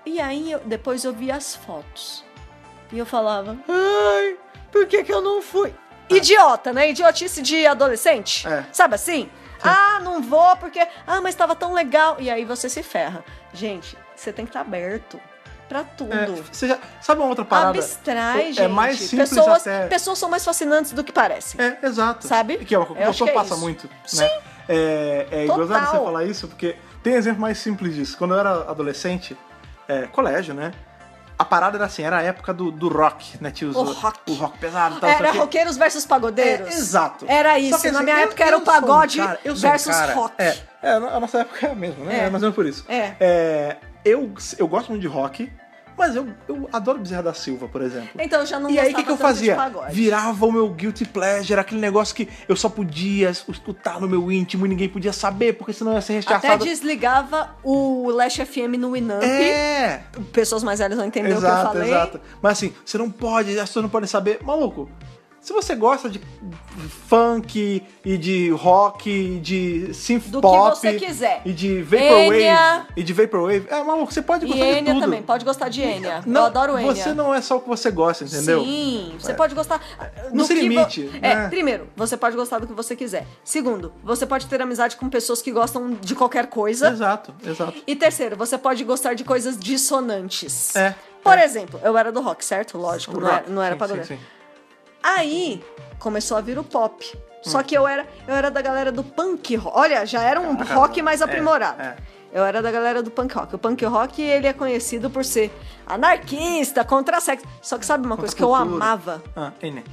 E aí eu- depois eu via as fotos. E eu falava, ai, por que, que eu não fui? Idiota, né? Idiotice de adolescente. É. Sabe assim? Ah, não vou porque. Ah, mas tava tão legal. E aí você se ferra. Gente, você tem que estar aberto pra tudo. É, você já- sabe uma outra parada? Abstrai, É gente. mais simples pessoas, até- pessoas são mais fascinantes do que parecem. É, exato. Sabe? Que é uma coisa que Eu o acho pessoal que é passa isso. muito. Né? É, é Total. gozado você falar isso, porque tem exemplo mais simples disso. Quando eu era adolescente, é, colégio, né? A parada era assim, era a época do, do rock, né? Tinha os- O rock. o rock pesado e tal. Era sei o quê. roqueiros versus pagodeiros. Então, É, exato. Era Só isso. que, Na assim, minha eu- época era eu o sou um pagode cara- eu sou um versus cara- rock. É, é, a nossa época é a mesma, né? É. É, mais ou menos por isso. É. eu, eu gosto muito de rock, mas eu, eu adoro Bezerra da Silva, por exemplo. Então eu já não E aí, o que, gostava que eu tanto de fazia? pagode. Virava o meu guilty pleasure, aquele negócio que eu só podia escutar no meu íntimo e ninguém podia saber, porque senão eu ia ser Até rechaçado. desligava o Lash FM no Winamp. É! Pessoas mais velhas vão entender o que eu Exato, falei. exato. Mas assim, você não pode, as pessoas não podem saber. Maluco, se você gosta de funk e de rock e de synth Do que pop você quiser. e de vaporwave Enya. e de vaporwave, é maluco, você pode E gostar de Enya tudo. também, pode gostar de Enya. Não, eu adoro Enya. Você não é só o que você gosta, entendeu? É. Sim, você pode gostar. do Não se que vo- limite, É, né? primeiro, você pode gostar do que você quiser. Segundo, você pode ter amizade com pessoas que gostam de qualquer coisa. Exato, exato. E terceiro, você pode gostar de coisas dissonantes. É, Por é. exemplo, eu era do rock, certo? Lógico, não era, Rock, não era sim, pagodeiro. sim, sim. Aí começou a vir o pop. Hum. Só que eu era, eu era da galera do punk rock. Olha, já era um Caramba, rock mais é, aprimorado. é. Eu era da galera do punk rock. O punk rock, ele é conhecido por ser anarquista, contra sexo. Só que sabe uma coisa que eu Contracultura. amava? Ah, N.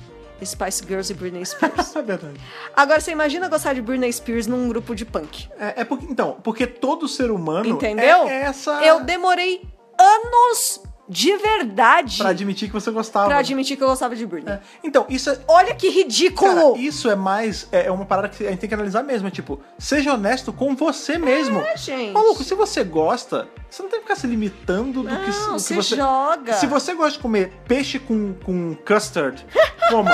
Spice Girls e Britney Spears. É verdade. Agora, você imagina gostar de Britney Spears num grupo de punk. É, é porque, então, porque todo ser humano Entendeu? é essa. Eu demorei anos de verdade Pra pra, admitir que você gostava. admitir que eu gostava de Britney. É. Então, isso é. Olha que Cara, ridículo! isso é mais. É é uma parada que a gente tem que analisar mesmo. É tipo, seja honesto com você mesmo. É, gente. Maluco, se você gosta, você não tem que ficar se limitando do que, Não, do que se você. joga. Se você gosta de comer peixe com, com custard, coma.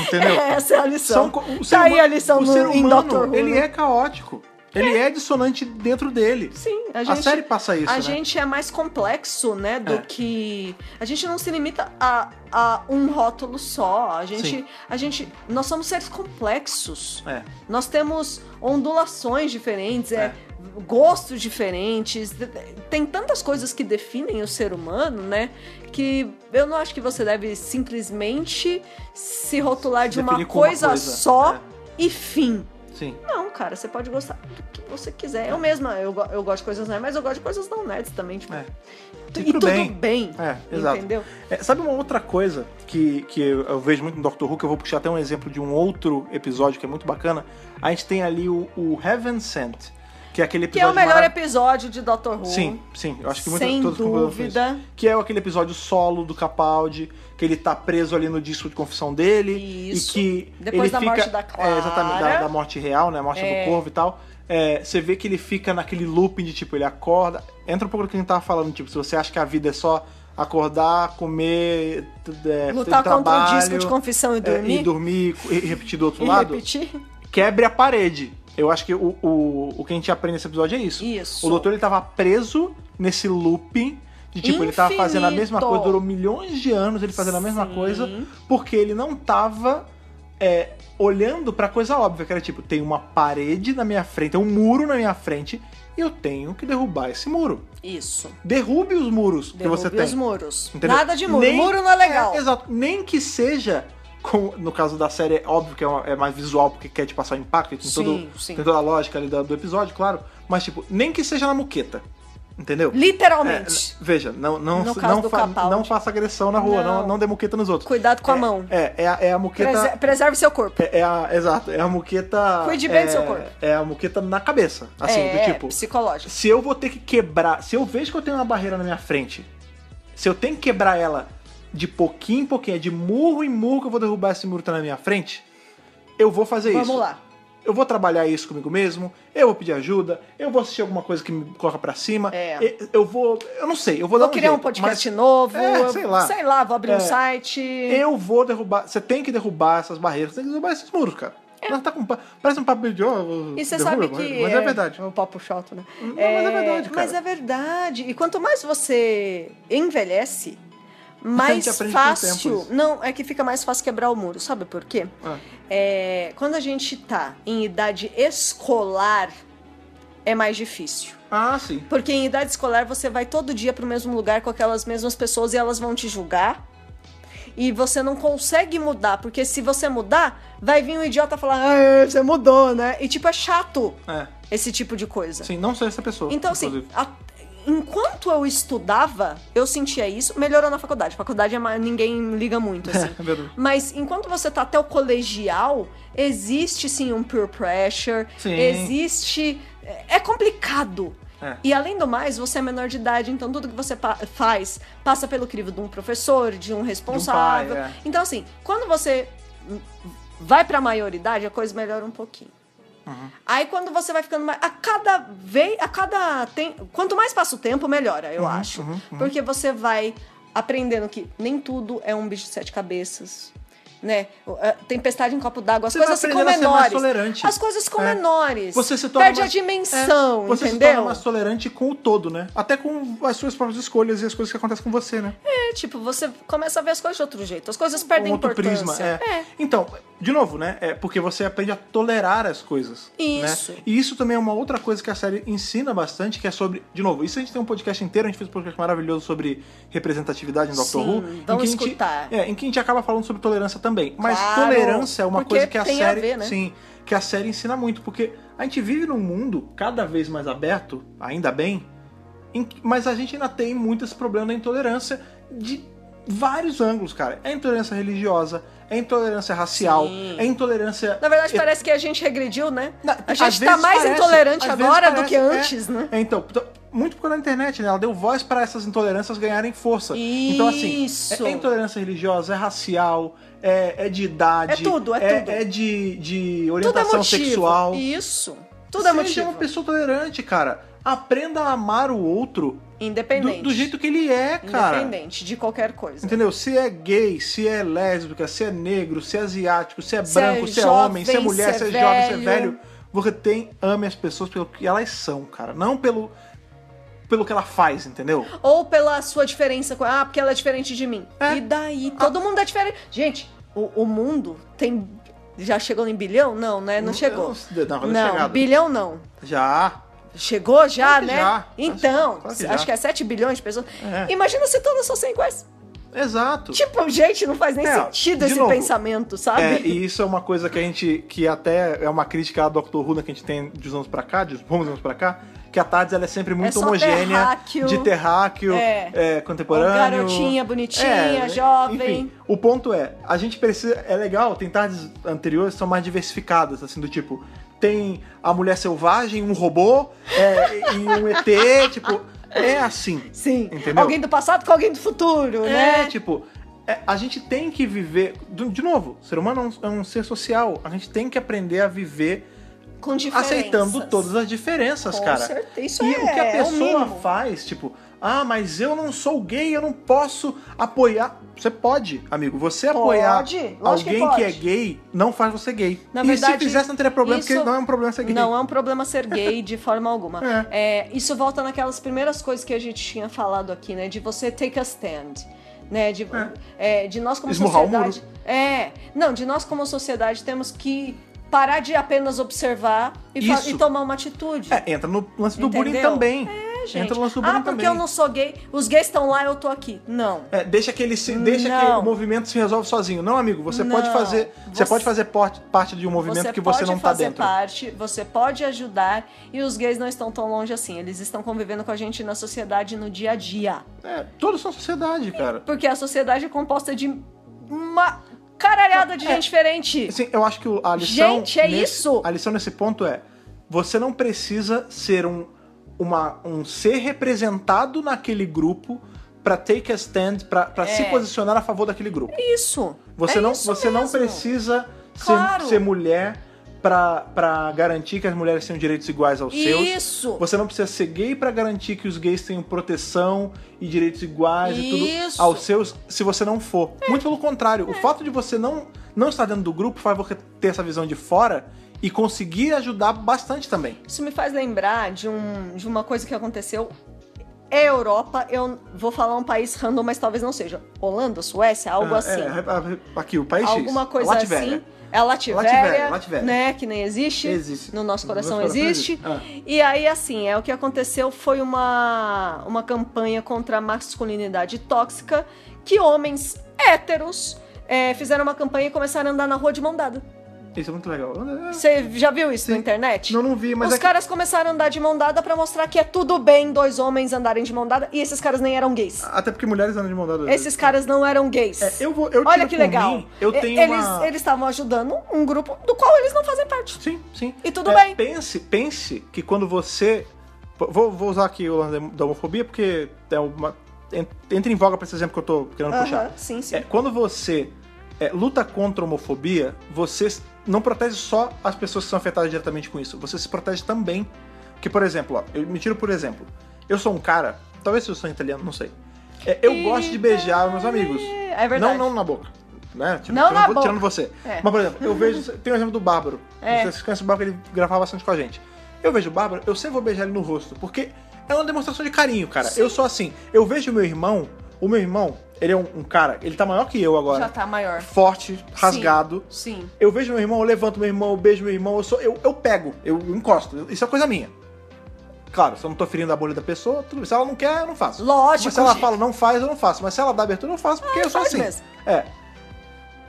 Entendeu? Essa é a lição. co- o ser tá aí huma- a lição o no, ser em humano, Doctor Who. ele né? é caótico. Ele é dissonante dentro dele. Sim, a A, gente... série passa isso, a né? gente é mais complexo, né, do É. que... A gente não se limita a, a um rótulo só. A gente, Sim. a gente... Nós somos seres complexos. É. Nós temos ondulações diferentes, é, É. gostos diferentes. de- Tem tantas coisas que definem o ser humano, né? Que eu não acho que você deve simplesmente se rotular É de uma Definir com uma coisa, coisa, só é. e fim. Sim. Não, cara, você pode gostar do que você quiser. Eu mesma, eu, go- eu gosto de coisas nerds, mas eu gosto de coisas não nerds também, tipo. É. tu- E E, tudo tudo bem. bem. É, exato. Entendeu? É, sabe uma outra coisa que, que eu, eu vejo muito no Doctor Who, que eu vou puxar até um exemplo de um outro episódio que é muito bacana. A gente tem ali o, o Heaven Sent, que é aquele Que é episódio o melhor mara- episódio de Doctor Who. Sim, sim. Eu acho que muito, Sem todos concordam com isso. dúvida. Que é aquele episódio solo do Capaldi, que ele tá preso ali no disco de confissão dele. Isso. E que Depois ele da fica, morte da Clara. É, exatamente, da, da morte real, né? A morte É. do corvo e tal. É, você vê que ele fica naquele looping de tipo, ele acorda. Entra um pouco do que a gente tava falando, tipo, se você acha que a vida é só acordar, comer, t- é, Lutar ter contra trabalho, o disco de confissão e é, dormir. e dormir e repetir do outro E lado, repetir? quebre a parede. Eu acho que o, o, o que a gente aprende nesse episódio é isso. Isso. O doutor ele tava preso nesse looping de tipo, ele tava fazendo a mesma Infinito. coisa, durou milhões de anos ele tá fazendo a mesma Sim. coisa, porque ele não tava é, olhando pra coisa óbvia, que era tipo, tem uma parede na minha frente, tem um muro na minha frente, e eu tenho que derrubar esse muro. Isso. Derrube os muros que Derrube você tem. os muros. Entendeu? Nada de muro. Nem- é muro não é legal. exato. Nem que seja com- no caso da série, é óbvio que é, uma- é mais visual porque quer te passar impacto, e tem, Sim, todo, sim. tem toda a lógica ali da- do episódio, claro. Mas, tipo, nem que seja na muqueta. Entendeu? Literalmente. É, veja, não, não, No caso não, do fa- Capaldi. não faça agressão na rua, não, Não. não dê muqueta nos outros. Cuidado com a É- mão. É, é, a- é a muqueta. Prese- Preserve seu corpo. É, é a, exato, é a muqueta. Cuide bem é, do seu corpo. É a muqueta na cabeça. Assim, é, do tipo. psicológico. Se eu vou ter que quebrar. Se eu vejo que eu tenho uma barreira na minha frente, se eu tenho que quebrar ela de pouquinho em pouquinho, é de murro em murro que eu vou derrubar esse muro que tá na minha frente, eu vou fazer Vamos é isso. lá. Eu vou trabalhar isso comigo mesmo, eu vou pedir ajuda, eu vou assistir alguma coisa que me coloca pra cima. É. e- Eu vou. Eu não sei, eu vou, dar Vou um criar um jeito, podcast mas novo. É, eu- sei lá. vou abrir É. um site. Eu vou derrubar. Você tem que derrubar essas barreiras, você tem que derrubar esses muros, cara. Ela tá com pa- Parece um papo de ó, É. E você derruba, sabe mas- que. Mas é verdade. Um papo chato, né? Não, mas é verdade, cara. Mas é verdade. E quanto mais você envelhece, mais aprende com o tempo fácil. isso. Não, é que fica mais fácil quebrar o muro. Sabe por quê? Ah. É, quando a gente tá em idade escolar, é mais difícil. Ah, sim. Porque em idade escolar você vai todo dia pro mesmo lugar com aquelas mesmas pessoas e elas vão te julgar. E você não consegue mudar, porque se você mudar, vai vir um idiota falar, ah, você mudou, né? E tipo, é chato É. esse tipo de coisa. Sim, não sou essa pessoa. Então, assim, inclusive. a- enquanto eu estudava, eu sentia isso, melhorou na faculdade. Faculdade é mais, ninguém liga muito, assim. É verdade. Mas enquanto você tá até o colegial, existe sim um peer pressure, Sim. existe. É complicado. É. E além do mais, você é menor de idade, então tudo que você pa- faz passa pelo crivo de um professor, de um responsável. é. Então, assim, quando você hum, vai pra maioridade, a coisa melhora um pouquinho. Aí quando você vai ficando mais. A cada vez. A cada. Tem, quanto mais passa o tempo, melhora, Uhum, eu acho. Porque você vai aprendendo que nem tudo é um bicho de sete cabeças. Né? O- a Tempestade em copo d'água, as Você vai coisas ficam aprendendo a ser mais menores. tolerante. As coisas ficam É. menores. Você se torna Perde mais- a dimensão, É, você se torna entendeu? mais tolerante com o todo, né? Até com as suas próprias escolhas e as coisas que acontecem com você, né? É, tipo, você começa a ver as coisas de outro jeito. As coisas perdem um outro importância. prisma. É. É. Então, de novo, né? É porque você aprende a tolerar as coisas. Isso. né? E isso também é uma outra coisa que a série ensina bastante, que é sobre. De novo, isso a gente tem um podcast inteiro, a gente fez um podcast maravilhoso sobre representatividade em Doctor Sim, Who. em vamos que a gente- escutar. é, em que a gente acaba falando sobre tolerância também. Mas Claro, tolerância é uma porque coisa que a tem a série. ver, né? Sim. Que a série ensina muito, porque a gente vive num mundo cada vez mais aberto, ainda bem, em que- mas a gente ainda tem muito esse problema da intolerância de vários ângulos, cara. É intolerância religiosa, é intolerância racial, Sim. é intolerância. Na verdade, parece que a gente regrediu, né? Na- A às gente tá vezes mais parece, intolerante às vezes agora do parece, que é. antes, né? É, então, t- muito por causa da internet, né? Ela deu voz para essas intolerâncias ganharem força. Então, assim, Isso. é, é intolerância religiosa, é racial, é, é de idade. É tudo, é tudo. É de, de Tudo é orientação motivo. sexual. Isso. Tudo Seja é motivo. uma pessoa tolerante, cara. Aprenda a amar o outro do, Independente. do jeito que ele é, cara. Independente de qualquer coisa. Entendeu? Se é gay, se é lésbica, se é negro, se é asiático, se é Se branco, é se é jovem, homem, se é mulher, se se é, é jovem, se é velho. velho, você tem ame as pessoas pelo que elas são, cara, não pelo pelo que ela faz, entendeu? Ou pela sua diferença com. Ah, porque ela é diferente de mim. É. E daí? Todo mundo é diferente. Gente, o, o mundo tem. Já chegou em bilhão? Não, né? Não chegou. Eu Não, não, não, chegado. bilhão não. Já. Chegou já, Claro que né? já. Então, Claro que já. acho que é 7 bilhões de pessoas. É. Imagina se todas fossem iguais. Exato. Tipo, gente, não faz nem É, de sentido esse novo. pensamento, sabe? É, e isso é uma coisa que a gente, que até é uma crítica à Doctor Who né, que a gente tem de uns anos pra cá, de uns bons anos pra cá, que a Tardes ela é sempre muito É só homogênea, terráqueo. de terráqueo, É. é, contemporâneo. Garotinha, bonitinha, É, jovem. Enfim, o ponto é, a gente precisa, é legal, tem Tardes anteriores que são mais diversificadas, assim, do tipo, tem a mulher selvagem, um robô, é, e um ET, tipo, é assim. Sim. Entendeu? Alguém do passado com alguém do futuro, É, né? tipo, é, a gente tem que viver. do- De novo, o ser humano é um, é um ser social. A gente tem que aprender a viver Com diferenças. aceitando todas as diferenças, Com cara. certeza. Isso e é o que a é o pessoa mínimo. faz, tipo, ah, mas eu não sou gay, eu não posso apoiar. Você pode, amigo. Você é apoiar Pode, lógico que alguém que, pode. é gay não faz você gay. Na e se verdade, fizesse, não teria problema, porque isso- não é um problema ser gay. Não é um problema ser gay de forma alguma. É, isso volta naquelas primeiras coisas que a gente tinha falado aqui, né? De você take a stand. Né, de, é, de nós como Esmurrar o sociedade. É. Não, de nós como sociedade temos que parar de apenas observar e, fa- Isso. e tomar uma atitude. É, entra no lance do bullying Entendeu? também. gente. Entra o lance do ah, bullying porque também. eu não sou gay, os gays estão lá, eu tô aqui. Não. É, deixa que ele se, deixa que Não. o movimento se resolve sozinho. Não, amigo, você pode Não. fazer, você Você- pode fazer por- parte de um movimento Você que pode você não tá fazer dentro. parte, você pode ajudar e os gays não estão tão longe assim. Eles estão convivendo com a gente na sociedade no dia a dia. É, todos são sociedade, cara. Porque a sociedade é composta de uma caralhada de É. gente diferente. Assim, eu acho que o- a lição Gente, é nesse- isso? A lição nesse ponto é: você não precisa ser um uma, um ser representado naquele grupo pra take a stand, pra pra se É. posicionar a favor daquele grupo. Isso. Você É não, isso você não mesmo. precisa ser- Claro. ser, mulher pra pra garantir que as mulheres tenham direitos iguais aos seus. Isso. Você não precisa ser gay pra garantir que os gays tenham proteção e direitos iguais e tudo Isso. É. aos seus, se você não for. Muito pelo contrário, o fato de você não, não estar dentro do grupo faz você ter essa visão de fora e conseguir ajudar bastante também. Isso me faz lembrar de, um, de uma coisa que aconteceu. É Europa, eu vou falar um país random, mas talvez não seja. Holanda, Suécia, algo Ah, assim. é, a- a- aqui, o país Alguma X, coisa Latvéria. assim. É a Lativéria, Lativéria, Lativéria. né? Que nem existe. Existe. No nosso coração No nosso coração existe. existe. Ah, E aí, assim, é o que aconteceu foi uma, uma campanha contra a masculinidade tóxica que homens héteros é, fizeram uma campanha e começaram a andar na rua de mão dada. Isso é muito legal. Você já viu isso na Sim. internet? Não, não vi, mas Os é que- caras começaram a andar de mão dada pra mostrar que é tudo bem dois homens andarem de mão dada e esses caras nem eram gays. Até porque mulheres andam de mão dada. às Esses caras não eram gays. vezes. É, eu vou, eu Olha tiro que por legal. mim, eu E- tenho eles uma... eles estavam ajudando um grupo do qual eles não fazem parte. Sim, sim. É, E tudo bem. Pense, pense que quando você. Vou, vou usar aqui o lance da homofobia, porque é uma, en- entra em voga pra esse exemplo que eu tô querendo puxar. Aham, sim, sim. É, quando você é, luta contra a homofobia, você s- não protege só as pessoas que são afetadas diretamente com isso, você se protege também. Porque, por exemplo, ó, eu me tiro por exemplo. Eu sou um cara, talvez eu sou italiano, não sei. É, eu gosto de beijar meus amigos. É verdade. Não, não na boca. Né? Tipo, Não tirando, na boca. tirando você. É. Mas, por exemplo, eu vejo. Tem o exemplo do Bárbaro. É. Vocês conhecem o Bárbaro, ele gravava bastante com a gente. Eu vejo o Bárbaro, eu sempre vou beijar ele no rosto, porque é uma demonstração de carinho, cara. Eu sou assim. Eu vejo o meu irmão, o meu irmão, ele é um, um cara, ele tá maior que eu agora. Já tá maior. Forte, rasgado. Sim. Eu vejo meu irmão, eu levanto meu irmão, eu beijo meu irmão, eu sou. Eu, eu pego, eu encosto. Isso é coisa minha. Claro, se eu não tô ferindo a bolha da pessoa, tudo bem. Se ela não quer, eu não faço. Lógico, Mas se ela gente. fala não faz, eu não faço. Mas se ela dá abertura, eu faço, porque eu sou faz assim. mesmo. É.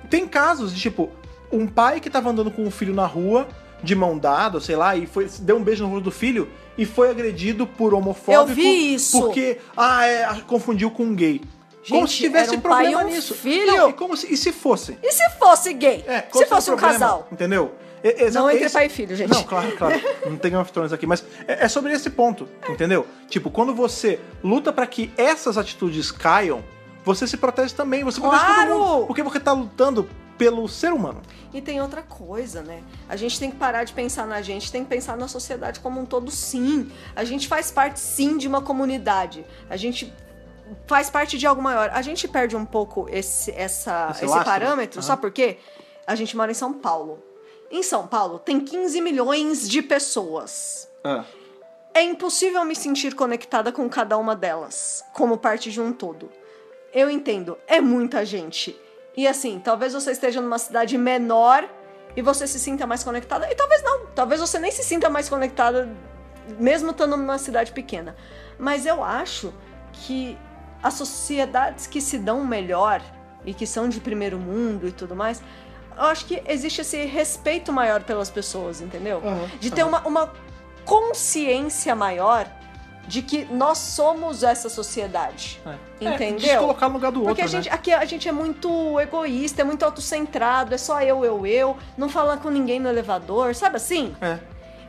Tem casos de, tipo, um pai que tava andando com um filho na rua, de mão dada, sei lá, e foi, deu um beijo no rosto do filho e foi agredido por homofóbico. Eu vi isso. Porque, ah, é, confundiu com um gay. como Gente, se tivesse era um pai problema e um nisso. filho. Não, e, como se, e se fosse? E se fosse gay? É, qual que é se o fosse um problema? casal? Entendeu? E- exa- Não entre pai e filho, gente. Não, claro, claro. não tem Game of Thrones aqui, mas é, é sobre esse ponto, entendeu? Tipo, quando você luta pra que essas atitudes caiam, você se protege também, você protege todo Claro! mundo. Porque você tá lutando pelo ser humano. E tem outra coisa, né? A gente tem que parar de pensar na gente, tem que pensar na sociedade como um todo, sim. A gente faz parte, sim, de uma comunidade. A gente faz parte de algo maior. A gente perde um pouco esse, essa, Esse esse, lastro? parâmetro, Aham. sabe por quê? A gente mora em São Paulo. Em São Paulo tem 15 milhões de pessoas. É impossível me sentir conectada com cada uma delas, como parte de um todo. Eu entendo, é muita gente. E assim, talvez você esteja numa cidade menor e você se sinta mais conectada, e talvez não, talvez você nem se sinta mais conectada, mesmo estando numa cidade pequena. Mas eu acho que as sociedades que se dão melhor e que são de primeiro mundo e tudo mais, eu acho que existe esse respeito maior pelas pessoas, entendeu? Aham, De ter uma, uma consciência maior de que nós somos essa sociedade. É, Entendeu? de se colocar no lugar do Porque outro, a gente, né? aqui a gente é muito egoísta, é muito autocentrado, é só eu, eu, eu, não fala com ninguém no elevador, sabe assim? É.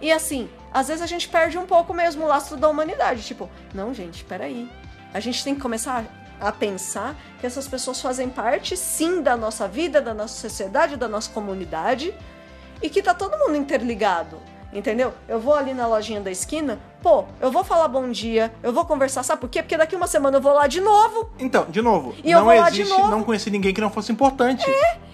E assim, às vezes a gente perde um pouco mesmo o lastro da humanidade. Tipo, não, gente, peraí. A gente tem que começar a pensar que essas pessoas fazem parte, sim, da nossa vida, da nossa sociedade, da nossa comunidade e que tá todo mundo interligado. Entendeu? Eu vou ali na lojinha da esquina, pô, eu vou falar bom dia, eu vou conversar, sabe por quê? Porque daqui uma semana eu vou lá de novo, Então, de novo, E eu não vou lá de existe, novo. É não conheci ninguém que não fosse importante.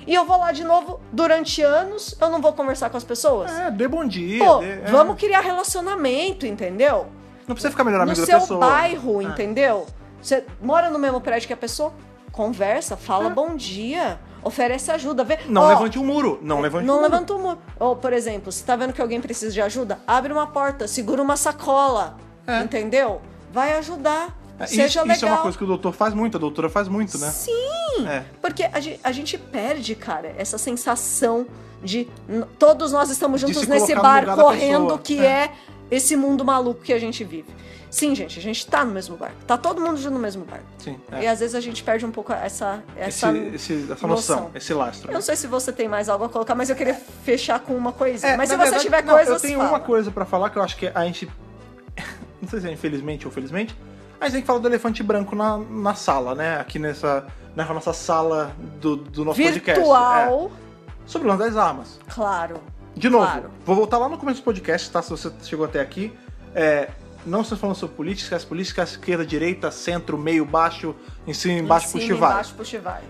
e eu vou lá de novo durante anos, eu não vou conversar com as pessoas. É, dê bom dia. Pô, dê- é. vamos criar relacionamento, entendeu? Não precisa ficar melhor no amigo da seu pessoa. bairro, É. entendeu? Você mora no mesmo prédio que a pessoa, conversa, fala bom dia, oferece ajuda, vê. É. Não Ó, levante o muro. Não levante o Não muro. levanta o muro. Ou, por exemplo, se tá vendo que alguém precisa de ajuda, abre uma porta, segura uma sacola. É. Entendeu? Vai ajudar. É, seja isso, legal. isso é uma coisa que o doutor faz muito, a doutora faz muito, né? Sim! É. Porque a gen- a gente, perde, cara, essa sensação de n- todos nós estamos De se juntos nesse colocar no bar lugar da correndo, pessoa. que É. é. esse mundo maluco que a gente vive. Sim, gente, a gente tá no mesmo barco. Tá todo mundo junto no mesmo barco. Sim. E É. às vezes a gente perde um pouco essa. Esse- essa... esse- essa noção, noção. esse lastro. né? Eu não sei se você tem mais algo a colocar, mas eu queria fechar com uma coisinha. É, mas se na você verdade, tiver não, coisas. Eu tenho fala. uma coisa pra falar que eu acho que a gente. não sei se é infelizmente ou felizmente, mas tem que falar do elefante branco na, na sala, né? Aqui nessa. né, Na nossa sala do, do nosso podcast. virtual. É, sobre o lance das armas. Claro. De novo, Claro. vou voltar lá no começo do podcast, tá? Se você chegou até aqui. É, não estamos falando sobre política, as políticas esquerda, direita, centro, meio, baixo, em cima, embaixo, Em cima, puxa e vai. Embaixo, puxa e vai.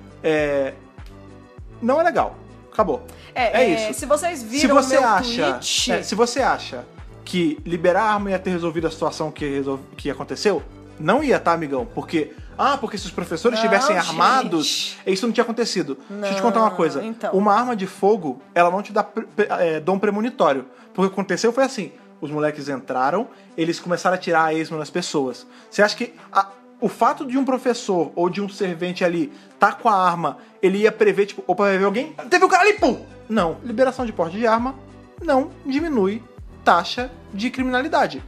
Não é legal. Acabou. É, É é, isso. Se vocês se viram você meu acha, tweet, é, se você acha que liberar a arma ia ter resolvido a situação que, resol- que aconteceu, não ia, tá, amigão? Porque ah, porque se os professores Não, estivessem gente. armados, isso não tinha acontecido. Deixa eu te contar uma coisa. então. Uma arma de fogo, ela não te dá pre- pre- é, dom premonitório. Porque o que aconteceu foi assim, os moleques entraram, eles começaram a tirar a esmo nas pessoas. Você acha que a- o fato de um professor ou de um servente ali tá com a arma, ele ia prever, tipo, opa, vai ver alguém? Teve o cara ali, pum! Não. Liberação de porte de arma não diminui taxa de criminalidade.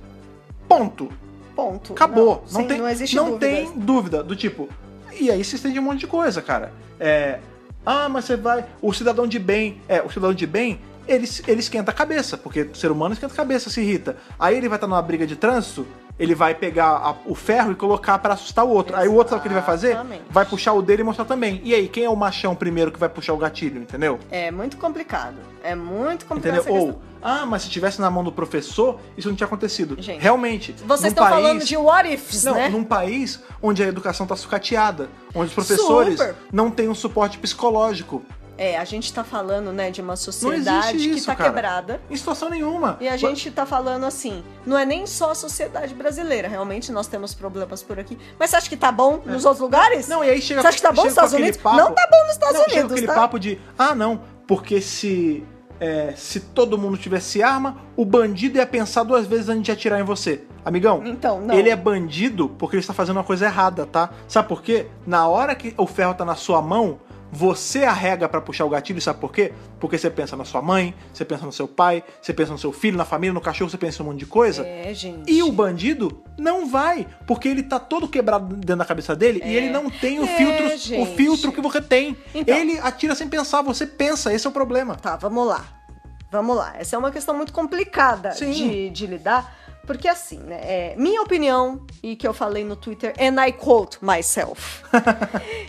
Ponto. ponto. Acabou. Não, sim, tem, não existe não dúvidas. tem dúvida do tipo. E aí se estende um monte de coisa, cara. É, ah, mas você vai. O cidadão de bem. É, o cidadão de bem. Ele, se- ele esquenta a cabeça, porque o ser humano esquenta a cabeça, se irrita. Aí ele vai estar numa briga de trânsito, ele vai pegar a- o ferro e colocar pra assustar o outro. Aí o outro sabe o que ele vai fazer? Exatamente. Vai puxar o dele e mostrar também. E aí, quem é o machão primeiro que vai puxar o gatilho, entendeu? É muito complicado. É muito complicado Entendeu? essa Ou, questão. ah, mas se tivesse na mão do professor, isso não tinha acontecido. Gente, Realmente. num Vocês estão país- falando de what ifs, não, né? num país onde a educação tá sucateada, onde os professores Super. não têm um suporte psicológico. É, a gente tá falando, né, de uma não sociedade existe que isso, tá cara. quebrada. Em situação nenhuma. E a gente tá falando assim, não é nem só a sociedade brasileira, realmente nós temos problemas por aqui. Mas você acha que tá bom nos outros lugares? É. Não, e aí chega Você acha que tá bom chega nos com Estados aquele Unidos? papo- Não tá bom nos Estados Não, chega Unidos, aquele tá? papo de, ah, não, porque se é, se todo mundo tivesse arma, o bandido ia pensar duas vezes antes de atirar em você. Amigão, Então, não. ele é bandido porque ele está fazendo uma coisa errada, tá? Sabe por quê? Na hora que o ferro tá na sua mão, você arrega pra puxar o gatilho, sabe por quê? Porque você pensa na sua mãe, você pensa no seu pai, você pensa no seu filho, na família, no cachorro, você pensa em um monte de coisa. É, gente. E o bandido não vai, porque ele tá todo quebrado dentro da cabeça dele e ele não tem o É, filtro, o gente. filtro que você tem. Então. Ele atira sem pensar, você pensa, esse é o problema. Tá, vamos lá. Vamos lá. Essa é uma questão muito complicada Sim. de, de lidar, porque assim, né? é, minha opinião, e que eu falei no Twitter, and I quote myself.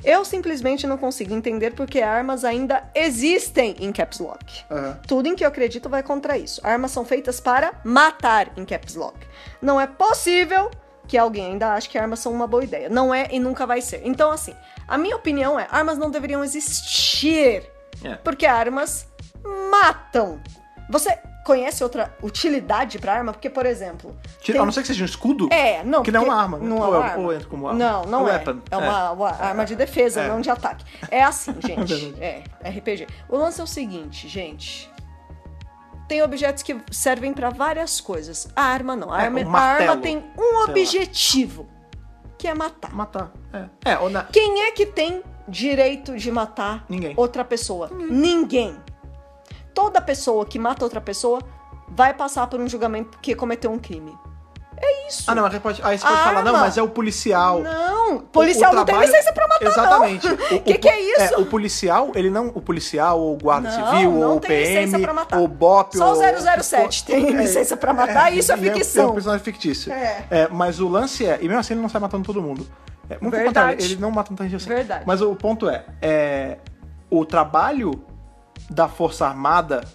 eu simplesmente não consigo entender porque armas ainda existem em Caps Lock. Aham. Tudo em que eu acredito vai contra isso. Armas são feitas para matar em Caps Lock. Não é possível que alguém ainda ache que armas são uma boa ideia. Não é e nunca vai ser. Então, assim, a minha opinião é: armas não deveriam existir. É. Porque armas matam. Você conhece outra utilidade pra arma? Porque, por exemplo. Tira- tem- A não ser que seja um escudo. É, não. Que não é porque- uma arma, né? Não é Ou uma é- arma. ou entra como arma. Não, não É é. weapon, É uma, é. uma arma de defesa, É. não de ataque. É assim, gente. verdade. é, RPG. O lance é o seguinte, gente. Tem objetos que servem pra várias coisas. A arma não. A É, arma, um a arma martelo, tem sei um lá. objetivo, que é matar. Matar. É. É, ou na- Quem é que tem direito de matar Ninguém. outra pessoa? Ninguém. Toda pessoa que mata outra pessoa vai passar por um julgamento porque cometeu um crime. É isso. Ah, não, mas pode... aí você A pode falar, não, arma- mas é o policial. Não, policial O- o não tem trabalho- licença pra matar, Exatamente. não. O- o- que, que é isso? o policial, ele não. O policial, ou o guarda Não, civil, não ou o tem PM, licença pra matar. ou o BOP, Só ou. o 007 tem É, licença pra matar, e isso é e É um ficção. personagem fictício. É. mas o lance é. E mesmo assim ele não sai matando todo mundo. É, muito pelo Verdade. contrário, ele não mata tanta gente assim. Verdade. Mas o ponto é, é, O trabalho da Força Armada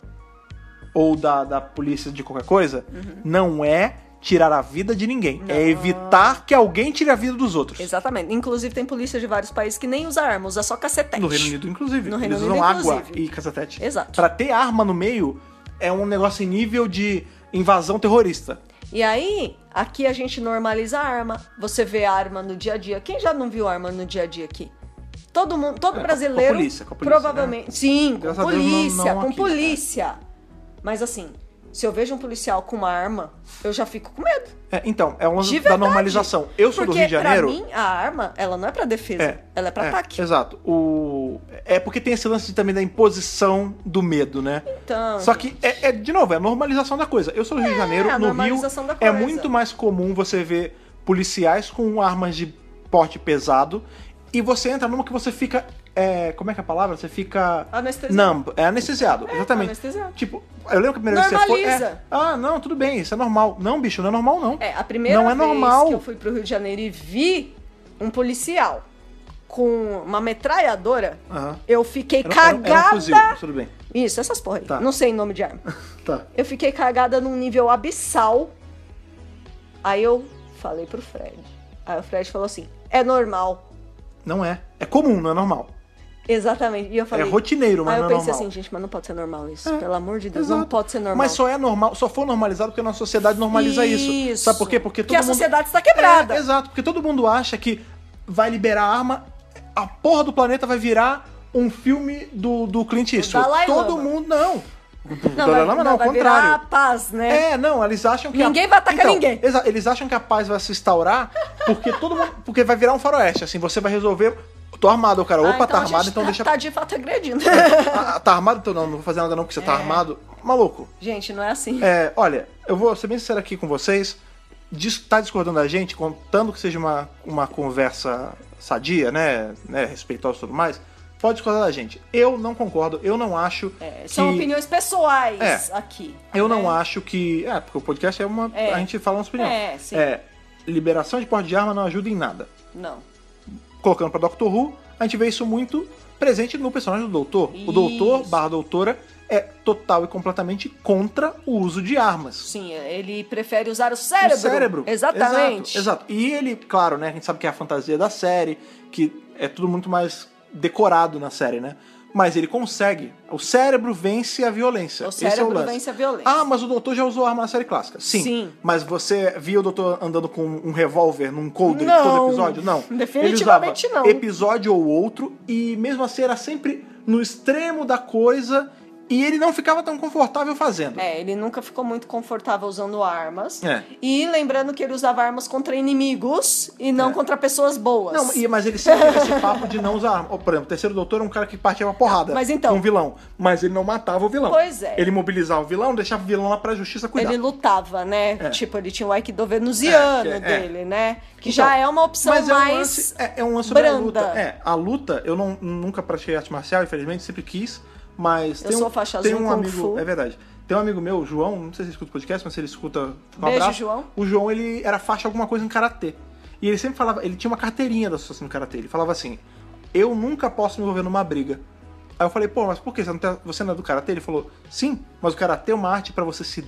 ou da, da polícia de qualquer coisa Uhum. não é tirar a vida de ninguém. É evitar que alguém tire a vida dos outros. Exatamente. Inclusive, tem polícia de vários países que nem usa arma, usa só cacetete. No Reino Unido, inclusive. No Reino Eles Unido, usam água inclusive. e cacetete. Exato. Pra ter arma no meio, é um negócio em nível de invasão terrorista. E aí, aqui a gente normaliza a arma. Você vê a arma no dia a dia. Quem já não viu arma no dia a dia aqui? Todo mundo, todo É, com a brasileiro, polícia, com a polícia, provavelmente, sim, com Graças a Deus, não- né? polícia, não com aqui, polícia. Mas assim, Se eu vejo um policial com uma arma, eu já fico com medo. É, então, é uma De da verdade. normalização. Eu sou do Porque, Rio de Janeiro. pra mim, a arma, ela não é pra defesa. É, ela é pra é, ataque. Exato. O... É porque tem esse lance também da imposição do medo, né? Então, Só que, é, é, de novo, é a normalização da coisa. Eu sou do Rio de Janeiro, É, a no Rio, normalização da é coisa. muito mais comum você ver policiais com armas de porte pesado e você entra numa que você fica. é, como é que é a palavra? Você fica. Anestesiado. Não, é anestesiado, exatamente. anestesiado. Tipo, eu lembro que a primeira vez que você foi. Normaliza. é, ah, não, tudo bem, isso é normal. Não, bicho, não é normal, não. É, a primeira Não é vez normal. que eu fui pro Rio de Janeiro e vi um policial com uma metralhadora, Aham. eu fiquei Era- era- cagada. era um fuzil, mas tudo bem. Isso, essas porra aí. Tá. Não sei nome de arma. Tá. Eu fiquei cagada num nível abissal. Aí eu falei pro Fred. Aí o Fred falou assim: é normal. Não é. É comum, não é normal. Exatamente. E eu falei. É rotineiro, mas Aí não eu é pensei normal. assim, gente, mas não pode ser normal isso. É, Pelo amor de Deus, não Exato. pode ser normal. Mas só é normal, só foi normalizado porque a nossa sociedade normaliza isso. Isso. Sabe por quê? Porque todo Porque a mundo- sociedade está quebrada. É, exato, porque todo mundo acha que vai liberar a arma, a porra do planeta vai virar um filme do, do Clint Eastwood. Dalai todo Lama. mundo não. Do não, Dalai vai, Lama não, não, vai ao contrário. virar a paz, né? É, não, eles acham que. Ninguém vai atacar Então, ninguém. exa- Eles acham que a paz vai se instaurar porque todo mundo. Porque vai virar um faroeste. Assim, você vai resolver. Tô armado, cara. Ah, Opa, tá a gente armado, então tá, deixa. Tá de fato agredindo. Ah, tá armado? Então não, não vou fazer nada não, porque É. você tá armado. Maluco. gente, não é assim. É, olha, eu vou ser bem sincero aqui com vocês. Dis tá discordando da gente, contando que seja uma, uma conversa sadia, né, né? Respeitosa e tudo mais. Pode discordar da gente. Eu não concordo, eu não acho. É, são que- opiniões pessoais É. aqui. Eu né? não acho que. É, porque o podcast é uma. É. A gente fala nossa opinião. É, sim. É, liberação de porte de arma não ajuda em nada. Não. Colocando pra Doctor Who, a gente vê isso muito presente no personagem do Doutor. O Doutor, Isso. barra Doutora, é total e completamente contra o uso de armas. Sim, ele prefere usar o cérebro. O cérebro. Exatamente. Exato, exato. E ele, claro, né? A gente sabe que é a fantasia da série, que é tudo muito mais decorado na série, né? Mas ele consegue. O cérebro vence a violência. O Esse é cérebro lance. vence a violência. Ah, mas o doutor já usou arma na série clássica. Sim. Sim. Mas você via o doutor andando com um revólver num coldre Não. todo episódio? Não. Definitivamente Ele usava não. Episódio ou outro, e mesmo assim era sempre no extremo da coisa, e ele não ficava tão confortável fazendo. É, ele nunca ficou muito confortável usando armas. É. E lembrando que ele usava armas contra inimigos e não É. contra pessoas boas. Não, e- mas ele sempre teve esse papo de não usar arma. Ó, Por exemplo, o terceiro doutor é um cara que partia uma porrada Mas então- com um vilão. Mas ele não matava o vilão. Pois é. Ele mobilizava o vilão, deixava o vilão lá pra justiça cuidar. Ele lutava, né? É. Tipo, ele tinha o Aikido venusiano É, que é, é. dele, né? Que Então, já é uma opção mas é um mais. lance, é, é um lance sobre a branda. luta. É, a luta, eu não, nunca pratiquei arte marcial, infelizmente, sempre quis, mas Eu tem sou um, faixa tem azul um Kung amigo, Fu. é verdade. Tem um amigo meu, João, não sei se ele escuta o podcast, mas se ele escuta, um Beijo, abraço. João. O João, ele era faixa alguma coisa em karatê. E ele sempre falava, ele tinha uma carteirinha da associação do karatê. Ele falava assim: "Eu nunca posso me envolver numa briga". Aí eu falei: "Pô, mas por que você não, tem- você não é do karatê?" Ele falou: "Sim, mas o karatê é uma arte pra você se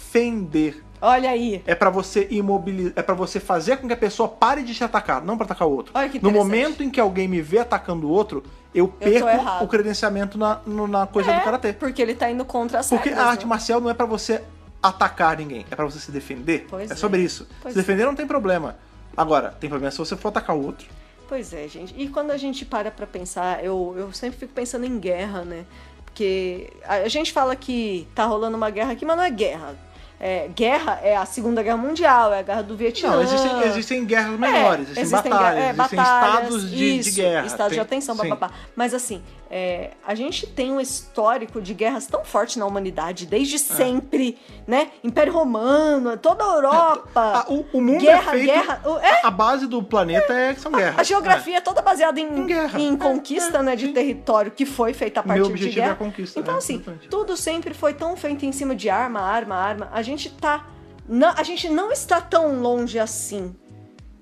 defender" Olha aí. é pra você imobilizar, é para você fazer com que a pessoa pare de te atacar, não pra atacar o outro. Olha que no interessante. momento em que alguém me vê atacando o outro, eu tô perco errado. o credenciamento na, no- na coisa É, do karatê. Porque ele tá indo contra as Porque regras, a arte né? marcial não é pra você atacar ninguém, é pra você se defender. Pois é é. sobre isso. Pois é. se defender não tem problema. Agora, tem problema se você for atacar o outro. Pois é, gente. E quando a gente para pra pensar, eu, eu sempre fico pensando em guerra, né? Porque a gente fala que tá rolando uma guerra aqui, mas não é guerra. É, guerra é a Segunda Guerra Mundial, é a Guerra do Vietnã. É, Não, existem, existem guerras menores, existem, batalhas, guerra- é, existem batalhas, estados de, de isso, guerra. Estados de Tem- atenção, sim. papapá. Mas assim, é, a gente tem um histórico de guerras tão forte na humanidade, É. desde sempre, né? Império Romano, toda a Ah, Europa. o, o mundo é guerra, feito. guerra. o- é, A base do planeta é que são guerras. a geografia é toda baseada em, Em guerra. em É, conquista é, né, de sim. território que foi feita a partir Meu de objetivo guerra. é a conquista, então, é, assim, importante. tudo sempre foi tão feito em cima de arma, arma, arma. A gente tá. Não, a gente não está tão longe assim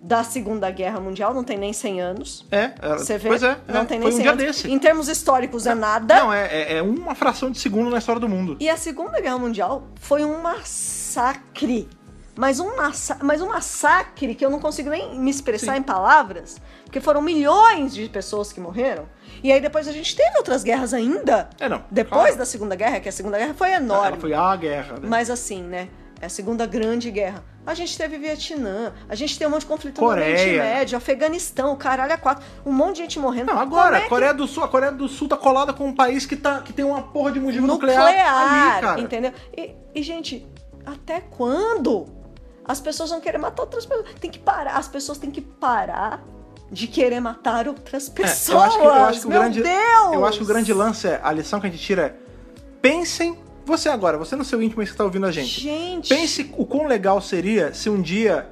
da Segunda Guerra Mundial, não tem nem 100 anos. É, é, Você vê? pois é, não é, tem nem foi um 100 dia anos. desse. Em termos históricos, é nada. Não, é, é- é uma fração de segundo na história do mundo. E a Segunda Guerra Mundial foi um massacre. Mas um, massa mas um massacre que eu não consigo nem me expressar Sim. em palavras, porque foram milhões de pessoas que morreram. E aí depois a gente teve outras guerras ainda. É, não, Depois claro. da Segunda Guerra, que a Segunda Guerra foi Ela enorme. foi a guerra, né? Mas assim, né? é a Segunda Grande Guerra. A gente teve Vietnã, a gente tem um monte de conflito Coreia. no Oriente Médio, Afeganistão, caralho, a quatro. Um monte de gente morrendo. Não, agora, Como é que- Coreia do Sul, a Coreia do Sul tá colada com um país que, tá, que tem uma porra de mundo nuclear, nuclear, ali, cara. entendeu? E, e, gente, até quando? As pessoas vão querer matar outras pessoas. Tem que parar. As pessoas têm que parar de querer matar outras pessoas. É, eu acho que, eu acho que o Meu grande, Deus! Eu acho que o grande lance é, a lição que a gente tira é, pensem, você agora, você no seu íntimo aí que tá ouvindo a gente. Gente, Pense o quão legal seria se um dia,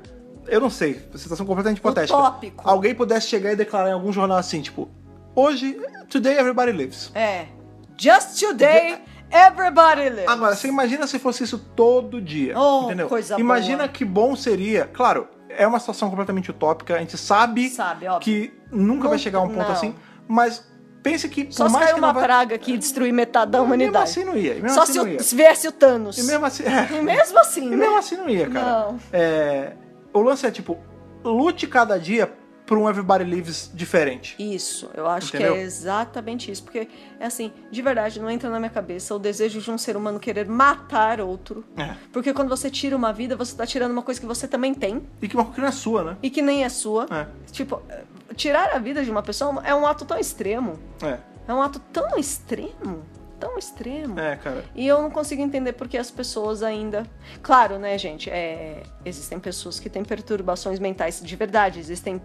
eu não sei, situação completamente hipotética, Utópico. alguém pudesse chegar e declarar em algum jornal assim, tipo, hoje, today everybody lives. É. Just today, everybody lives. Agora, você imagina se fosse isso todo dia, Oh, entendeu? coisa imagina boa. que bom seria, claro, é uma situação completamente utópica, a gente sabe, Sabe, óbvio. que nunca vai Não- chegar a um ponto não. assim, mas pense que Só por se mais caiu que não uma vai... praga aqui e destruir metade da Mesmo humanidade. assim não ia. Mesmo Só assim se, não ia. o, se viesse o Thanos. E mesmo assim, é. E mesmo assim, E né? mesmo assim não ia, cara. Não. É, o lance é tipo, lute cada dia pra um Everybody Lives diferente. Isso, eu acho que Entendeu? é exatamente isso. Porque, é assim, de verdade, não entra na minha cabeça o desejo de um ser humano querer matar outro. É. Porque quando você tira uma vida, você tá tirando uma coisa que você também tem E que uma coisa que não é sua, né? e que nem é sua. É. Tipo, eh, tirar a vida de uma pessoa é um ato tão extremo. É, É um ato tão extremo. Tão extremo. é, cara. E eu não consigo entender porque as pessoas ainda. Claro, né, gente? é, Existem pessoas que têm perturbações mentais de verdade. Existem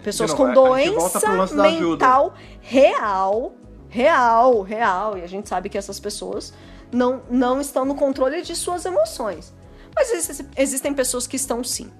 pessoas De com novo, a- a gente volta pro doença lance da ajuda. mental real. Real, real. E a gente sabe que essas pessoas não, não estão no controle de suas emoções. Mas exi- existem pessoas que estão sim.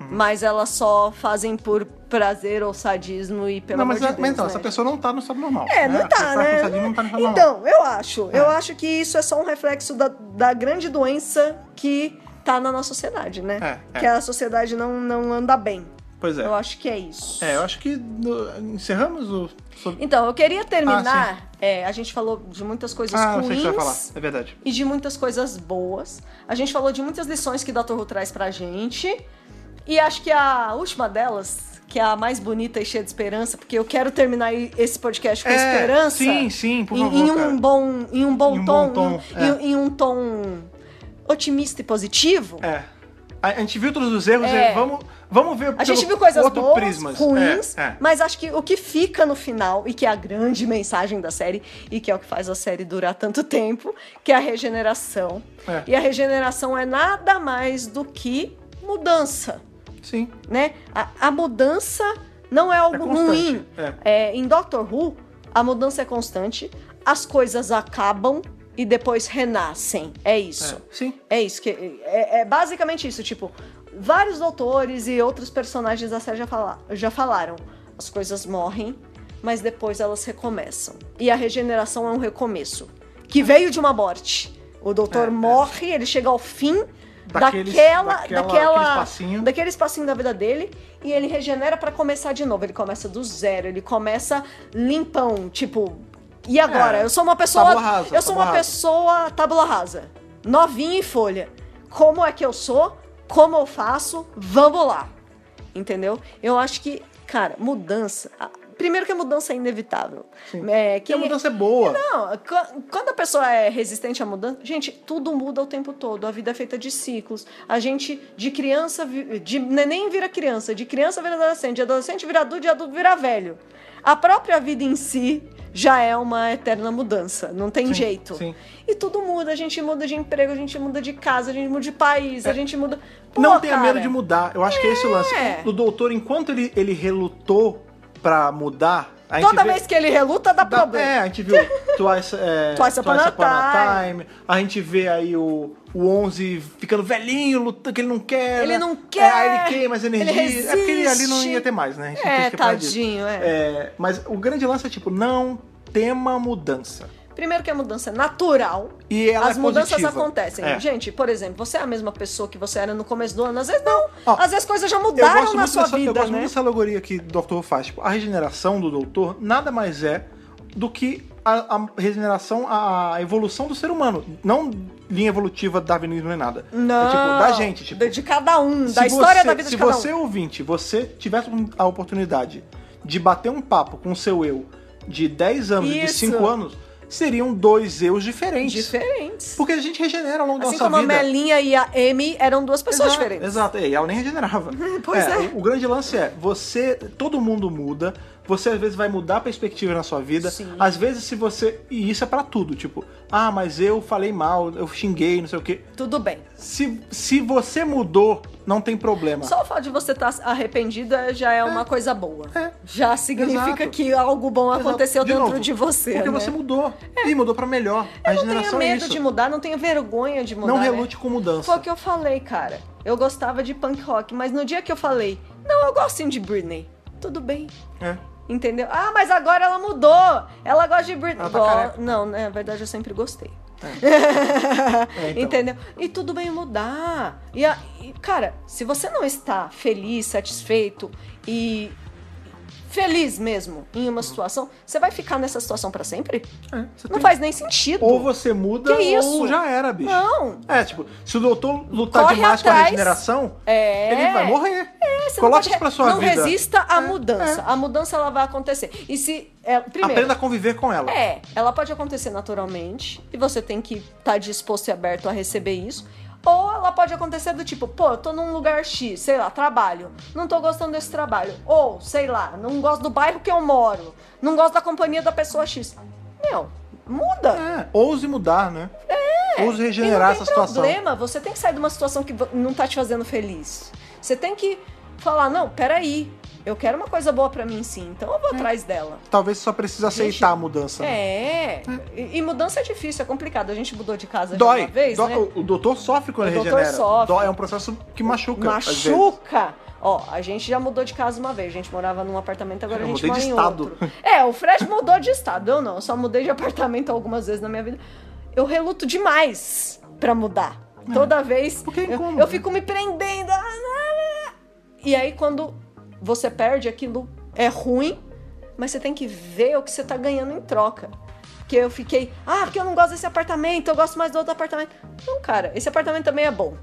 Uhum. Mas elas só fazem por prazer ou sadismo e pelo não, amor mas, de é- Deus, mas então, né, essa gente? pessoa não tá no estado normal. É, não Se tá, com né? sadismo, não tá no estado normal. Então, eu acho. Eu acho que isso é só um reflexo da, da grande doença que tá na nossa sociedade, né? É, é. Que a sociedade não, não anda bem. Pois é. Eu acho que é isso. É, eu acho que no- encerramos o... sobre- Então, eu queria terminar. é, a gente falou de muitas coisas Ah, eu ruins sei o que você vai falar. É verdade. e de muitas coisas boas. A gente falou de muitas lições que Dr. Who traz pra gente. E acho que a última delas, que é a mais bonita e cheia de esperança, porque eu quero terminar e- esse podcast com É, esperança. sim, sim, por em, favor, em um cara. bom, em um bom Em um tom, bom tom, em, um- em um tom otimista e positivo. É. A a gente viu todos os erros, É. e vamos, vamos ver A gente pelo viu coisas outro boas, prismas. ruins, É, é. mas acho que o que fica no final, e que é a grande mensagem da série, e que é o que faz a série durar tanto tempo, que é a regeneração. É. E a regeneração é nada mais do que mudança, Sim. né? A, a mudança não é algo constante, ruim. É, em Doctor Who, a mudança é constante, as coisas acabam e depois renascem. É isso. É. Sim. É isso que é, é basicamente isso, tipo, vários doutores e outros personagens da série já, fala- já falaram. As coisas morrem, mas depois elas recomeçam. E a regeneração é um recomeço que veio de uma morte. O doutor É, é. morre, ele chega ao fim Daqueles- daquela, daquela- daquela, aquele espacinho. daquele espacinho da vida dele e ele regenera pra começar de novo. Ele começa do zero, ele começa limpão, tipo, e agora? É, eu sou uma pessoa, tábua rasa, eu sou tábua uma rasa. pessoa tábula rasa, novinha em folha. Como é que eu sou? Como eu faço? Vamos lá. Entendeu? Eu acho que, cara, mudança. a- Primeiro que a mudança é inevitável. É, Que a quem- mudança é boa. não, qu- quando a pessoa é resistente à mudança, gente, tudo muda o tempo todo. A vida é feita de ciclos. A gente, de criança, vi- de neném vira criança, de criança vira adolescente, de adolescente vira adulto, de adulto vira velho. A própria vida em si já é uma eterna mudança. Não tem Sim, jeito. sim. E tudo muda. A gente muda de emprego, a gente muda de casa, a gente muda de país, a gente muda. Pô, É. não tenha cara, medo de mudar. Eu acho que é esse o lance. O doutor, enquanto ele, ele relutou pra mudar. A gente Toda vê- vez que ele reluta, dá, dá- problema. É, a gente viu Twice, é, Twice Upon a Time. A gente vê aí o, o 11 ficando velhinho, lutando, que ele não quer. Ele né? não É, quer, aí ele queima as ele energias. é porque ele ali não resiste. ia ter mais, né? A gente não É, tem que parar disso. tadinho, é. é. Mas o grande lance é tipo, não tema a mudança. Primeiro que a mudança é natural. E ela As é mudanças positiva. acontecem. É. Gente, por exemplo, você é a mesma pessoa que você era no começo do ano. Às vezes não. Ó, Às vezes coisas já Eu mudaram gosto, na muito sua dessa, eu vida, gosto né? muito dessa alegoria que o Dr. faz. Tipo, a regeneração do doutor nada mais é do que a, a regeneração, a evolução do ser humano. Não linha evolutiva darwinismo nem nada. Não. É tipo, da gente. Tipo, de, de cada um. se Da história você- da vida Se de cada você, um. ouvinte, você tivesse a oportunidade de bater um papo com o seu eu de 10 anos, de Isso. 5 anos, seriam dois eus diferentes. Diferentes. Porque a gente regenera ao longo Assim da como nossa a vida. Melinha e a Amy eram duas pessoas exato, diferentes. Exato, é, e ela nem regenerava. Pois é. O, o grande lance é, você. Todo mundo muda. Você às vezes vai mudar a perspectiva na sua vida. Sim. Às vezes, se você. E isso é pra tudo, tipo, ah, mas eu falei mal, eu xinguei, não sei o quê. Tudo bem. Se, se você mudou, não tem problema. Só o fato de você estar arrependida já é uma coisa boa. É. Já significa Exato. que algo bom Exato. aconteceu De dentro novo, de você. Porque né? você mudou. E mudou pra melhor. a não tenha geração é medo isso. de mudar, não tenha vergonha de mudar. não né? relute com mudança. Foi o que eu falei, cara. Eu gostava de punk rock, mas no dia que eu falei, não, eu gosto sim de Britney. Tudo bem. É. Entendeu? Ah, mas agora ela mudou. Ela gosta de Britney. Ela tá Go- careca. Não, né? na verdade eu sempre gostei. É, então. Entendeu? E tudo bem mudar. E, a- e, cara, se você não está feliz, satisfeito e feliz mesmo em uma situação, você vai ficar nessa situação pra sempre? É, você Não tem- faz nem sentido. Ou você muda Que isso? ou já era, bicho. Não. É, tipo, se o doutor lutar Corre demais com a atrás. regeneração, É. ele vai morrer. É, você Coloque não isso pode- pra sua não vida. resista à É, mudança. A mudança ela vai acontecer. E se é, primeiro Aprenda a conviver com ela. É, ela pode acontecer naturalmente e você tem que estar disposto e aberto a receber isso. Ou ela pode acontecer do tipo, pô, eu tô num lugar X, sei lá, trabalho, não tô gostando desse trabalho. Ou, sei lá, não gosto do bairro que eu moro, não gosto da companhia da pessoa X. Meu, muda. É, Ouse mudar, né? É. Ouse regenerar e essa não tem situação. problema, você tem que sair de uma situação que vo- não tá te fazendo feliz. Você tem que falar, não, peraí, eu quero uma coisa boa pra mim sim, então eu vou atrás dela. Talvez você só precise aceitar Gente, a mudança. É. né? É, e, e mudança é difícil, é complicado. A gente mudou de casa já Dói. uma vez, Dó- né? O, o doutor sofre quando O doutor regenera. sofre. Dói, é um processo que machuca. às vezes. Machuca! Ó, a gente já mudou de casa uma vez. A gente morava num apartamento, agora a Eu gente mudei mora de em estado. outro. É, o Fred mudou de estado, eu não. Eu só mudei de apartamento algumas vezes na minha vida. Eu reluto demais pra mudar. Toda vez. Porque é eu, incômodo. eu fico me prendendo. Ah, ah, ah. E aí, quando você perde, aquilo é ruim, mas você tem que ver o que você tá ganhando em troca. Porque eu fiquei, ah, porque eu não gosto desse apartamento, eu gosto mais do outro apartamento. Não, cara, esse apartamento também é bom.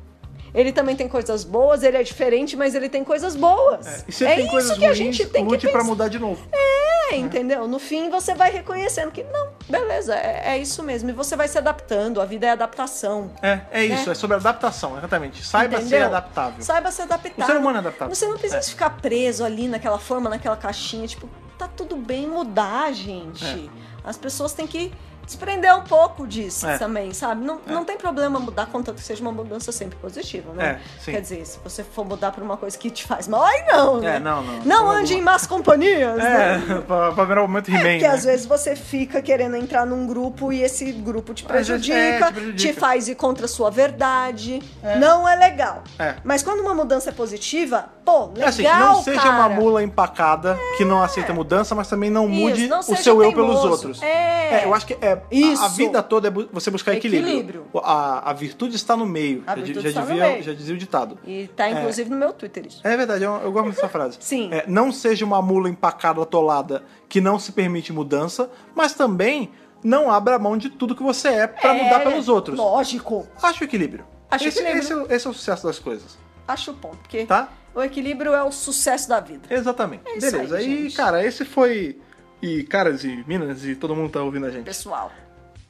Ele também tem coisas boas, ele é diferente, mas ele tem coisas boas. E se é tem isso coisas que a ruins, gente tem que lute pra pensar. mudar de novo. É, entendeu? No fim você vai reconhecendo que, não, beleza, é, é isso mesmo. E você vai se adaptando, a vida é adaptação. É, é isso, é, sobre adaptação, exatamente. Saiba ser Entendeu? adaptável. Saiba se adaptar. O ser humano é adaptável. Você não precisa É. ficar preso ali naquela forma, naquela caixinha. Tipo, tá tudo bem mudar, gente. As pessoas têm que desprender um pouco disso É. também, sabe? Não, não tem problema mudar, contanto que seja uma mudança sempre positiva, né? É, sim. Quer dizer, se você for mudar pra uma coisa que te faz mal, aí não, né? É, não, não. Não Então, ande em más companhias, né? É, pra, pra virar o momento He-Man, Porque né? às vezes você fica querendo entrar num grupo e esse grupo te Às vezes, prejudica, é, te, te prejudica. faz ir contra a sua verdade. Não é legal. É. Mas quando uma mudança é positiva, pô, legal, É assim, não seja cara. uma mula empacada que não aceita mudança, mas também não Isso, mude não o seja seu eu pelos teimoso. outros. É. eu acho que é, a- A, Isso. vida toda é bu- você buscar equilíbrio. Equilíbrio. A, a virtude está no meio. A já, di- virtude já está no dizia, meio. já dizia o ditado. E tá inclusive no meu Twitter isso. É verdade, eu, eu gosto muito dessa frase. Sim. É, não seja uma mula empacada, atolada, que não se permite mudança, mas também não abra mão de tudo que você é pra É, mudar pelos outros. Lógico. Acho equilíbrio. Acho esse, equilíbrio. Esse, é o- esse é o sucesso das coisas, Acho o ponto, porque tá? o equilíbrio é o sucesso da vida. Exatamente. É isso Beleza. aí, e, gente. cara, esse foi. E caras e minas e todo mundo tá ouvindo a gente. Pessoal,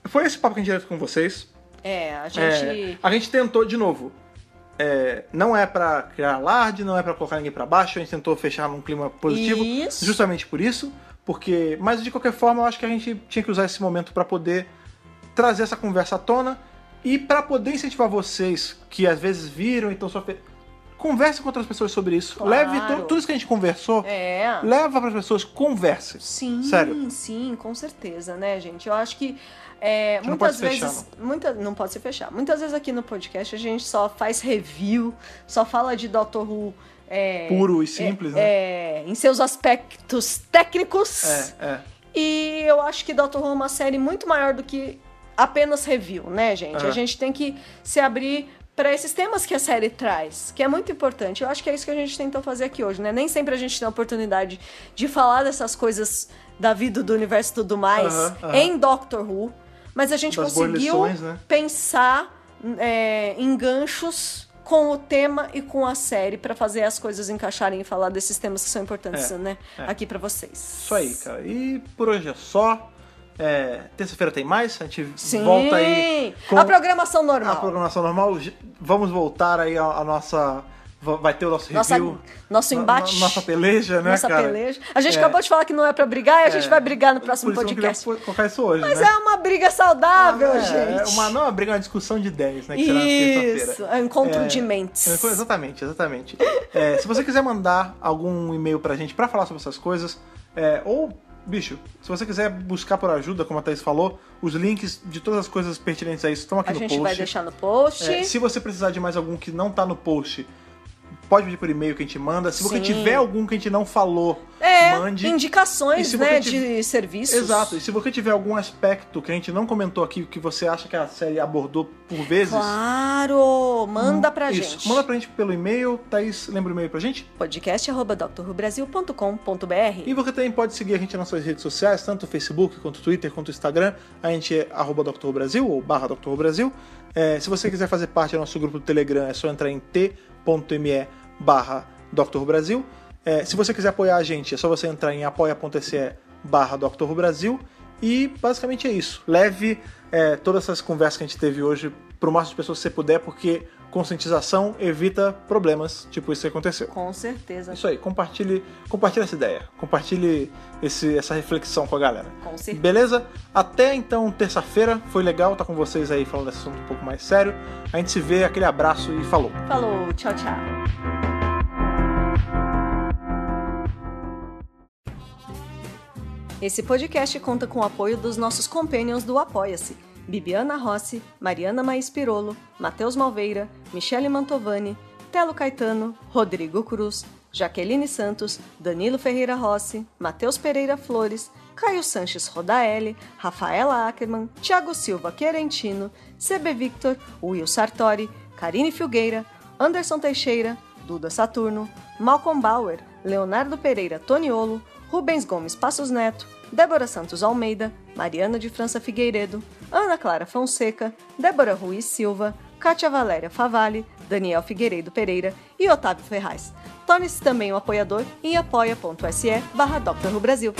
Foi esse papo que a gente teve com vocês. é, a gente É, a gente tentou, de novo. é, não é pra criar alarde, não é pra colocar ninguém pra baixo. A gente tentou fechar num clima positivo. Isso. Justamente por isso. Porque. Mas de qualquer forma, eu acho que a gente tinha que usar esse momento pra poder trazer essa conversa à tona. E pra poder incentivar vocês que às vezes viram, então só. fe- Converse com outras pessoas sobre isso. Claro. Leve to- tudo isso que a gente conversou. é. Leva para as pessoas, converse. Sim, Sério. sim, com certeza, né, gente? Eu acho que é, não pode muitas se fechar, vezes. muita, não pode se fechar. Muitas vezes aqui no podcast a gente só faz review, só fala de Doctor Who. é, Puro e simples, é, né? é, em seus aspectos técnicos. É, é. E eu acho que Doctor Who é uma série muito maior do que apenas review, né, gente? É. A gente tem que se abrir para esses temas que a série traz, que é muito importante. Eu acho que é isso que a gente tentou fazer aqui hoje, né? Nem sempre a gente tem a oportunidade de falar dessas coisas da vida, do universo e tudo mais Aham, aham. em Doctor Who, mas a gente Das boas conseguiu lições, né? pensar é, em ganchos com o tema e com a série para fazer as coisas encaixarem e falar desses temas que são importantes, É, né? é. Aqui para vocês. Isso aí, cara. E por hoje é só. É, Terça-feira tem mais, a gente Sim. volta aí com A programação a normal. programação normal. J- Vamos voltar aí a, a nossa. va- Vai ter o nosso Nossa, review. nosso no- embate. no- nossa peleja, né, Nossa cara? peleja. A gente É. acabou de falar que não é pra brigar e a gente É. vai brigar no próximo Por isso que eu queria podcast. co- colocar isso hoje. Mas né? é uma briga saudável, É, gente. é uma, não é uma briga, é uma discussão de 10, né? Que será na Isso, terça-feira. é um encontro É, de mentes. É, Exatamente, exatamente. É, se você quiser mandar algum e-mail pra gente pra falar sobre essas coisas, é, ou, bicho, se você quiser buscar por ajuda, como a Thaís falou, os links de todas as coisas pertinentes a isso estão aqui A no gente post. vai deixar no post. É, se você precisar de mais algum que não tá no post, pode pedir por e-mail que a gente manda. Se você Sim. tiver algum que a gente não falou, É, mande. E indicações, se né, você de serviços. Exato. E se você tiver algum aspecto que a gente não comentou aqui, que você acha que a série abordou por vezes, Claro, manda pra isso. gente. Manda pra gente pelo e-mail. Thaís, lembra o e-mail pra gente? podcast@drrubrasil.com.br. E você também pode seguir a gente nas suas redes sociais, tanto o Facebook, quanto o Twitter, quanto o Instagram. A gente é arroba Dr. Brasil ou barra Dr. Brasil. É, se você quiser fazer parte do nosso grupo do Telegram, é só entrar em t.me barra Dr. Brasil. É, se você quiser apoiar a gente, é só você entrar em apoia.se barra Dr. Brasil. E basicamente é isso. Leve é, todas essas conversas que a gente teve hoje para o máximo de pessoas que você puder, porque conscientização evita problemas tipo isso que aconteceu. Com certeza. Isso aí, compartilhe, compartilhe essa ideia, compartilhe esse, essa reflexão com a galera. Com certeza. Beleza? Até então, terça-feira, foi legal estar com vocês aí falando desse assunto um pouco mais sério. A gente se vê, aquele abraço e falou! Falou, tchau, tchau. Esse podcast conta com o apoio dos nossos companions do Apoia-se: Bibiana Rossi, Mariana Maís Pirolo, Matheus Malveira, Michele Mantovani, Telo Caetano, Rodrigo Cruz, Jaqueline Santos, Danilo Ferreira Rossi, Matheus Pereira Flores, Caio Sanches Rodaelli, Rafaela Ackerman, Thiago Silva Querentino, CB Victor, Will Sartori, Karine Filgueira, Anderson Teixeira, Duda Saturno, Malcolm Bauer, Leonardo Pereira Toniolo, Rubens Gomes Passos Neto, Débora Santos Almeida, Mariana de França Figueiredo, Ana Clara Fonseca, Débora Ruiz Silva, Kátia Valéria Favalli, Daniel Figueiredo Pereira e Otávio Ferraz. Torne-se também um apoiador em apoia.se barra Dr. Ru Brasil.